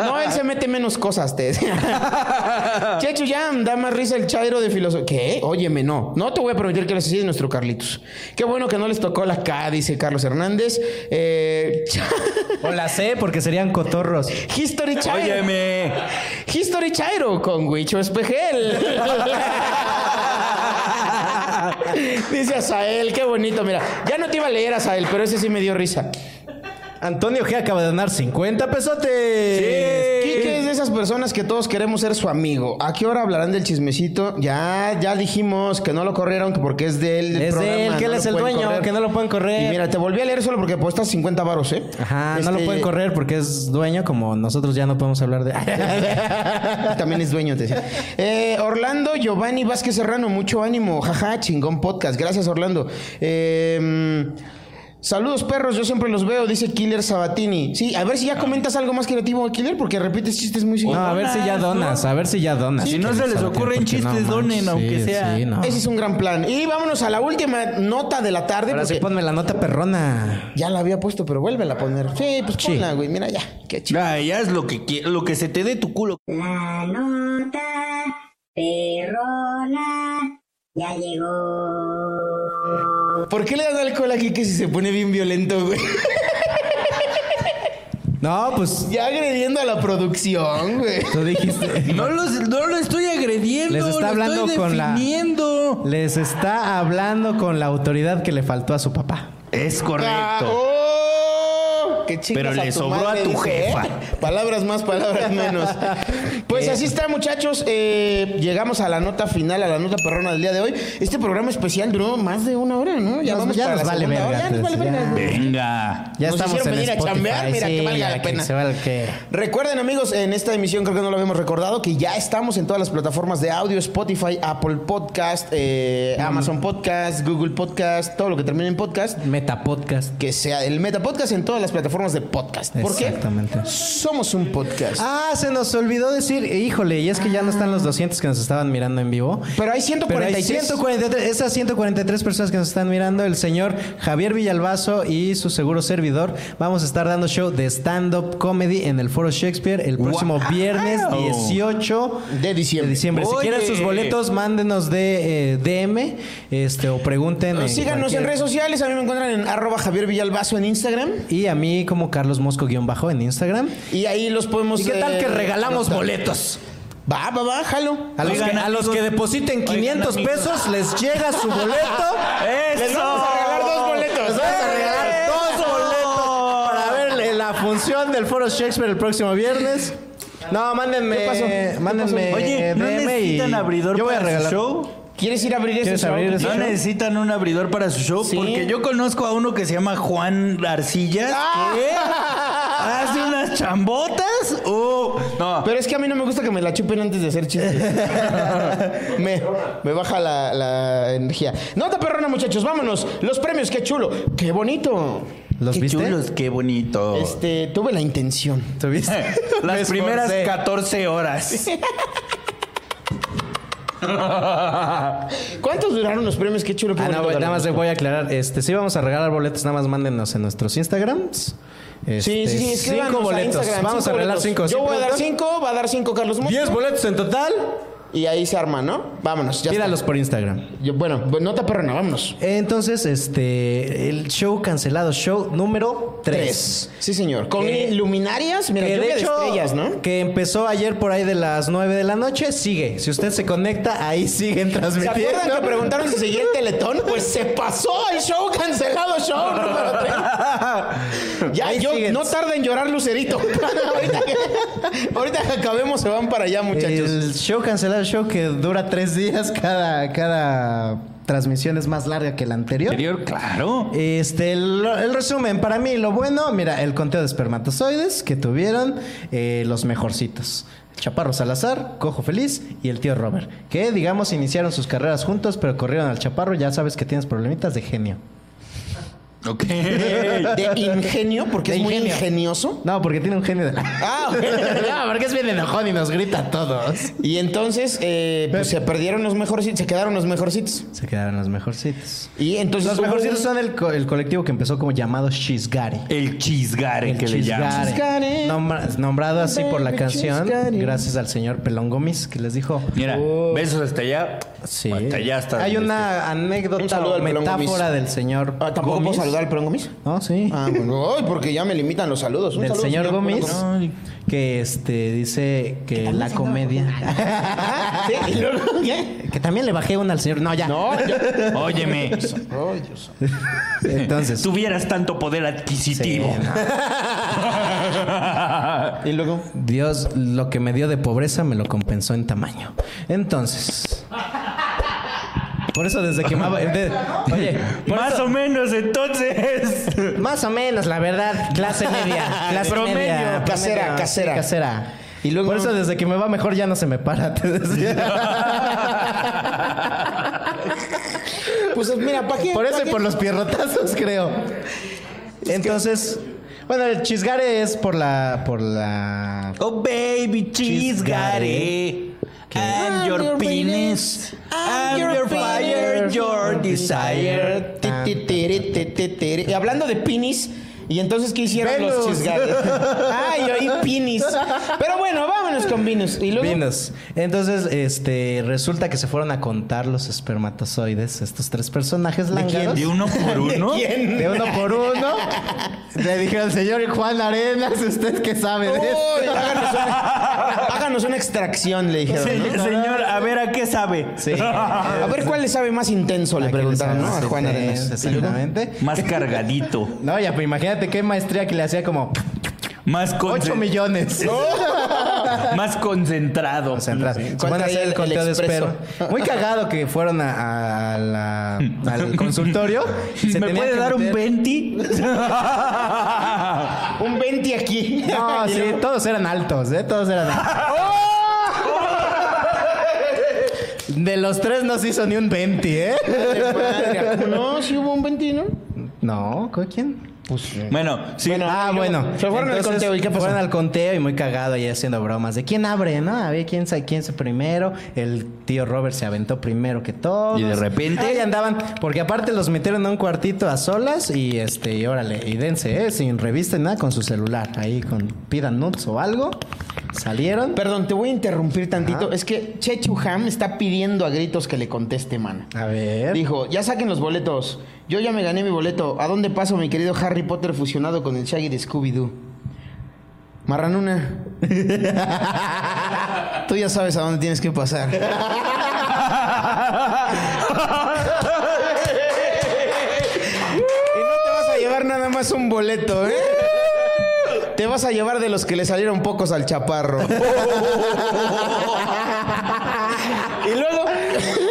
B: No, él se mete menos cosas, te decía. Chechu Jam, da más risa el chairo de filosofía. ¿Qué? Óyeme, no. No te voy a permitir que lo asesine nuestro Carlitos. Qué bueno que no les tocó la K, dice Carlos Hernández. Eh, cha-
C: O la C, porque serían cotorros.
B: History Chairo.
G: Óyeme.
B: History Chairo con Huicho Espejel. Dice Asael, qué bonito, mira. Ya no te iba a leer Asael, pero ese sí me dio risa.
C: Antonio G acaba de ganar 50 pesotes.
B: Quique es de esas personas que todos queremos ser su amigo. ¿A qué hora hablarán del chismecito? Ya, ya dijimos que no lo corrieron que porque es de él. el
C: Es
B: programa,
C: de él, que
B: no
C: él
B: lo
C: es el
B: pueden
C: dueño,
B: correr.
C: que no lo pueden correr.
B: Y mira, te volví a leer solo porque apuestas 50 varos, ¿eh?
C: Ajá, no lo
B: Este,
C: pueden correr porque es dueño, como nosotros ya no podemos hablar de.
B: También es dueño, te decía. Eh, Orlando Giovanni Vázquez Serrano, mucho ánimo. Jaja, chingón podcast. Gracias, Orlando. Eh, Saludos perros, yo siempre los veo, dice Killer Sabatini. Sí, a ver si ya comentas algo más creativo, Killer, porque repites chistes muy
C: No,
B: seguido.
C: a ver si ya donas, a ver si ya donas.
G: Si no se les ocurren
C: Porque
G: chistes,
C: no
G: donen,
C: manches,
G: aunque
C: sí,
G: sea.
C: sí, no.
B: Ese es un gran plan. Y vámonos a la última nota de la tarde.
C: Ahora sí,
B: porque
C: ponme la nota perrona.
B: Ya la había puesto, pero vuélvela a poner. Sí, pues ponla, güey. Mira ya, qué chido.
G: Ya, ya es lo que, qui- lo que se te dé tu culo.
A: La nota perrona ya llegó.
B: ¿Por qué le dan alcohol a Kike si se pone bien violento, güey?
C: No, pues
B: Ya agrediendo a la producción, güey.
C: tú dijiste.
G: No, los, no lo estoy agrediendo.
C: Les está
G: lo
C: hablando
G: estoy
C: con la-
G: definiendo.
C: Les está hablando con la autoridad que le faltó a su papá.
G: Es correcto.
B: Ah, oh, que chingas
G: Pero
B: a
G: le
B: tu
G: sobró
B: madre,
G: a tu
B: dice,
G: jefa.
B: ¿eh? Palabras más, palabras menos. Pues así está, muchachos. Eh, llegamos a la nota final, a la nota perrona del día de hoy. Este programa especial duró más de una hora, ¿no?
C: Nos- ya
B: para
C: nos
B: la
C: vale
B: segunda
C: verga,
B: hora. Ya nos vale
C: entonces,
B: verga.
G: Venga.
C: Ya
B: Nos
C: estamos en
B: hicieron venir a
C: Spotify.
B: chambear, mira, que
C: sí,
B: valga la
C: ya que
B: pena.
C: se valga que-
B: Recuerden amigos, en esta emisión creo que no lo habíamos recordado, que ya estamos en todas las plataformas de audio, Spotify, Apple Podcast, eh, Amazon Podcast, Google Podcast, todo lo que termine en podcast.
C: Meta Podcast.
B: Que sea el Meta Podcast en todas las plataformas de podcast. ¿Por qué?
C: Exactamente.
B: Somos un podcast.
C: Ah, se nos olvidó decir, híjole, y es que ya no están los 200 que nos estaban mirando en vivo.
B: Ah. Pero hay
C: Pero hay
B: 143.
C: 143, esas 143 personas que nos están mirando, el señor Javier Villalbazo y su seguro servidor, vamos a estar dando show de stand-up comedy en el Foro Shakespeare el próximo
B: Wow.
C: viernes 18
B: de Oh. diciembre.
C: Si
B: Oye.
C: quieren sus boletos, mándenos de eh, DM este, o pregunten. en
B: Síganos en
C: cualquier-
B: redes sociales, a mí me encuentran en arroba Javier Villalbazo en Instagram.
C: Y a mí como Carlos Mosco-bajo en Instagram.
B: Y ahí los podemos...
C: ¿Y qué tal que regalamos
B: anotar.
C: boletos?
B: Va, va, va, jalo.
C: A los,
B: Oigan,
C: que, a los que depositen 500
B: amigos.
C: pesos les llega su boleto.
B: Les vamos a regalar dos boletos.
C: Les vamos a
G: ¡Eh!
C: regalar dos boletos para ver la función del Foro Shakespeare el próximo viernes. No, mándenme.
B: ¿Qué pasó? ¿Qué
C: Mándenme.
B: pasó? Oye,
G: ¿no
C: DM y
G: necesitan abridor
C: yo voy a
G: para su
C: regalar.
G: show?
B: ¿Quieres ir a abrir ese
C: ¿Quieres
B: show?
C: abrir ese
G: No
C: show?
G: necesitan un abridor para su show porque yo conozco a uno que se llama Juan Arcilla
C: Ah.
G: que hace unas chambotas. Uh, no.
B: Pero es que a mí no me gusta que me la chupen antes de hacer chistes. me, me baja la, la energía. Nota perrona, muchachos, vámonos. Los premios, qué chulo. Qué bonito.
C: ¿Los
G: qué
C: viste?
G: chulos, qué bonito.
B: Este, tuve la intención.
C: ¿Tuviste?
G: Las primeras 14 horas.
B: ¿Cuántos duraron los premios? Qué chulo. qué
C: Ah, no,
B: bonito,
C: güey, nada más les
B: Carlos.
C: voy a aclarar. Este, sí vamos a regalar boletos, nada más mándenos en nuestros Instagrams. Este,
B: Sí, sí, sí,
C: Cinco
B: escríbanos a
C: boletos.
B: Instagram,
C: vamos a regalar
B: boletos.
C: cinco.
B: Yo
C: ¿Sí,
B: voy a dar
C: productor?
B: cinco, va a dar cinco Carlos Mosco.
C: Diez boletos en total.
B: Y ahí se arma, ¿no? Vámonos, ya
C: Pídalos
B: está.
C: por Instagram.
B: Yo, bueno, pues, nota perrona, vámonos.
C: Entonces, este, el show cancelado, show número 3.
B: Sí, señor. Con luminarias, mira, lluvia de, estrellas, ¿no?
C: que empezó ayer por ahí de las 9 de la noche, sigue. Si usted se conecta, ahí siguen
B: ¿Se
C: transmitiendo.
B: acuerdan que preguntaron si seguía el Teletón? Pues se pasó el show cancelado, show número 3. Ya,
C: Ahí
B: yo,
C: siguen.
B: no tarda en llorar Lucerito. ahorita, que, ahorita que acabemos se van para allá, muchachos.
C: El show cancelado, show que dura tres días, cada, cada transmisión es más larga que la anterior.
G: Interior, claro.
C: Este, el, el resumen, para mí lo bueno, mira, el conteo de espermatozoides que tuvieron eh, los mejorcitos. Chaparro Salazar, Cojo Feliz y el tío Robert, que digamos iniciaron sus carreras juntos, pero corrieron al Chaparro, ya sabes que tienes problemitas de genio.
G: Ok.
B: De ingenio, porque
C: De
B: es muy
C: ingenio.
B: ingenioso.
C: No, porque tiene un genio de la...
B: Ah,
C: no, porque es bien enojón y nos grita a todos.
B: Y entonces, eh, pues se perdieron los mejorcitos, se quedaron los mejorcitos.
C: Se quedaron los mejorcitos.
B: Y entonces.
C: Los
B: hubo
C: mejorcitos
B: un-
C: son el, co- el colectivo que empezó como llamado Shizgari.
G: El chisgare
C: El
G: que le llaman.
C: Chisgare. Nombra- nombrado así por la
B: Baby
C: canción,
B: Chisgare.
C: gracias al señor Pelón Gómez, que les dijo.
G: Mira,
C: "Oh".
G: besos hasta allá.
C: Sí.
G: Hasta allá hasta
C: Hay
G: donde
C: una
B: Un
C: anécdota
B: saludo
C: o
B: al Pelón
C: metáfora
B: Gómez.
C: del señor.
B: Ah, ¿Tampoco
C: Gómez?
B: puedo saludar al Perón Gómez?
C: No, sí.
B: Ah, bueno, ay, porque ya me limitan los saludos. Un
C: del
B: saludo,
C: señor
B: Perón
C: Gómez, que este dice que la comedia.
B: Sí, y luego, ¿qué?
C: que también le bajé una al señor. No, ya.
B: No, yo-
G: esté. Óyeme,
B: Ay, Dios.
C: Entonces.
G: tuvieras tanto poder adquisitivo.
B: Y luego.
C: Dios lo que me dio de pobreza me lo compensó en tamaño. Entonces. Por eso desde que maba- de- oye, por
G: Más
C: eso-
G: o menos, entonces.
C: más o menos, la verdad, clase media, clase
B: Promedio,
C: media,
B: casera,
C: promedio,
B: casera.
C: sí, casera.
B: Y luego-
C: por eso desde que me va mejor ya no se me para. te decía.
B: Pues mira, ¿para qué?
C: por eso
B: ¿Pa'
C: y
B: qué?
C: por los pierrotazos, creo. Entonces, bueno, el chisgare es por la por la
G: Oh, baby, chisgare. I'm your penis. I'm your fire, your desire.
B: Ti, ti, tiri, ti, ti, tiri. Y hablando de pinis. Y entonces, ¿qué hicieron los chisgados? Ay, yo oí pinis. Pero bueno, vámonos con Venus. Y luego.
C: Venus. Entonces, este, resulta que se fueron a contar los espermatozoides, estos tres personajes lángaros.
N: ¿De uno por uno?
C: De uno por uno. Le dijeron, señor Juan Arenas, ¿usted qué sabe de esto?
B: Uy, háganos una, háganos una extracción, le dijeron.
N: Se-
B: ¿no?
N: señor, a ver, ¿a qué sabe?
C: Sí.
B: A ver cuál le sabe más intenso, le preguntaron, ¿no? A Juan Arenas.
C: este, Exactamente.
G: Más cargadito.
C: No, ya, pues imagínate qué maestría que le hacía como
G: Más, con-
C: 8 millones.
G: más concentrado.
C: Concentrado. Se
B: ¿Cuál
C: van a
B: traía
C: hacer
B: el-
C: el conteo
B: el
C: de
B: expreso?
C: esperma. Muy cagado que fueron a, a la- al consultorio. y se
N: ¿Me
C: tenían
N: puede
C: que
N: dar un
C: meter-
N: 20?
B: Un 20 aquí.
C: No, sí, todos eran altos, ¿eh? Todos eran altos. De los tres no se hizo ni un 20, ¿eh?
B: No, sí hubo un 20, ¿no?
C: No, ¿con ¿quién?
G: Bueno, sí.
C: ah, bueno.
B: Se fueron al conteo, ¿y qué pasó?
C: Fueron al conteo y muy cagado ahí haciendo bromas de quién abre, ¿no? A ver quién sabe quién se primero. El tío Robert se aventó primero que todos.
G: Y de repente-
C: Ahí andaban, porque aparte los metieron a un cuartito a solas y este, y órale, y dense, ¿eh? Sin revista ni nada, con su celular. Ahí con pidan nuts o algo. Salieron.
B: Perdón, te voy a interrumpir tantito. Es que Chechu Ham está pidiendo a gritos que le conteste, man.
C: A ver.
B: Dijo, ya saquen los boletos. Yo ya me gané mi boleto. ¿A dónde paso, mi querido Harry Potter fusionado con el Shaggy de Scooby-Doo? Marranuna. Tú ya sabes a dónde tienes que pasar. Y no te vas a llevar nada más un boleto, ¿eh? Te vas a llevar de los que le salieron pocos al chaparro. y luego.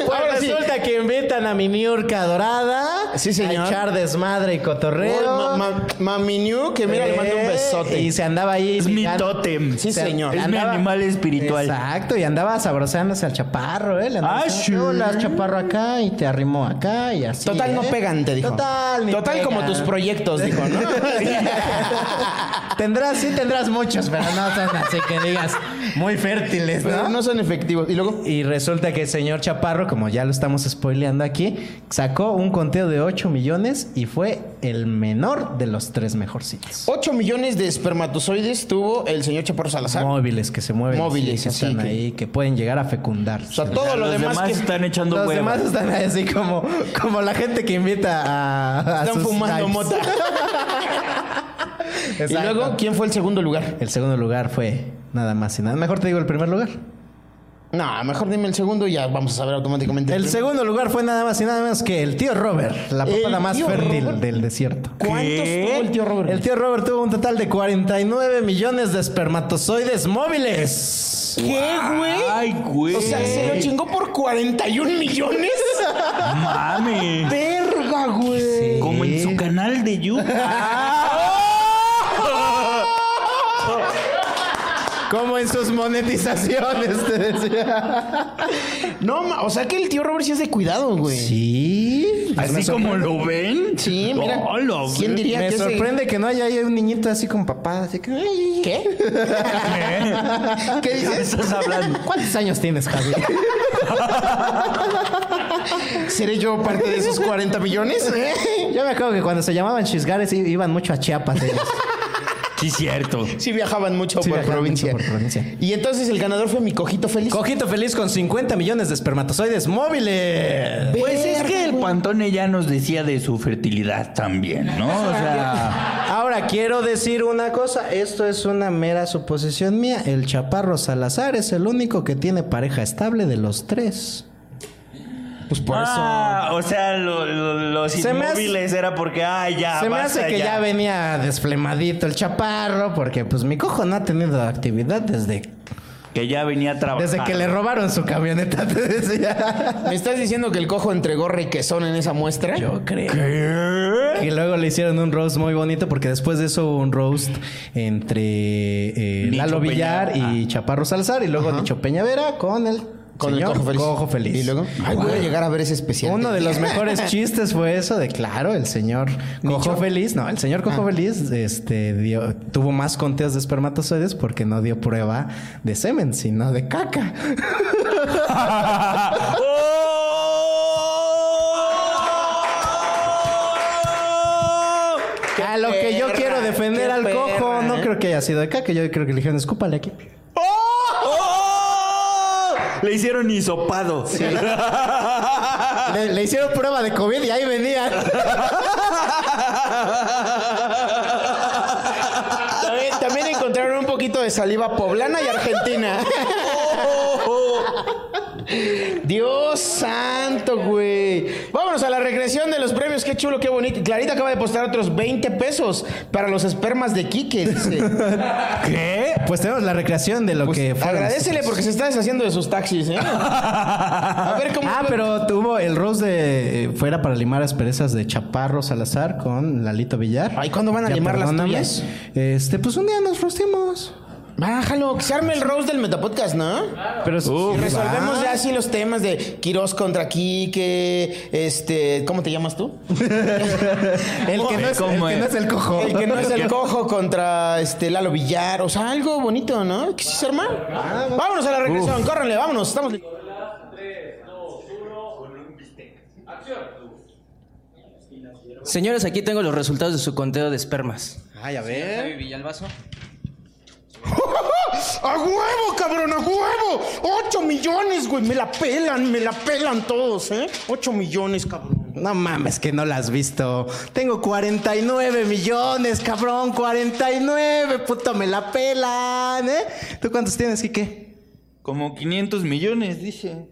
C: Pues
B: Ahora sí.
C: resulta que invitan a mi Miurka dorada.
B: Sí, señor.
C: A echar desmadre y cotorreo.
B: Oh, ma- ma- Mami New, que mira, le mando un
C: Eh,
B: besote.
C: Y se andaba ahí.
G: Es mi
C: ligando-
G: tótem.
B: Sí,
C: se-
B: señor.
G: Es mi
C: andaba-
G: animal espiritual.
C: Exacto, y andaba sabroseándose al chaparro, ¿eh? Le andaba
G: Ah,
C: diciendo,
G: sí.
C: "Hola, chaparro acá y te arrimó acá y así.
B: Total, no
C: ¿eh?
B: pegan, te dijo.
C: Total, ni
B: Total, como
C: pegan.
B: tus proyectos, dijo, ¿no?
C: tendrás, sí, tendrás muchos, pero no son así que digas muy fértiles,
B: Pero no son efectivos. Y luego.
C: Y resulta que el señor Chaparro, como ya lo estamos spoileando aquí, sacó un conteo de 8 millones y fue el menor de los tres mejorcitos.
B: 8 millones de espermatozoides tuvo el señor Chaparro Salazar.
C: Móviles que se mueven.
B: Móviles,
C: sí, que
B: así
C: están
B: que-
C: ahí, que pueden llegar a fecundar.
B: O sea, todo lo
G: Los
B: demás,
G: demás,
B: que
G: están echando
C: Los
G: hueva.
C: demás están ahí así como, como la gente que invita a. a
B: están
C: sus
B: fumando
C: lives.
B: mota. y
C: Exacto.
B: luego, ¿quién fue el segundo lugar?
C: El segundo lugar fue nada más y nada. Mejor te digo el primer lugar.
B: No, mejor dime el segundo y ya vamos a saber automáticamente.
C: El
B: primero.
C: segundo lugar fue nada más y nada menos que el tío Robert, la
B: El
C: papada más
B: tío
C: fértil
B: Robert.
C: del desierto.
B: ¿Cuántos tuvo el tío Robert?
C: El tío Robert tuvo un total de 49 millones de espermatozoides móviles.
B: ¿Qué, güey?
G: Ay, güey.
B: O sea, se lo chingó por 41 millones.
G: Mami.
B: Verga, güey.
G: Como en su canal de YouTube.
C: Ah. Como en sus monetizaciones, te decía.
B: No, ma- o sea que el tío Robert sí es de cuidado, güey.
C: Pues Sí.
G: Así como lo ven.
B: Sí, mira.
G: Oh, lo
B: ¿Quién
G: ven.
B: diría
C: Me
B: que ese-
C: sorprende que no haya ahí un niñito así con papá. Así que, ay,
B: ¿Qué? ¿Qué dices?
G: Estás hablando.
C: ¿Cuántos años tienes, Javi?
B: ¿Seré yo parte de esos 40 millones?
C: Yo me acuerdo que cuando se llamaban chisgares i- iban mucho a Chiapas. ¿eh? ellos.
G: Sí, cierto.
B: Sí viajaban mucho
C: Sí
B: por
C: viajaban
B: provincia.
C: mucho por provincia.
B: Y entonces el ganador fue mi cojito feliz.
C: Cojito feliz con 50 millones de espermatozoides móviles.
G: Pues es que el Pantone ya nos decía de su fertilidad también, ¿no? O sea,
C: Ahora quiero decir una cosa, esto es una mera suposición mía. El Chaparro Salazar es el único que tiene pareja estable de los tres.
B: pues por
G: ah, o sea, lo- lo- los
C: Se me hace-
G: inmóviles era porque, ah, ya.
C: Se me
G: basta,
C: hace que ya. venía desflemadito el Chaparro, porque pues mi cojo no ha tenido actividad desde,
G: Que ya venía trabajando.
C: desde que le robaron su camioneta, te decía.
B: eso. ¿Me estás diciendo que el cojo entregó requesón en esa muestra?
C: Yo creo. Y luego le hicieron un roast muy bonito porque después de eso hubo un roast entre eh,
G: Nicho
C: Lalo Villar
G: Peña-
C: y Chaparro Salazar y luego Nicho Peñavera con el
B: Con
C: señor
B: el cojo feliz.
C: Cojo Feliz.
B: Y luego, ay, voy a llegar a ver ese especial.
C: Uno de los mejores chistes fue eso de claro, el señor Cojo Feliz, no, el señor
B: Ah.
C: Cojo Feliz este dio, tuvo más conteos de espermatozoides porque no dio prueba de semen, sino de caca.
G: ¡Oh!
Q: ¡Oh!
C: A lo que yo quiero
B: perra,
C: defender
B: qué
C: al
B: perra,
C: cojo, no
B: ¿eh?
C: creo que haya sido de caca, yo creo que le dijeron, escúpale aquí.
Q: ¡Oh!
N: Le hicieron hisopado.
C: Le, le hicieron prueba de COVID y ahí venía.
B: También, también encontraron un poquito de saliva poblana y argentina. Dios santo, güey. Vámonos a la regresión de los premios. Qué chulo, qué bonito. Clarita acaba de postar otros 20 pesos para los espermas de Quique. Dice.
C: ¿Qué? Pues tenemos la recreación de lo que fue.
B: Agradecele porque se está deshaciendo de sus taxis, ¿eh? A ver cómo.
C: Ah, pero tuvo el roast de eh, fuera para limar asperezas de Chaparro Salazar con Lalito Villar. Ay,
B: ¿cuándo van a limar las tuyas?
C: Este, pues un día nos rosteamos.
B: Bájalo, que se arme el roast del Metapodcast, ¿no?
C: Pero
B: Y resolvemos
C: Ah.
B: ya así los temas de Quirós contra Quique, este, ¿cómo te llamas tú?
C: El que no es- ¿Cómo el que es? no es el cojo.
B: El que no es el cojo contra este Lalo Villar, o sea, algo bonito, ¿no? ¿Qué sí se arma? Vámonos a la regresión,
C: Uf.
B: córrenle, vámonos, estamos li-
Q: Señores, aquí tengo los resultados de su conteo de espermas.
B: Ay, a ver.
Q: Villalbazo.
B: Ah, ¡A huevo, cabrón, a huevo! ¡Ocho millones, güey! Me la pelan, me la pelan todos, ¿eh? Ocho millones, cabrón.
C: No mames, que no la has visto. Tengo 49 millones, cabrón. 49, puto, me la pelan, ¿eh? ¿Tú cuántos tienes, Quique?
G: Como 500 millones, dice.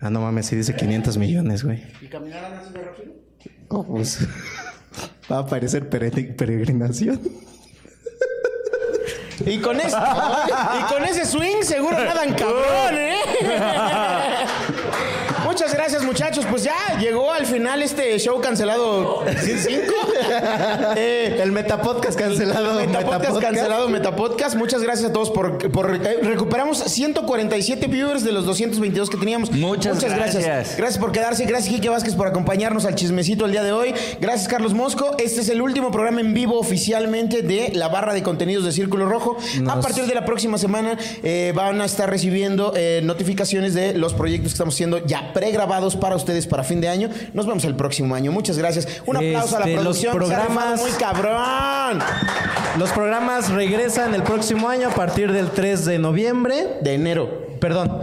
C: Ah, no mames, sí dice 500 millones, güey.
B: ¿Y caminaron así de rápido?
C: Oh, pues. Va a aparecer pere- peregrinación.
B: Y con ese, y con ese swing seguro nadan cabrón, ¿eh? Muchas gracias, muchachos. Pues ya llegó al final este show cancelado 5.
C: el Metapodcast cancelado.
B: Metapodcast,
C: Metapodcast.
B: cancelado, Metapodcast. Muchas gracias a todos por... por- eh, recuperamos 147 viewers de los 222 que teníamos.
G: Muchas
B: gracias.
G: gracias.
B: por quedarse. Gracias, Quique Vázquez, por acompañarnos al chismecito el día de hoy. Gracias, Carlos Mosco. Este es el último programa en vivo oficialmente de la barra de contenidos de Círculo Rojo. A partir de la próxima semana eh, van a estar recibiendo eh, notificaciones de los proyectos que estamos haciendo ya pregrabados para ustedes para fin de año. Nos vemos el próximo año. Muchas gracias. Un aplauso a la
C: Este, los
B: producción. Se ha rifado
C: programas-
B: Muy cabrón.
C: Los programas regresan el próximo año a partir del 3 de noviembre.
B: De enero.
C: Perdón.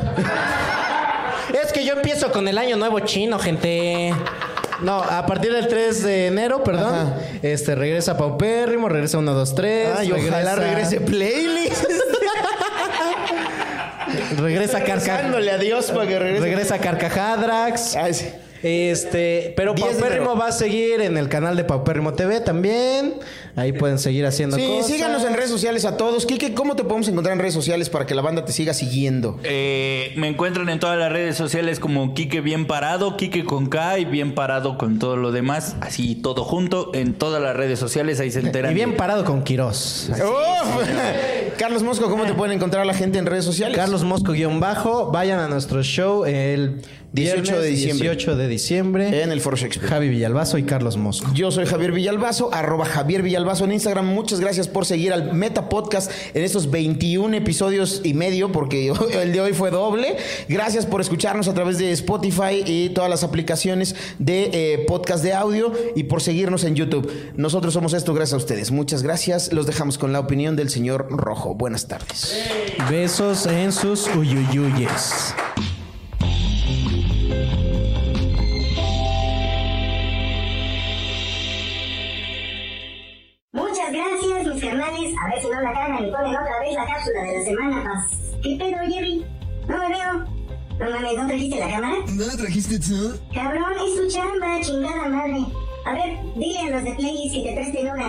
Q: Es que yo empiezo con el año nuevo chino, gente.
C: No, a partir del 3 de enero, perdón. Este regresa Paupérrimo, regresa 1, 2, 3.
B: Ay, ojalá regrese playlist.
C: Regresa
B: Dándole
C: Carcajadra.
B: adiós para que regrese. Ah,
C: Regresa Carcajadrax. Este, pero
B: Diez de
C: Paupérrimo
B: enero.
C: va a seguir en el canal de Paupérrimo TV también. Ahí pueden seguir haciendo
B: Sí,
C: cosas.
B: síganos en redes sociales a todos. Quique, ¿cómo te podemos encontrar en redes sociales para que la banda te siga siguiendo?
G: Eh, me encuentran en todas las redes sociales como Quique Bien Parado, Quique con K y Bien Parado con todo lo demás. Así todo junto en todas las redes sociales. Ahí se enteran.
C: Y bien parado con Quirós.
B: ¡Uf! Carlos Mosco, ¿cómo te pueden encontrar la gente en redes sociales?
C: Carlos Mosco guión bajo, vayan a nuestro show el
B: 18 de
C: viernes
B: diciembre.
C: 18 de diciembre.
B: En el Foro Shakespeare.
C: Javi Villalbazo y Carlos Mosco.
B: Yo soy Javier Villalbazo, arroba Javier Villalbazo en Instagram. Muchas gracias por seguir al Meta Podcast en estos 21 episodios y medio, porque el de hoy fue doble. Gracias por escucharnos a través de Spotify y todas las aplicaciones de eh, podcast de audio y por seguirnos en YouTube. Nosotros somos esto gracias a ustedes. Muchas gracias. Los dejamos con la opinión del señor Rojo. Buenas tardes.
C: Besos en sus uyuyuyes.
A: Muchas gracias, mis carnales. A ver si no la cagan y ponen otra vez la cápsula de la semana pas. ¿Qué pedo, Jerry? No me veo. No mames, ¿no trajiste la cámara?
R: ¿No la trajiste tú?
A: Cabrón, es su chamba, chingada madre. A ver, dile a los de Playlist que te presten una.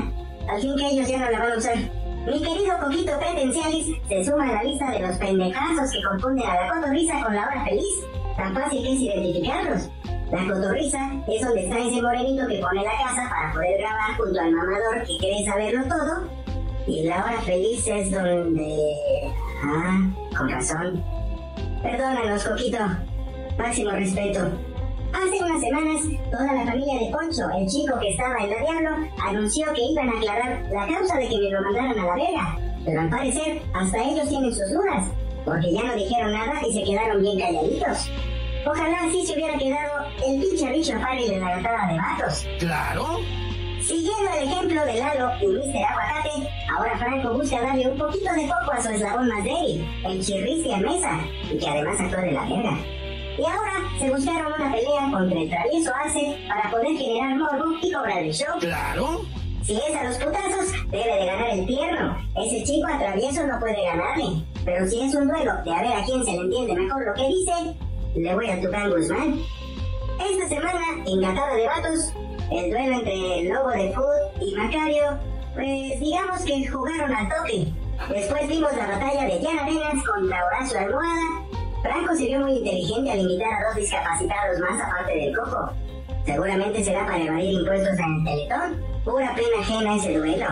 A: Al fin que ellos ya no la van a usar. Mi querido Coquito Pretencialis se suma a la lista de los pendejazos que confunden a la cotorriza con la hora feliz. Tan fácil que es identificarlos. La cotorriza es donde está ese morenito que pone la casa para poder grabar junto al mamador que cree saberlo todo. Y la hora feliz es donde... Ah, con razón. Perdónanos, Coquito. Máximo respeto. Hace unas semanas, toda la familia de Poncho, el chico que estaba en la Diablo, anunció que iban a aclarar la causa de que me lo mandaran a la verga. Pero al parecer, hasta ellos tienen sus dudas, porque ya no dijeron nada y se quedaron bien calladitos. Ojalá así se hubiera quedado el pinche Richard Farrell en la gatada de vatos.
R: Claro.
A: Si Siguiendo el ejemplo de Lalo y Mr. Aguacate, ahora Franco busca darle un poquito de foco a su eslabón más débil, el chirricia mesa, y que además actúa de la verga. Y ahora se buscaron una pelea contra el travieso Ace para poder generar morbo y cobrar el show. ¡Claro! Si es a los putazos, debe de ganar el tierno. Ese chico a travieso no puede ganarle. Pero si es un duelo de a ver a quién se le entiende mejor lo que dice, le voy a Tucán Guzmán. Esta semana, en Gatada de Vatos, el duelo entre el Lobo de Food y Macario, pues digamos que jugaron al toque. Después vimos la batalla de Jan Arenas contra Horacio Almohada. Franco se vio muy inteligente al invitar a dos discapacitados más aparte del coco. Seguramente será para evadir impuestos en el Teletón. Pura pena ajena ese duelo.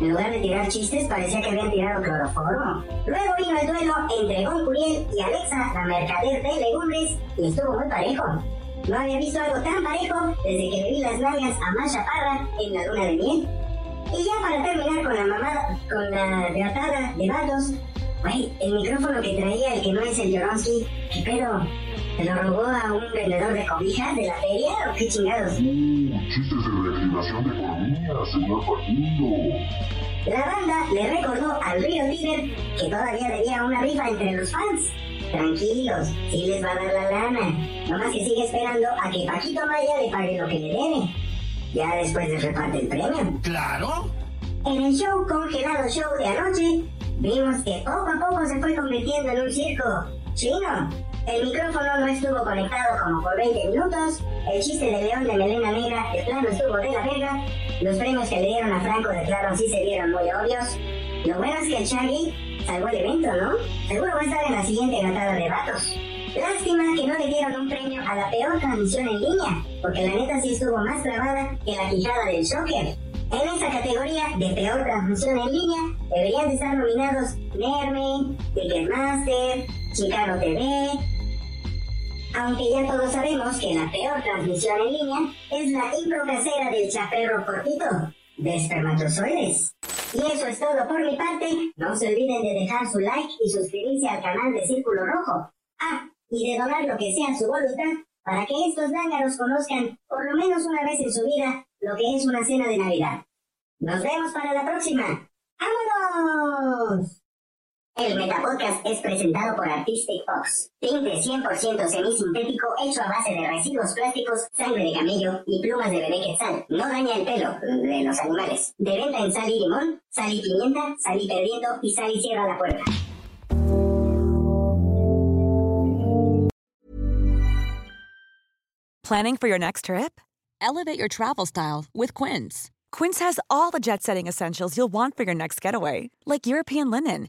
A: En lugar de tirar chistes, parecía que habían tirado cloroformo. Luego vino el duelo entre Goncuriel y Alexa, la mercader de legumbres, y estuvo muy parejo. No había visto algo tan parejo desde que le vi las nalgas a Masha Parra en la luna de miel. Y ya para terminar con la mamada, con la derrotada de vatos, güey, el micrófono que traía el que no es el Yoronsky, ¿qué pedo? ¿Se lo robó a un vendedor de cobijas de la feria o qué chingados?
R: Chistes de reactivación de economía, señor Facundo.
A: La banda le recordó al Río Tíber que todavía debía una rifa entre los fans. Tranquilos, sí les va a dar la lana. Nomás que sigue esperando a que Paquito Maya le pague lo que le debe. Ya después les reparte el premio. ¡Claro! En el show congelado show de anoche, vimos que poco a poco se fue convirtiendo en un circo. ¡Chino! El micrófono no estuvo conectado como por 20 minutos, el chiste de León de Melena Negra de plano estuvo de la verga, los premios que le dieron a Franco de plano sí se vieron muy obvios. Lo bueno es que el Shaggy salvó el evento, ¿no? Seguro va a estar en la siguiente gatada de vatos. Lástima que no le dieron un premio a la peor transmisión en línea, porque la neta sí estuvo más trabada que la quijada del Joker. En esa categoría de peor transmisión en línea deberían de estar nominados Nerme, Ticketmaster, Chicago TV. Aunque ya todos sabemos que la peor transmisión en línea es la impro casera del chaperro cortito de espermatozoides. Y eso es todo por mi parte. No se olviden de dejar su like y suscribirse al canal de Círculo Rojo. Ah, y de donar lo que sea su voluntad para que estos lángaros conozcan por lo menos una vez en su vida lo que es una cena de Navidad. Nos vemos para la próxima. ¡Vámonos! El Metapodcast es presentado por Artistic Fox, tinte 100% semisintético hecho a base de residuos plásticos, sangre de camello y plumas de bebé quetzal. No daña el pelo de los animales. De venta en sal y limón, sal y pimienta, sal y perdiendo y sal y cierra la puerta.
S: Planning for your next trip? Elevate your travel style with Quince. Quince has all the jet setting essentials you'll want for your next getaway, like European linen,